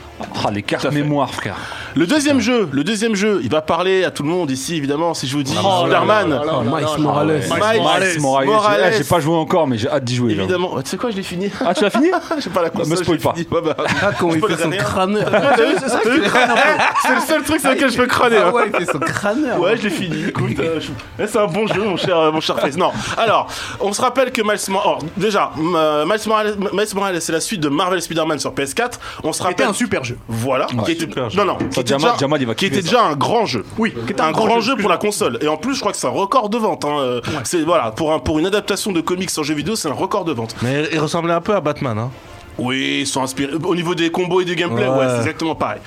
[SPEAKER 2] Ah, les cartes mémoire, frère.
[SPEAKER 6] Le deuxième jeu, le deuxième jeu, il va parler à tout le monde ici évidemment si je vous dis
[SPEAKER 2] Ah
[SPEAKER 6] Spider-Man.
[SPEAKER 4] Oh, Miles Morales.
[SPEAKER 6] Miles
[SPEAKER 2] Miles Morales.
[SPEAKER 6] Morales.
[SPEAKER 2] Eh, J'ai pas joué encore, mais j'ai hâte d'y jouer. j'avoue.
[SPEAKER 6] Évidemment, tu sais quoi, je l'ai fini.
[SPEAKER 2] Ah, tu l'as fini
[SPEAKER 6] <laughs> J'ai pas la console.
[SPEAKER 2] me spoil
[SPEAKER 6] je l'ai
[SPEAKER 2] pas.
[SPEAKER 6] fini. Ouais, bah,
[SPEAKER 4] Ah, comment il
[SPEAKER 6] Je peux
[SPEAKER 4] fait son
[SPEAKER 6] le dire.
[SPEAKER 4] crâneur.
[SPEAKER 6] t'as vu, c'est ça que tu crânes un peu. <laughs> C'est le seul truc sur lequel <laughs> je peux crâner. hein.
[SPEAKER 4] Ah ouais, il fait son crâneur.
[SPEAKER 6] Ouais, je l'ai fini. Écoute, euh, je- eh, c'est un bon jeu, mon cher, euh, mon cher Face. Non. Alors, on se rappelle que Miles Morales. Déjà, m- euh, Miles Morales, Miles Morales, c'est la suite de Marvel Spider-Man sur PS4. On se
[SPEAKER 1] C'était
[SPEAKER 6] rappelle.
[SPEAKER 1] un super jeu.
[SPEAKER 6] Voilà. qui était-
[SPEAKER 3] super jeu.
[SPEAKER 6] non, non. Qui était,
[SPEAKER 2] Jamal-
[SPEAKER 6] déjà,
[SPEAKER 2] Jamal, il va
[SPEAKER 6] qui
[SPEAKER 2] kiffer
[SPEAKER 6] était déjà un grand jeu.
[SPEAKER 1] Oui, qui était
[SPEAKER 6] un grand jeu pour la console. Et en plus, je crois que c'est un record de vente. hein. Euh, C'est voilà, pour un pour une adaptation de comics en jeu vidéo, c'est un record de vente.
[SPEAKER 3] Mais il ressemblait un peu à Batman, hein.
[SPEAKER 6] Oui, ils sont inspirés. Au niveau des combos et du gameplay, ouais,
[SPEAKER 3] Ouais.
[SPEAKER 6] c'est exactement pareil.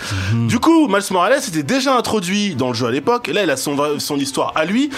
[SPEAKER 6] Du coup, Miles Morales était déjà introduit dans le jeu à l'époque. Là, il a son, son histoire à lui.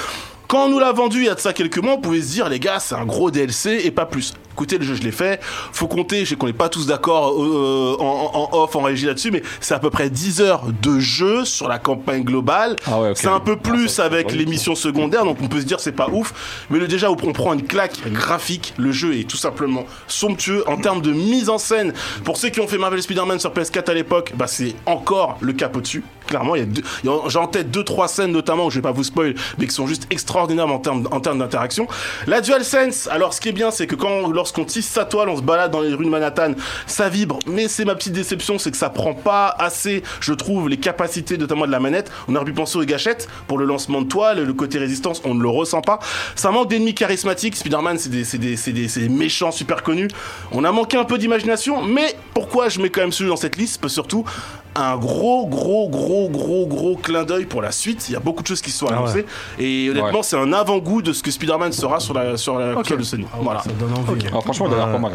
[SPEAKER 6] Quand on nous l'a vendu il y a de ça quelques mois, on pouvait se dire, les gars, c'est un gros DLC et pas plus. Écoutez, le jeu, je l'ai fait. Faut compter, je sais qu'on n'est pas tous d'accord euh, en, en- en off, en régie là-dessus, mais c'est à peu près 10 heures de jeu sur la campagne globale.
[SPEAKER 2] Ah ouais, ok.
[SPEAKER 6] C'est un peu
[SPEAKER 2] Ah,
[SPEAKER 6] plus
[SPEAKER 2] ça, c'est
[SPEAKER 6] avec
[SPEAKER 2] pas
[SPEAKER 6] les missions secondaires, donc on peut se dire c'est pas ouf. Mais le, déjà, on prend une claque graphique. Le jeu est tout simplement somptueux en termes de mise en scène. Pour ceux qui ont fait Marvel Spider-Man sur PS4 à l'époque, bah c'est encore le cap au-dessus. Clairement, il y a deux- il y en- j'ai en tête deux trois scènes notamment, je vais pas vous spoil, mais qui sont juste extraordinaires en termes en termes d'interaction. La DualSense, alors ce qui est bien, c'est que quand lorsqu'on tisse sa toile, on se balade dans les rues de Manhattan, ça vibre. Mais c'est ma petite déception, c'est que ça prend pas assez, je trouve, les capacités notamment de la manette. On aurait pu penser aux gâchettes pour le lancement de toile, le côté résistance, on ne le ressent pas. Ça manque d'ennemis charismatiques. Spider-Man, c'est des, c'est des- c'est des- c'est des méchants super connus. On a manqué un peu d'imagination, mais pourquoi je mets quand même celui dans cette liste Parce que Surtout, un gros, gros, gros, gros, gros clin d'œil pour la suite. Il y a beaucoup de choses qui se sont
[SPEAKER 2] Ah
[SPEAKER 6] annoncées. Et honnêtement, c'est un avant-goût de ce que Spider-Man sera sur la, sur la console de Sony. Voilà.
[SPEAKER 4] Ça donne envie.
[SPEAKER 2] Ah, Franchement, il a l'air pas mal.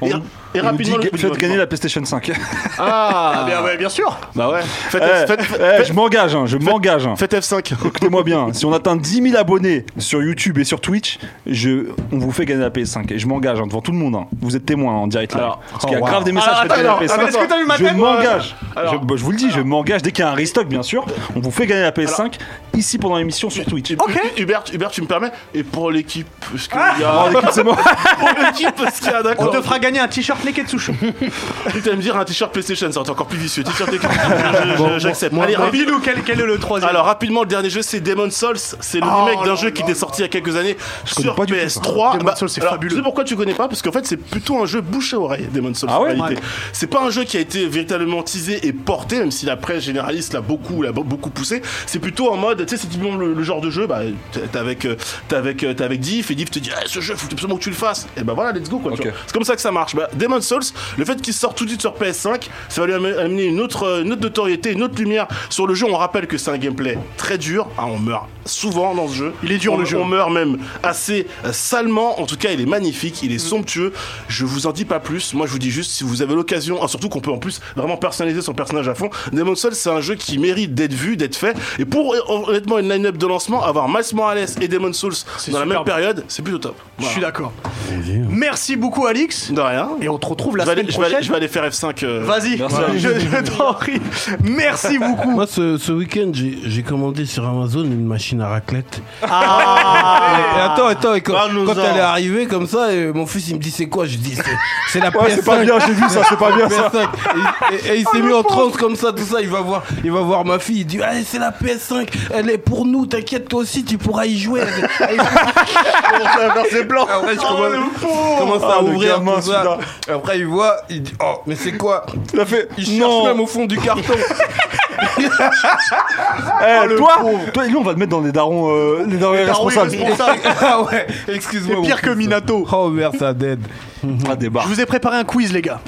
[SPEAKER 2] ouais.
[SPEAKER 6] Et
[SPEAKER 2] On-
[SPEAKER 6] Et
[SPEAKER 2] Il nous dit,
[SPEAKER 6] rapidement, le-
[SPEAKER 2] faites gagner la PlayStation 5.
[SPEAKER 6] Ah,
[SPEAKER 1] Bien, ouais, Eh, bien sûr.
[SPEAKER 6] Bah ouais. Faites,
[SPEAKER 2] Eh,
[SPEAKER 6] faites-
[SPEAKER 2] <laughs> eh, je m'engage, hein, je m'engage. hein.
[SPEAKER 6] faites F5.
[SPEAKER 2] Écoutez-moi bien, si on atteint 10 000 abonnés sur YouTube et sur Twitch, je, on vous fait gagner la PS5. Et je m'engage hein, devant tout le monde. hein. Vous êtes témoin en direct là. Parce qu'il y a grave des messages
[SPEAKER 6] Alors,
[SPEAKER 2] faites gagner
[SPEAKER 6] attends,
[SPEAKER 2] la PS5.
[SPEAKER 6] attends, est-ce que t'as vu ma
[SPEAKER 2] je
[SPEAKER 6] tête, moi
[SPEAKER 2] m'engage.
[SPEAKER 6] Alors.
[SPEAKER 2] Je, bah, je vous le dis, je m'engage. Dès qu'il y a un restock, bien sûr, on vous fait gagner la PS5 ici pendant l'émission sur Twitch.
[SPEAKER 1] Ok.
[SPEAKER 6] Hu- Hubert, Hubert, tu me permets Et pour l'équipe, parce qu'il y a.
[SPEAKER 2] Oh, écoute, c'est
[SPEAKER 6] <laughs>
[SPEAKER 2] moi.
[SPEAKER 6] pour l'équipe, parce qu'il y a
[SPEAKER 1] Ah. On
[SPEAKER 6] d'accord.
[SPEAKER 1] te fera gagner un t-shirt Neketsucho.
[SPEAKER 6] Tu vas me dire un t-shirt PlayStation, ça va être encore plus vicieux. T-shirt
[SPEAKER 1] <laughs>
[SPEAKER 6] équipe, je- je- j'accepte. Allez, rapide.
[SPEAKER 1] Bilou, quel, quel est le troisième
[SPEAKER 6] Alors rapidement, le dernier jeu, c'est Demon's Souls. C'est
[SPEAKER 2] Oh
[SPEAKER 6] le remake d'un jeu qui était sorti il y a quelques années
[SPEAKER 2] connais
[SPEAKER 6] sur
[SPEAKER 2] pas du tout,
[SPEAKER 6] PS3.
[SPEAKER 1] Demon's Souls, c'est
[SPEAKER 6] alors,
[SPEAKER 1] fabuleux.
[SPEAKER 6] Tu sais pourquoi tu connais pas Parce qu'en fait, c'est plutôt un jeu bouche à oreille, Demon's Souls.
[SPEAKER 2] Ah
[SPEAKER 6] en
[SPEAKER 2] ouais
[SPEAKER 6] réalité. C'est pas un jeu qui a été véritablement teasé et porté, même si la presse généraliste l'a beaucoup, l'a beaucoup poussé. C'est plutôt en mode, tu sais, c'est typiquement le, le genre de jeu. Bah, t'es- t'es avec, euh, t'es avec, euh, t'es avec Diff et Diff te dit, Ah, ce jeu, faut absolument que tu le fasses. Et bah voilà, let's go quoi. tu
[SPEAKER 2] Ok.
[SPEAKER 6] vois. C'est comme ça que ça marche. Bah, Demon's Souls, le fait qu'il sorte tout de suite sur PS5, ça va lui am- amener une autre, euh, une autre notoriété, une autre lumière sur le jeu. On rappelle que c'est un gameplay très dur. Ah, on meurt souvent dans ce jeu. Il est dur le jeu. On meurt même assez euh, salement. En tout cas, il est magnifique, il est somptueux. Je vous en dis pas plus. Moi, je vous dis juste si vous avez l'occasion, ah, surtout qu'on peut en plus vraiment personnaliser son personnage à fond. Demon's Souls, c'est un jeu qui mérite d'être vu, d'être fait. Et pour euh, honnêtement une line-up de lancement, avoir Miles Morales et Demon's Souls dans la même période, c'est plutôt top.
[SPEAKER 1] Je
[SPEAKER 6] Voilà.
[SPEAKER 1] suis d'accord. Merci beaucoup, Alix.
[SPEAKER 6] De rien.
[SPEAKER 1] Et on te retrouve la
[SPEAKER 6] Je vais,
[SPEAKER 1] semaine
[SPEAKER 6] aller, je, vais aller,
[SPEAKER 1] prochaine.
[SPEAKER 6] je vais aller faire F5. euh,
[SPEAKER 1] Vas-y, je, je t'en prie. Merci
[SPEAKER 2] <laughs>
[SPEAKER 1] beaucoup.
[SPEAKER 4] Moi, ce, ce week-end, j'ai j'ai commandé sur Amazon une machine à raclette. Et
[SPEAKER 1] Ah,
[SPEAKER 4] attends, attends, et quand,
[SPEAKER 3] Parle-nous-en.
[SPEAKER 4] quand elle est arrivée comme ça, et mon fils il me dit c'est quoi Je dis c'est- c'est la
[SPEAKER 2] Ouais,
[SPEAKER 4] PS5.
[SPEAKER 2] c'est pas bien, j'ai vu ça,
[SPEAKER 4] <laughs>
[SPEAKER 2] c'est pas bien ça.
[SPEAKER 4] PS5. Et, et- et il s'est mis en transe comme ça, tout ça. Il va voir, il va voir ma fille. Il dit allez c'est la PS5. Elle est pour nous. T'inquiète, toi aussi tu pourras y jouer. Elle- elle-
[SPEAKER 3] commence à faire ses plans.
[SPEAKER 4] Après, je commence, je commence à
[SPEAKER 2] Ah, le
[SPEAKER 4] ouvrir
[SPEAKER 2] gamin,
[SPEAKER 4] tout ça. Après, il voit, il dit Oh, mais c'est quoi
[SPEAKER 2] Il a fait.
[SPEAKER 4] Il cherche
[SPEAKER 2] non.
[SPEAKER 4] même au fond du
[SPEAKER 2] <laughs>
[SPEAKER 4] carton.
[SPEAKER 2] Eh, toi, toi, lui, on va le mettre dans les darons, euh, les darons responsables. <laughs>
[SPEAKER 4] ah ouais, excuse-moi.
[SPEAKER 1] c'est
[SPEAKER 4] mon
[SPEAKER 1] pire que
[SPEAKER 4] fils.
[SPEAKER 1] Minato.
[SPEAKER 4] Oh merde, ça dead.
[SPEAKER 2] Ah, débat.
[SPEAKER 1] Je vous ai préparé un quiz, les gars.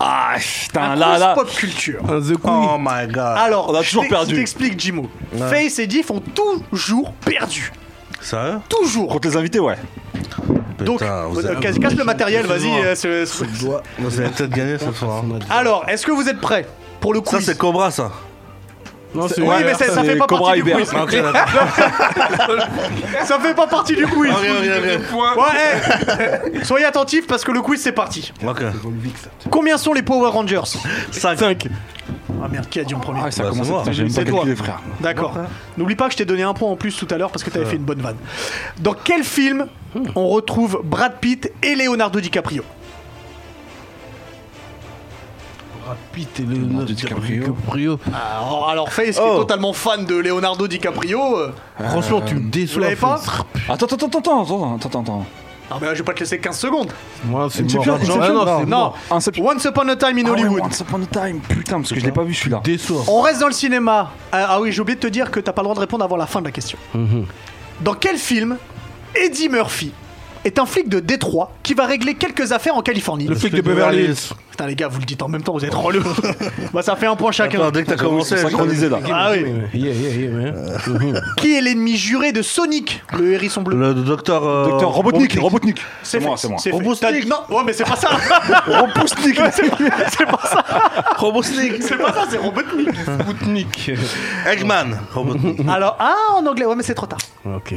[SPEAKER 2] Ah, putain,
[SPEAKER 1] Un
[SPEAKER 2] là,
[SPEAKER 1] quiz
[SPEAKER 2] là.
[SPEAKER 1] pop culture.
[SPEAKER 4] Un The Queen.
[SPEAKER 3] Oh my god.
[SPEAKER 1] Alors,
[SPEAKER 2] on a
[SPEAKER 1] je
[SPEAKER 2] toujours
[SPEAKER 1] t'ex-
[SPEAKER 2] perdu.
[SPEAKER 1] Je t'explique, Jimo. Face et Diff ont toujours perdu.
[SPEAKER 3] Sérieux
[SPEAKER 1] Toujours.
[SPEAKER 2] Contre les invités, ouais.
[SPEAKER 1] Donc,
[SPEAKER 3] Oh, Putain, vous
[SPEAKER 1] euh,
[SPEAKER 3] avez-
[SPEAKER 1] casse, casse le matériel, vas-y.
[SPEAKER 3] Excusez-moi.
[SPEAKER 1] euh, c'est- c'est-
[SPEAKER 3] Vous allez peut-être gagner cette fois. hein.
[SPEAKER 1] Alors, est-ce que vous êtes prêts pour le
[SPEAKER 3] Ça,
[SPEAKER 1] quiz
[SPEAKER 3] c'est Cobra, ça.
[SPEAKER 4] Non, c'est
[SPEAKER 1] Oui, mais ça, ça
[SPEAKER 2] c'est
[SPEAKER 1] fait pas
[SPEAKER 2] Cobra
[SPEAKER 1] partie du
[SPEAKER 2] Hubert.
[SPEAKER 1] quiz.
[SPEAKER 3] Ok, d'accord.
[SPEAKER 1] Ça fait pas partie du quiz.
[SPEAKER 3] Ok, ok,
[SPEAKER 1] Ouais, eh, soyez attentifs parce que le quiz c'est parti.
[SPEAKER 3] ok. Ok.
[SPEAKER 1] Combien sont les Power Rangers
[SPEAKER 4] 5.
[SPEAKER 1] Ah merde, qui a dit en premier
[SPEAKER 2] Ah, ça
[SPEAKER 3] Bah,
[SPEAKER 2] commence
[SPEAKER 3] c'est moi.
[SPEAKER 2] à J'ai même pas
[SPEAKER 1] C'est toi.
[SPEAKER 2] calculé, frère.
[SPEAKER 1] D'accord. N'oublie pas que je t'ai donné un point en plus tout à l'heure parce que t'avais fait une bonne vanne. Dans quel film on retrouve Brad Pitt et Leonardo DiCaprio
[SPEAKER 4] Rapide, le
[SPEAKER 2] DiCaprio.
[SPEAKER 4] DiCaprio.
[SPEAKER 1] Ah, Alors, alors Face, qui est totalement fan de Leonardo DiCaprio. euh,
[SPEAKER 4] Franchement, tu me
[SPEAKER 1] vous
[SPEAKER 4] déçois.
[SPEAKER 1] l'avez pas
[SPEAKER 4] Fritz.
[SPEAKER 2] Attends, attends, attends, attends, attends, attends, attends.
[SPEAKER 1] Ah, mais là, je vais pas te laisser 15 secondes.
[SPEAKER 4] Moi, c'est
[SPEAKER 2] Inception,
[SPEAKER 4] mort. Ah,
[SPEAKER 2] Inception,
[SPEAKER 4] non, c'est
[SPEAKER 1] Non,
[SPEAKER 4] mort.
[SPEAKER 2] Inception.
[SPEAKER 1] Once Upon a Time in
[SPEAKER 2] Ah ouais,
[SPEAKER 1] Hollywood.
[SPEAKER 2] Once Upon a Time, putain, parce que je l'ai pas vu celui-là.
[SPEAKER 4] Déçois.
[SPEAKER 1] On reste dans le cinéma. Ah, ah oui, j'ai oublié de te dire que t'as pas le droit de répondre avant la fin de la question.
[SPEAKER 4] Mhm.
[SPEAKER 1] Dans quel film Eddie Murphy est un flic de Détroit qui va régler quelques affaires en Californie
[SPEAKER 4] Le flic de Beverly Hills.
[SPEAKER 1] Putain, les gars, vous le dites en même temps, vous
[SPEAKER 2] Oh.
[SPEAKER 1] êtes
[SPEAKER 2] <laughs>
[SPEAKER 1] relou. bah, ça fait un point chacun.
[SPEAKER 3] Attends, dès que t'as commencé, je-
[SPEAKER 2] Synchronisé là.
[SPEAKER 1] Ah oui.
[SPEAKER 4] Yeah, yeah, yeah,
[SPEAKER 1] Euh.
[SPEAKER 4] man. Mhm.
[SPEAKER 1] Qui est l'ennemi juré de Sonic, le hérisson bleu
[SPEAKER 3] Le docteur. euh,
[SPEAKER 2] Docteur Robotnik, Robotnik.
[SPEAKER 1] C'est
[SPEAKER 2] C'est moi,
[SPEAKER 1] fait,
[SPEAKER 2] c'est moi.
[SPEAKER 1] fait.
[SPEAKER 3] Robotnik.
[SPEAKER 1] T'as- Non, ouais, mais c'est pas
[SPEAKER 2] <laughs>
[SPEAKER 1] ça.
[SPEAKER 2] Robotnik.
[SPEAKER 3] Robotnik.
[SPEAKER 1] c'est pas ça, c'est Robotnik.
[SPEAKER 4] Boutnik.
[SPEAKER 3] Eggman. Robotnik.
[SPEAKER 1] Alors, ah, en anglais, ouais, mais c'est trop tard.
[SPEAKER 4] Ok.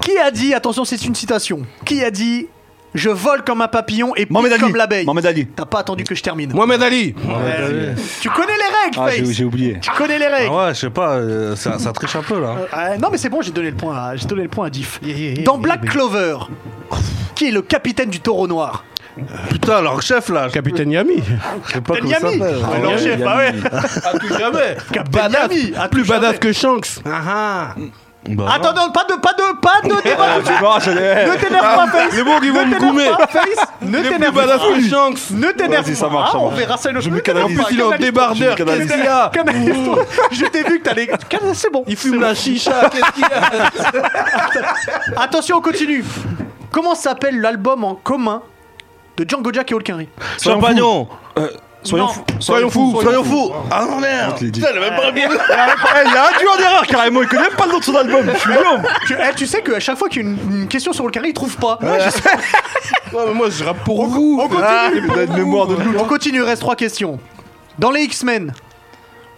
[SPEAKER 1] Qui a dit, attention, c'est une citation. Qui a dit, je vole comme un papillon et pique
[SPEAKER 2] Mohamed Ali.
[SPEAKER 1] comme l'abeille
[SPEAKER 2] Mohamed Ali.
[SPEAKER 1] T'as pas attendu que je termine.
[SPEAKER 4] Mohamed Ali.
[SPEAKER 1] Tu connais les règles,
[SPEAKER 2] Ah, j'ai
[SPEAKER 1] Face
[SPEAKER 2] j'ai oublié.
[SPEAKER 1] Tu connais les règles
[SPEAKER 3] Ah ouais, je sais pas, euh, ça, ça triche un peu là.
[SPEAKER 1] Euh, Non, mais c'est bon, j'ai donné le point à, j'ai donné le point à Diff. Dans Black Clover, qui est le capitaine du taureau noir
[SPEAKER 3] Putain, leur chef là, je
[SPEAKER 4] Capitaine Yami.
[SPEAKER 3] sais pas comment ça
[SPEAKER 1] Yami
[SPEAKER 3] s'appelle.
[SPEAKER 1] Ah, leur
[SPEAKER 2] ouais,
[SPEAKER 1] chef,
[SPEAKER 2] Yami.
[SPEAKER 1] ah ouais
[SPEAKER 4] À tout jamais.
[SPEAKER 1] Capitaine
[SPEAKER 4] Badass.
[SPEAKER 1] Yami à
[SPEAKER 4] Plus
[SPEAKER 1] tout jamais.
[SPEAKER 4] badass que Shanks. Ah ah.
[SPEAKER 3] Bah,
[SPEAKER 1] Attends, non, pas de, pas de, pas de débat tout de suite.
[SPEAKER 2] <laughs> Ah, j'allais-
[SPEAKER 1] Ne t'énerve pas, Face
[SPEAKER 4] Les mots qui vont
[SPEAKER 1] Ne
[SPEAKER 4] me
[SPEAKER 1] t'énerve
[SPEAKER 4] goumer.
[SPEAKER 1] pas, Face Ne
[SPEAKER 4] Il est plus
[SPEAKER 1] t'énerve
[SPEAKER 4] badass
[SPEAKER 1] pas
[SPEAKER 4] que Shanks.
[SPEAKER 1] ne
[SPEAKER 2] Vas-y,
[SPEAKER 1] t'énerve
[SPEAKER 2] ça
[SPEAKER 1] pas.
[SPEAKER 2] marche, ça
[SPEAKER 1] Ah, on
[SPEAKER 2] marche.
[SPEAKER 1] verra ça une autre
[SPEAKER 2] Je me
[SPEAKER 1] fois. Ne
[SPEAKER 2] canalise.
[SPEAKER 1] t'énerve pas,
[SPEAKER 4] Il est en
[SPEAKER 1] canalise-toi.
[SPEAKER 4] débardeur.
[SPEAKER 2] Je me canalise.
[SPEAKER 4] Qu'est-ce qu'il y a
[SPEAKER 1] Canalise-toi. Je t'ai vu que t'allais. Canalise- C'est bon.
[SPEAKER 4] Il fume la chicha. Qu'est-ce qu'il y a
[SPEAKER 1] <laughs> Attention, on continue. Comment s'appelle l'album en commun de Django Jack et Hulk Henry
[SPEAKER 2] Soyons
[SPEAKER 3] Champagnon
[SPEAKER 2] fous. Euh, Soyons
[SPEAKER 5] Non.
[SPEAKER 2] fous.
[SPEAKER 3] Soyons fous, soyons fous. Ah non, merde. Putain, elle a
[SPEAKER 6] Euh,
[SPEAKER 3] même pas répondu. Il y a un duo d'erreur carrément. Il connaît pas le nom de son album. Je suis
[SPEAKER 2] Guillaume
[SPEAKER 1] Tu, eh, tu sais qu'à chaque fois qu'il y a une, une question sur le carré, il trouve pas.
[SPEAKER 4] Ouais, mais moi, je rappe pour vous.
[SPEAKER 1] on, on continue.
[SPEAKER 2] Il a une mémoire de loup.
[SPEAKER 1] on continue, il reste trois questions. Dans les X-Men,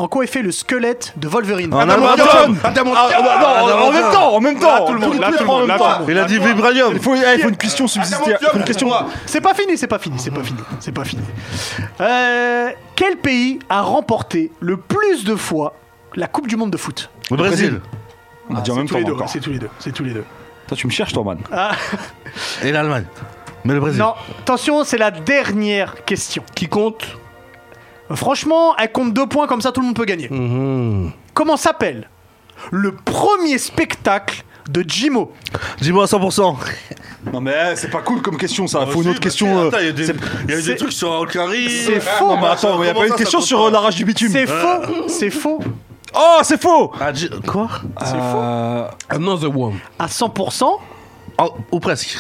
[SPEAKER 1] en quoi est fait le squelette de Wolverine
[SPEAKER 2] En
[SPEAKER 3] Adamantium.
[SPEAKER 2] Adamantium Ah, bah, non, en même temps, en même temps
[SPEAKER 6] tout le monde,
[SPEAKER 2] Tous les
[SPEAKER 6] là, tout le
[SPEAKER 2] trois en
[SPEAKER 6] monde,
[SPEAKER 2] même
[SPEAKER 6] là, tout
[SPEAKER 2] temps.
[SPEAKER 6] le monde.
[SPEAKER 3] Il a dit vibranium.
[SPEAKER 2] Il faut, eh, il faut une question subsidiaire. Il faut une question.
[SPEAKER 1] C'est pas fini, c'est pas fini, c'est pas fini, c'est pas fini. Euh, quel pays a remporté le plus de fois la Coupe du Monde de foot
[SPEAKER 3] Le Brésil.
[SPEAKER 2] On a dit en
[SPEAKER 1] C'est
[SPEAKER 2] même
[SPEAKER 1] tous
[SPEAKER 2] temps
[SPEAKER 1] les deux,
[SPEAKER 2] encore.
[SPEAKER 1] c'est tous les deux, c'est tous les deux.
[SPEAKER 2] Toi, tu me cherches, toi, man.
[SPEAKER 3] Et l'Allemagne. Mais le Brésil.
[SPEAKER 1] Non, attention, c'est la dernière question.
[SPEAKER 4] Qui compte
[SPEAKER 1] Franchement, elle compte deux points, comme ça tout le monde peut gagner.
[SPEAKER 4] Mhm.
[SPEAKER 1] Comment s'appelle le premier spectacle de Jimo
[SPEAKER 3] Dis-moi à 100%.
[SPEAKER 2] Non, mais eh, c'est pas cool comme question, ça. Faut une autre question. euh,
[SPEAKER 3] Attends, Il y a des-
[SPEAKER 2] c'est-
[SPEAKER 3] il y a eu
[SPEAKER 1] c'est-
[SPEAKER 3] des trucs sur Ah, Alcari.
[SPEAKER 1] C'est faux,
[SPEAKER 2] Non, mais attends, il y a pas une question sur euh, la rage du bitume.
[SPEAKER 1] C'est faux, c'est faux.
[SPEAKER 2] Oh, c'est faux
[SPEAKER 3] Ah, Quoi
[SPEAKER 2] Euh,
[SPEAKER 4] Another one.
[SPEAKER 1] À 100%,
[SPEAKER 3] Oh, Ou presque.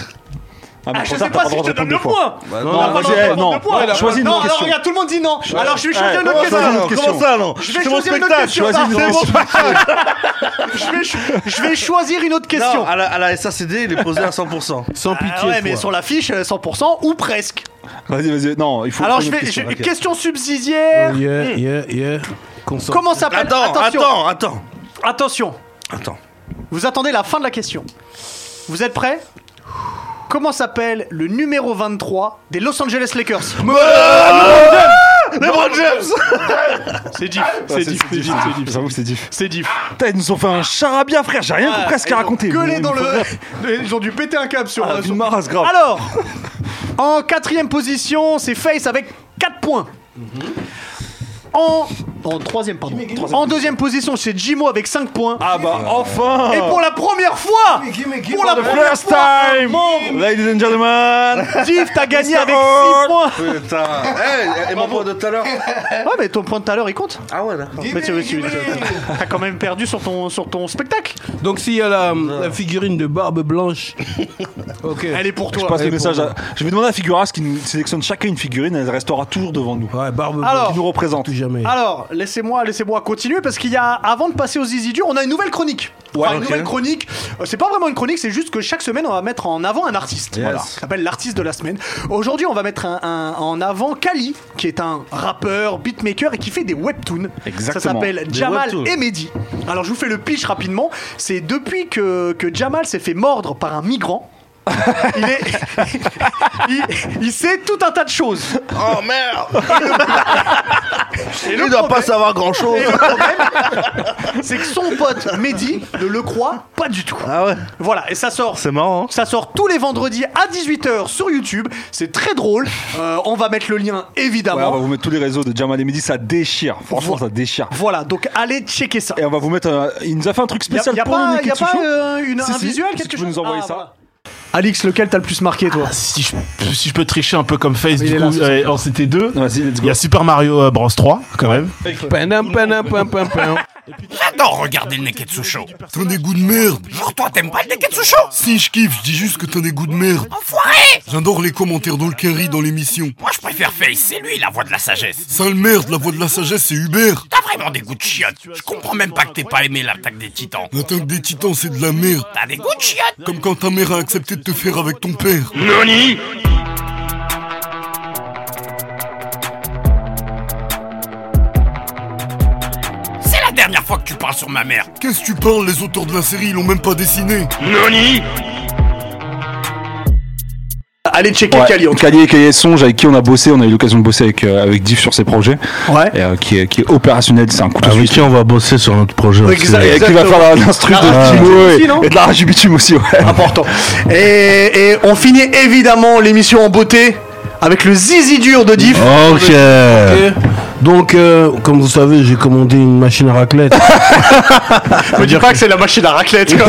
[SPEAKER 2] ah, mais
[SPEAKER 1] Ah, je
[SPEAKER 2] trop tard,
[SPEAKER 1] sais
[SPEAKER 2] t'as
[SPEAKER 1] pas si
[SPEAKER 2] le
[SPEAKER 1] je
[SPEAKER 2] droit
[SPEAKER 1] te
[SPEAKER 2] de
[SPEAKER 1] donne
[SPEAKER 2] répondre
[SPEAKER 1] le
[SPEAKER 2] deux fois.
[SPEAKER 1] point.
[SPEAKER 3] Bah,
[SPEAKER 2] Non,
[SPEAKER 1] Pas le
[SPEAKER 2] vas-y,
[SPEAKER 1] droit
[SPEAKER 2] eh,
[SPEAKER 1] de
[SPEAKER 2] non.
[SPEAKER 1] prendre de points.
[SPEAKER 2] Ouais, Choisis une
[SPEAKER 1] Non,
[SPEAKER 2] autre
[SPEAKER 1] alors
[SPEAKER 2] question.
[SPEAKER 1] regarde, tout le monde dit non. Alors je vais choisir une autre
[SPEAKER 3] Comment ça,
[SPEAKER 1] question.
[SPEAKER 3] non Comment ça, non
[SPEAKER 1] Je vais
[SPEAKER 3] C'est mon
[SPEAKER 1] choisir une autre
[SPEAKER 3] spectacle.
[SPEAKER 1] question.
[SPEAKER 2] Choisis une
[SPEAKER 1] C'est
[SPEAKER 2] autre
[SPEAKER 1] mon
[SPEAKER 2] question.
[SPEAKER 1] Je vais, cho- je vais choisir une autre question.
[SPEAKER 3] Non, à la, à la SACD, il est posé à 100%.
[SPEAKER 4] Sans
[SPEAKER 1] Ah
[SPEAKER 4] pitié.
[SPEAKER 1] ouais, mais
[SPEAKER 4] foi.
[SPEAKER 1] sur l'affiche, euh, 100% ou presque.
[SPEAKER 2] Vas-y, vas-y. Non, il faut.
[SPEAKER 1] Alors
[SPEAKER 2] faut
[SPEAKER 1] je
[SPEAKER 2] une
[SPEAKER 1] vais.
[SPEAKER 2] autre
[SPEAKER 1] je-
[SPEAKER 2] question.
[SPEAKER 1] Question, Oh, subsidiaire.
[SPEAKER 4] Yeah, yeah, yeah. Consent.
[SPEAKER 1] Ah. Comment s'appelle
[SPEAKER 3] Attends,
[SPEAKER 1] Attention,
[SPEAKER 3] attends, attends.
[SPEAKER 1] attention.
[SPEAKER 3] Attends.
[SPEAKER 1] Vous attendez la fin de la question. Vous êtes prêts Comment s'appelle le numéro 23 des Los Angeles Lakers
[SPEAKER 3] LeBron James
[SPEAKER 1] C'est diff,
[SPEAKER 2] Ouais,
[SPEAKER 1] c'est diff, c'est diff, c'est diff.
[SPEAKER 2] J'avoue que c'est diff.
[SPEAKER 1] C'est diff.
[SPEAKER 2] Putain, ils nous ont fait un charabia, frère. J'ai rien compris à ce
[SPEAKER 1] Ils
[SPEAKER 2] qu'il
[SPEAKER 1] ont
[SPEAKER 2] racontait.
[SPEAKER 1] gueulé
[SPEAKER 2] Bon,
[SPEAKER 1] dans
[SPEAKER 2] il me faut-
[SPEAKER 1] le. <laughs> Ils ont dû péter un câble sur. euh,
[SPEAKER 2] Ah,
[SPEAKER 1] sur-
[SPEAKER 2] du maras, grave.
[SPEAKER 1] Alors, en quatrième position, c'est Face avec 4 points. En, en troisième, pardon. en deuxième position, c'est Jimo avec 5 points.
[SPEAKER 2] Ah bah enfin
[SPEAKER 1] Et pour la première fois, pour la
[SPEAKER 2] The
[SPEAKER 1] première
[SPEAKER 2] first
[SPEAKER 1] fois,
[SPEAKER 2] time Ladies and gentlemen
[SPEAKER 1] Div, t'as gagné
[SPEAKER 2] Mr.
[SPEAKER 1] avec 6
[SPEAKER 2] Hall.
[SPEAKER 1] points.
[SPEAKER 3] Putain. Eh, et mon point de tout à l'heure
[SPEAKER 1] Ouais, mais ton point de tout à l'heure, il compte.
[SPEAKER 3] Ah ouais, d'accord.
[SPEAKER 1] Mais tu- tu- T'as quand même perdu sur ton, sur ton spectacle.
[SPEAKER 4] Donc, s'il y a la,
[SPEAKER 1] Ah.
[SPEAKER 4] la figurine de barbe blanche. ok.
[SPEAKER 1] Elle est pour
[SPEAKER 2] Je
[SPEAKER 1] toi.
[SPEAKER 2] passe le
[SPEAKER 4] Allez,
[SPEAKER 2] message
[SPEAKER 4] pour
[SPEAKER 2] à... Je vais demander à Figuras qui nous sélectionne chacun une figurine, elle restera toujours devant nous.
[SPEAKER 4] Ouais, barbe
[SPEAKER 1] Alors.
[SPEAKER 4] blanche.
[SPEAKER 2] Qui nous représente.
[SPEAKER 4] Plus jamais.
[SPEAKER 1] Alors, laissez-moi laissez-moi continuer parce qu'il y a avant de passer aux Easy Durs, on a une nouvelle chronique. Enfin, une
[SPEAKER 3] ok.
[SPEAKER 1] nouvelle chronique. Euh, C'est pas vraiment une chronique, c'est juste que chaque semaine on va mettre en avant un artiste.
[SPEAKER 3] Yes.
[SPEAKER 1] Voilà, ça s'appelle l'artiste de la semaine. Aujourd'hui, on va mettre un- un- en avant Kali, qui est un rappeur, beatmaker et qui fait des webtoons.
[SPEAKER 2] Exactement.
[SPEAKER 1] Ça s'appelle
[SPEAKER 3] Des
[SPEAKER 1] Jamal
[SPEAKER 3] webtoons.
[SPEAKER 1] et Mehdi. Alors, je vous fais le pitch rapidement. C'est depuis que, que Jamal s'est fait mordre par un migrant. <laughs> il, est- <laughs> il- il sait tout un tas de choses.
[SPEAKER 3] Oh merde Il
[SPEAKER 1] le
[SPEAKER 3] doit
[SPEAKER 1] problème-
[SPEAKER 3] pas savoir grand chose
[SPEAKER 1] Et le problème,
[SPEAKER 2] <laughs>
[SPEAKER 1] c'est que son pote Mehdi ne le croit pas du tout.
[SPEAKER 3] Ah ouais
[SPEAKER 1] Voilà, et ça sort.
[SPEAKER 3] C'est marrant. hein.
[SPEAKER 1] Ça sort tous les vendredis à 18h sur YouTube. C'est très drôle. Euh, on va mettre le lien,
[SPEAKER 2] Ouais, on va
[SPEAKER 1] évidemment.
[SPEAKER 2] vous mettre tous les réseaux de Jamal et Mehdi, ça déchire. Franchement,
[SPEAKER 1] Voilà.
[SPEAKER 2] ça déchire.
[SPEAKER 1] Voilà, donc allez checker ça.
[SPEAKER 2] Et on va vous mettre. un- Il nous a fait un truc
[SPEAKER 1] Il
[SPEAKER 2] spécial
[SPEAKER 1] n'y a,
[SPEAKER 2] pour
[SPEAKER 1] pas,
[SPEAKER 2] le
[SPEAKER 1] y a
[SPEAKER 2] Niketsu
[SPEAKER 1] pas,
[SPEAKER 2] Show.
[SPEAKER 1] euh, une-
[SPEAKER 2] Si,
[SPEAKER 1] un
[SPEAKER 2] si,
[SPEAKER 1] visuel,
[SPEAKER 2] si
[SPEAKER 1] quelque
[SPEAKER 2] tu peux
[SPEAKER 1] chose
[SPEAKER 2] nous envoyer
[SPEAKER 1] Ah,
[SPEAKER 2] ça.
[SPEAKER 1] voilà. Alex, lequel t'as le plus marqué, toi
[SPEAKER 6] Ah, si, je, si je peux tricher un peu comme Face,
[SPEAKER 1] Il
[SPEAKER 6] du
[SPEAKER 1] est là,
[SPEAKER 6] coup,
[SPEAKER 1] ce soir.
[SPEAKER 6] euh, on c'était deux.
[SPEAKER 2] Vas-y, let's
[SPEAKER 6] Il y
[SPEAKER 2] go.
[SPEAKER 6] a Super Mario euh, Bros 3, quand même.
[SPEAKER 4] Panam, panam, pam, pam, pam.
[SPEAKER 7] J'adore regarder Oh, le Neketsu Show. T'en es goût de merde. Genre toi, t'aimes pas le Neketsu Show Si, je kiffe, je dis juste que t'en es goût de merde. Enfoiré J'adore les commentaires d'Olkari dans l'émission. Moi, je préfère Face, c'est lui la voix de la sagesse. Sale merde, la voix de la sagesse, c'est Hubert. T'as vraiment des goûts de chiottes. Je comprends même pas que t'aies pas aimé l'attaque des titans. L'attaque des titans, c'est de la merde. T'as des goûts de chiottes Comme quand ta mère a accepté de te faire avec ton père. C'est la dernière fois que tu parles sur ma mère. Qu'est-ce que tu parles Les auteurs de la série, ils l'ont même pas dessiné.
[SPEAKER 1] Allez checker
[SPEAKER 2] Ouais.
[SPEAKER 1] Kali. en tout
[SPEAKER 2] Calier, Calier Songe, avec qui on a bossé, on a eu l'occasion de bosser avec, euh, avec Div sur ses projets,
[SPEAKER 1] cas. Ouais.
[SPEAKER 2] et, euh, qui, est, qui est opérationnel, c'est un couteau suisse.
[SPEAKER 3] Ah on va bosser sur notre projet
[SPEAKER 2] Et Ah qui va faire la- l'instru de
[SPEAKER 1] Ah,
[SPEAKER 2] Timo
[SPEAKER 1] aussi, non
[SPEAKER 2] et, et de la rage du bitume aussi, ouais.
[SPEAKER 1] <laughs> Important. Et, et on finit évidemment l'émission en beauté avec le zizi dur de Diff.
[SPEAKER 3] Ok
[SPEAKER 4] Ok. Donc, euh, comme vous savez, j'ai commandé une machine à raclette.
[SPEAKER 1] Me dis pas que c'est la machine à raclette. <laughs> quoi.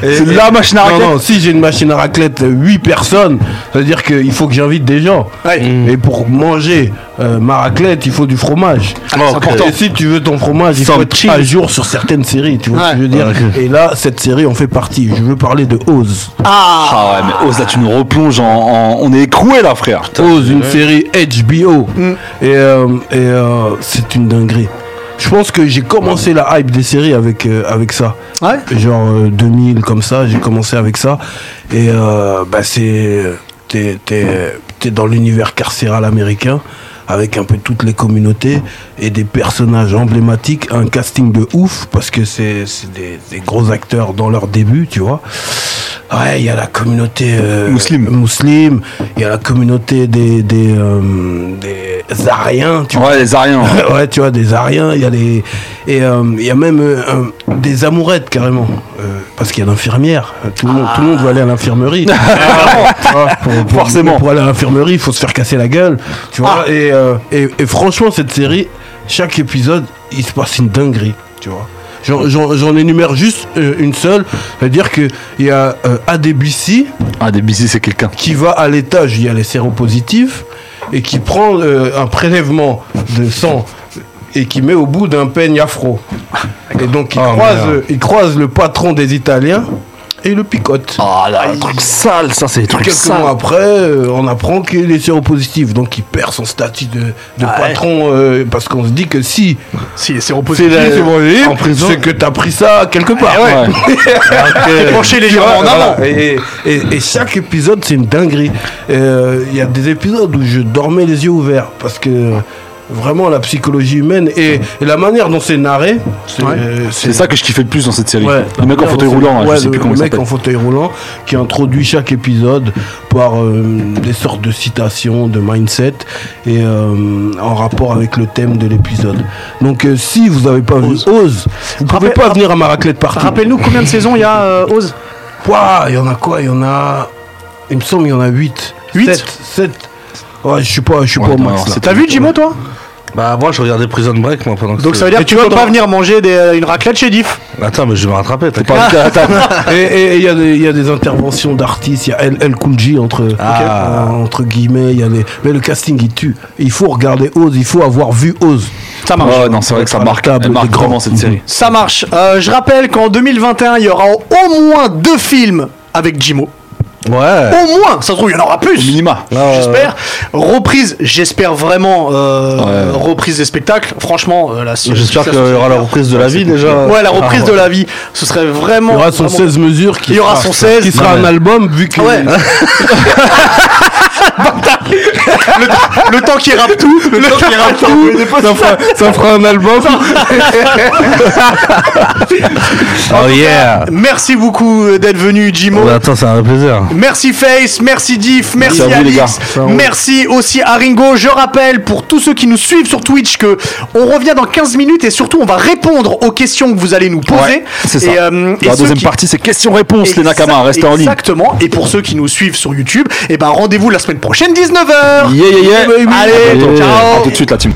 [SPEAKER 2] C'est de la machine à
[SPEAKER 4] Non,
[SPEAKER 2] raclette.
[SPEAKER 4] non, si j'ai une machine à euh, raclette, 8 personnes, ça veut dire qu'il faut que j'invite des gens.
[SPEAKER 1] Ouais.
[SPEAKER 4] Et pour manger euh, Maraclette, il faut du fromage.
[SPEAKER 2] Oh,
[SPEAKER 4] Et si tu veux ton fromage, il faut être à jour sur certaines séries, tu vois ce que je veux dire. Et là, cette série en fait partie. Je veux parler de Oz.
[SPEAKER 2] Ah ouais, mais Oz, là, tu nous replonges en. en- on est écroué là, frère.
[SPEAKER 4] Oz, une série HBO. Et, euh, et, euh, c'est une dinguerie. Je pense que j'ai commencé la hype des séries avec, euh, avec ça.
[SPEAKER 1] Ouais.
[SPEAKER 4] Genre euh, 2000 comme ça, j'ai commencé avec ça. Et euh, bah, c'est... T'es, t'es- t'es dans l'univers carcéral américain avec un peu toutes les communautés et des personnages emblématiques, un casting de ouf parce que c'est, c'est des, des gros acteurs dans leur début, tu vois. Ouais, il y a la communauté euh,
[SPEAKER 2] Mousseline.
[SPEAKER 4] musulmane, il y a la communauté des, des, euh, des Ariens, tu
[SPEAKER 2] Ouais, les Ariens. hein.
[SPEAKER 4] vois. <laughs> Ouais, tu vois, des Ariens, il y a les. Et euh, il y a même euh, un- des amourettes carrément. euh, parce qu'il y a l'infirmière. Tout le, monde, tout le monde veut aller à l'infirmerie. Tu vois, pour- pour-
[SPEAKER 2] Forcément.
[SPEAKER 4] Pour aller à l'infirmerie, il faut se faire casser la gueule. Tu vois. Et, euh, et- et franchement, cette série, chaque épisode, il se passe une dinguerie. Tu vois. J'en- J'en j'en énumère juste euh, une seule. C'est-à-dire qu'il y a euh, ADBC,
[SPEAKER 2] Ah, des busy, c'est quelqu'un.
[SPEAKER 4] qui va à l'étage, il y a les séropositifs, et qui prend euh, un prélèvement de sang et qui met au bout d'un peigne afro. Et donc
[SPEAKER 2] Ah,
[SPEAKER 4] il, croise, euh, il croise le patron des Italiens et il le picote.
[SPEAKER 2] Ah là, le truc sale, ça, c'est des trucs
[SPEAKER 4] Quelques mois
[SPEAKER 2] sales.
[SPEAKER 4] après, euh, on apprend qu'il est séropositif, donc il perd son statut de, de
[SPEAKER 2] Ah
[SPEAKER 4] patron, euh, parce qu'on se dit que si
[SPEAKER 1] Si, c'est
[SPEAKER 4] c'est
[SPEAKER 1] reposé.
[SPEAKER 4] la-
[SPEAKER 2] en prison. Eh
[SPEAKER 4] c'est que t'as pris ça quelque part.
[SPEAKER 2] Ouais.
[SPEAKER 1] Décrocher les gens en
[SPEAKER 4] euh, Voilà,
[SPEAKER 1] amont.
[SPEAKER 4] Et, et- et chaque épisode, c'est une dinguerie. Euh, Il y a des épisodes où je dormais les yeux ouverts parce que vraiment la psychologie humaine et, et la manière dont c'est narré, c'est euh,
[SPEAKER 2] C'est ça que je kiffais le plus dans cette série.
[SPEAKER 4] Ouais,
[SPEAKER 2] le mec en
[SPEAKER 4] la
[SPEAKER 2] fauteuil
[SPEAKER 4] manière dont
[SPEAKER 2] roulant,
[SPEAKER 4] c'est-
[SPEAKER 2] là, je sais
[SPEAKER 4] ouais,
[SPEAKER 2] plus
[SPEAKER 4] le-
[SPEAKER 2] comment il
[SPEAKER 4] Le mec
[SPEAKER 2] s'appelle.
[SPEAKER 4] en fauteuil roulant qui introduit chaque épisode par euh, des sortes de citations, de mindset et euh, en rapport avec le thème de l'épisode. Donc euh, si vous n'avez pas vu Oz, vous ne pouvez
[SPEAKER 1] Rappel-
[SPEAKER 4] pas venir à ma raclette party.
[SPEAKER 1] Rappelle-nous combien de saisons il y a, euh, Oz
[SPEAKER 4] Ouah, il y en a quoi Il y en a. Il me semble il y en a 8.
[SPEAKER 1] Huit
[SPEAKER 4] 7. 7. Ouais, je suis pas, je suis
[SPEAKER 2] Ouais,
[SPEAKER 4] pas au
[SPEAKER 2] non,
[SPEAKER 4] max.
[SPEAKER 2] alors,
[SPEAKER 4] là.
[SPEAKER 2] c'est-
[SPEAKER 1] T'as vu, Jimo, toi
[SPEAKER 3] Bah, moi, je regardais Prison Break, moi, pendant que
[SPEAKER 1] Donc
[SPEAKER 3] c'est-
[SPEAKER 1] ça veut dire que tu peux pas venir manger des, euh, une raclette chez Diff.
[SPEAKER 3] Attends, mais je vais me rattraper, t'inquiète.
[SPEAKER 4] <laughs> Et- Et et il y, a des- il y a des interventions d'artistes. Il y a El, El Cool J entre,
[SPEAKER 2] Ah.
[SPEAKER 4] euh, entre guillemets. il Y a les... Mais le casting, il tue. Il faut regarder Oz. Il faut avoir vu Oz.
[SPEAKER 1] Ça marche.
[SPEAKER 2] Ouais, Oh, non, c'est vrai que ça marque,
[SPEAKER 4] Table
[SPEAKER 2] elle marque
[SPEAKER 4] des grands.
[SPEAKER 2] vraiment cette série.
[SPEAKER 1] Ça marche. Euh, je rappelle qu'en 2021, il y aura au moins deux films avec Jimo.
[SPEAKER 4] Ouais.
[SPEAKER 1] Au moins, ça se trouve, il y en aura
[SPEAKER 2] Au
[SPEAKER 1] plus.
[SPEAKER 2] minima.
[SPEAKER 3] euh,
[SPEAKER 1] J'espère. Reprise, j'espère vraiment. euh,
[SPEAKER 2] Ouais.
[SPEAKER 1] Reprise des spectacles. Franchement, euh, la
[SPEAKER 3] J'espère qu'il y aura la reprise de la vie déjà. Ah,
[SPEAKER 1] Ouais, la reprise de la vie. Ce serait vraiment.
[SPEAKER 4] Il y aura son
[SPEAKER 1] vraiment-
[SPEAKER 4] 16 mesures qui
[SPEAKER 1] Il y aura
[SPEAKER 4] sera,
[SPEAKER 1] son 16.
[SPEAKER 4] qui sera
[SPEAKER 1] Non,
[SPEAKER 4] un album vu
[SPEAKER 2] Ah
[SPEAKER 4] que
[SPEAKER 1] Ouais. <laughs> le, le temps qui rappe tout. Le, temps qui rappe
[SPEAKER 2] <laughs>
[SPEAKER 1] tout.
[SPEAKER 4] ça, fera, ça fera un album.
[SPEAKER 3] Oh yeah
[SPEAKER 1] Merci beaucoup euh, d'être venu, Jimo.
[SPEAKER 3] Ouais, Attends, c'est un vrai plaisir.
[SPEAKER 1] Merci Face, merci Diff, merci,
[SPEAKER 2] Merci à vous, les
[SPEAKER 1] Alix,
[SPEAKER 2] gars.
[SPEAKER 1] merci aussi à Ringo. Je rappelle pour tous ceux qui nous suivent sur Twitch que on revient dans 15 minutes et surtout on va répondre aux questions que vous allez nous poser.
[SPEAKER 2] Ouais, c'est ça.
[SPEAKER 1] Et, euh, et
[SPEAKER 2] la
[SPEAKER 1] ceux
[SPEAKER 2] deuxième
[SPEAKER 1] qui-
[SPEAKER 2] partie, c'est questions-réponses, les Nakama.
[SPEAKER 1] Exact-
[SPEAKER 2] Restez en ligne.
[SPEAKER 1] Exactement. Et pour ceux qui nous suivent sur eh YouTube, et ben rendez-vous la semaine prochaine 19h.
[SPEAKER 2] Yeah, yeah, yeah.
[SPEAKER 1] Allez,
[SPEAKER 2] À bientôt.
[SPEAKER 1] ciao.
[SPEAKER 2] À tout de suite, la team.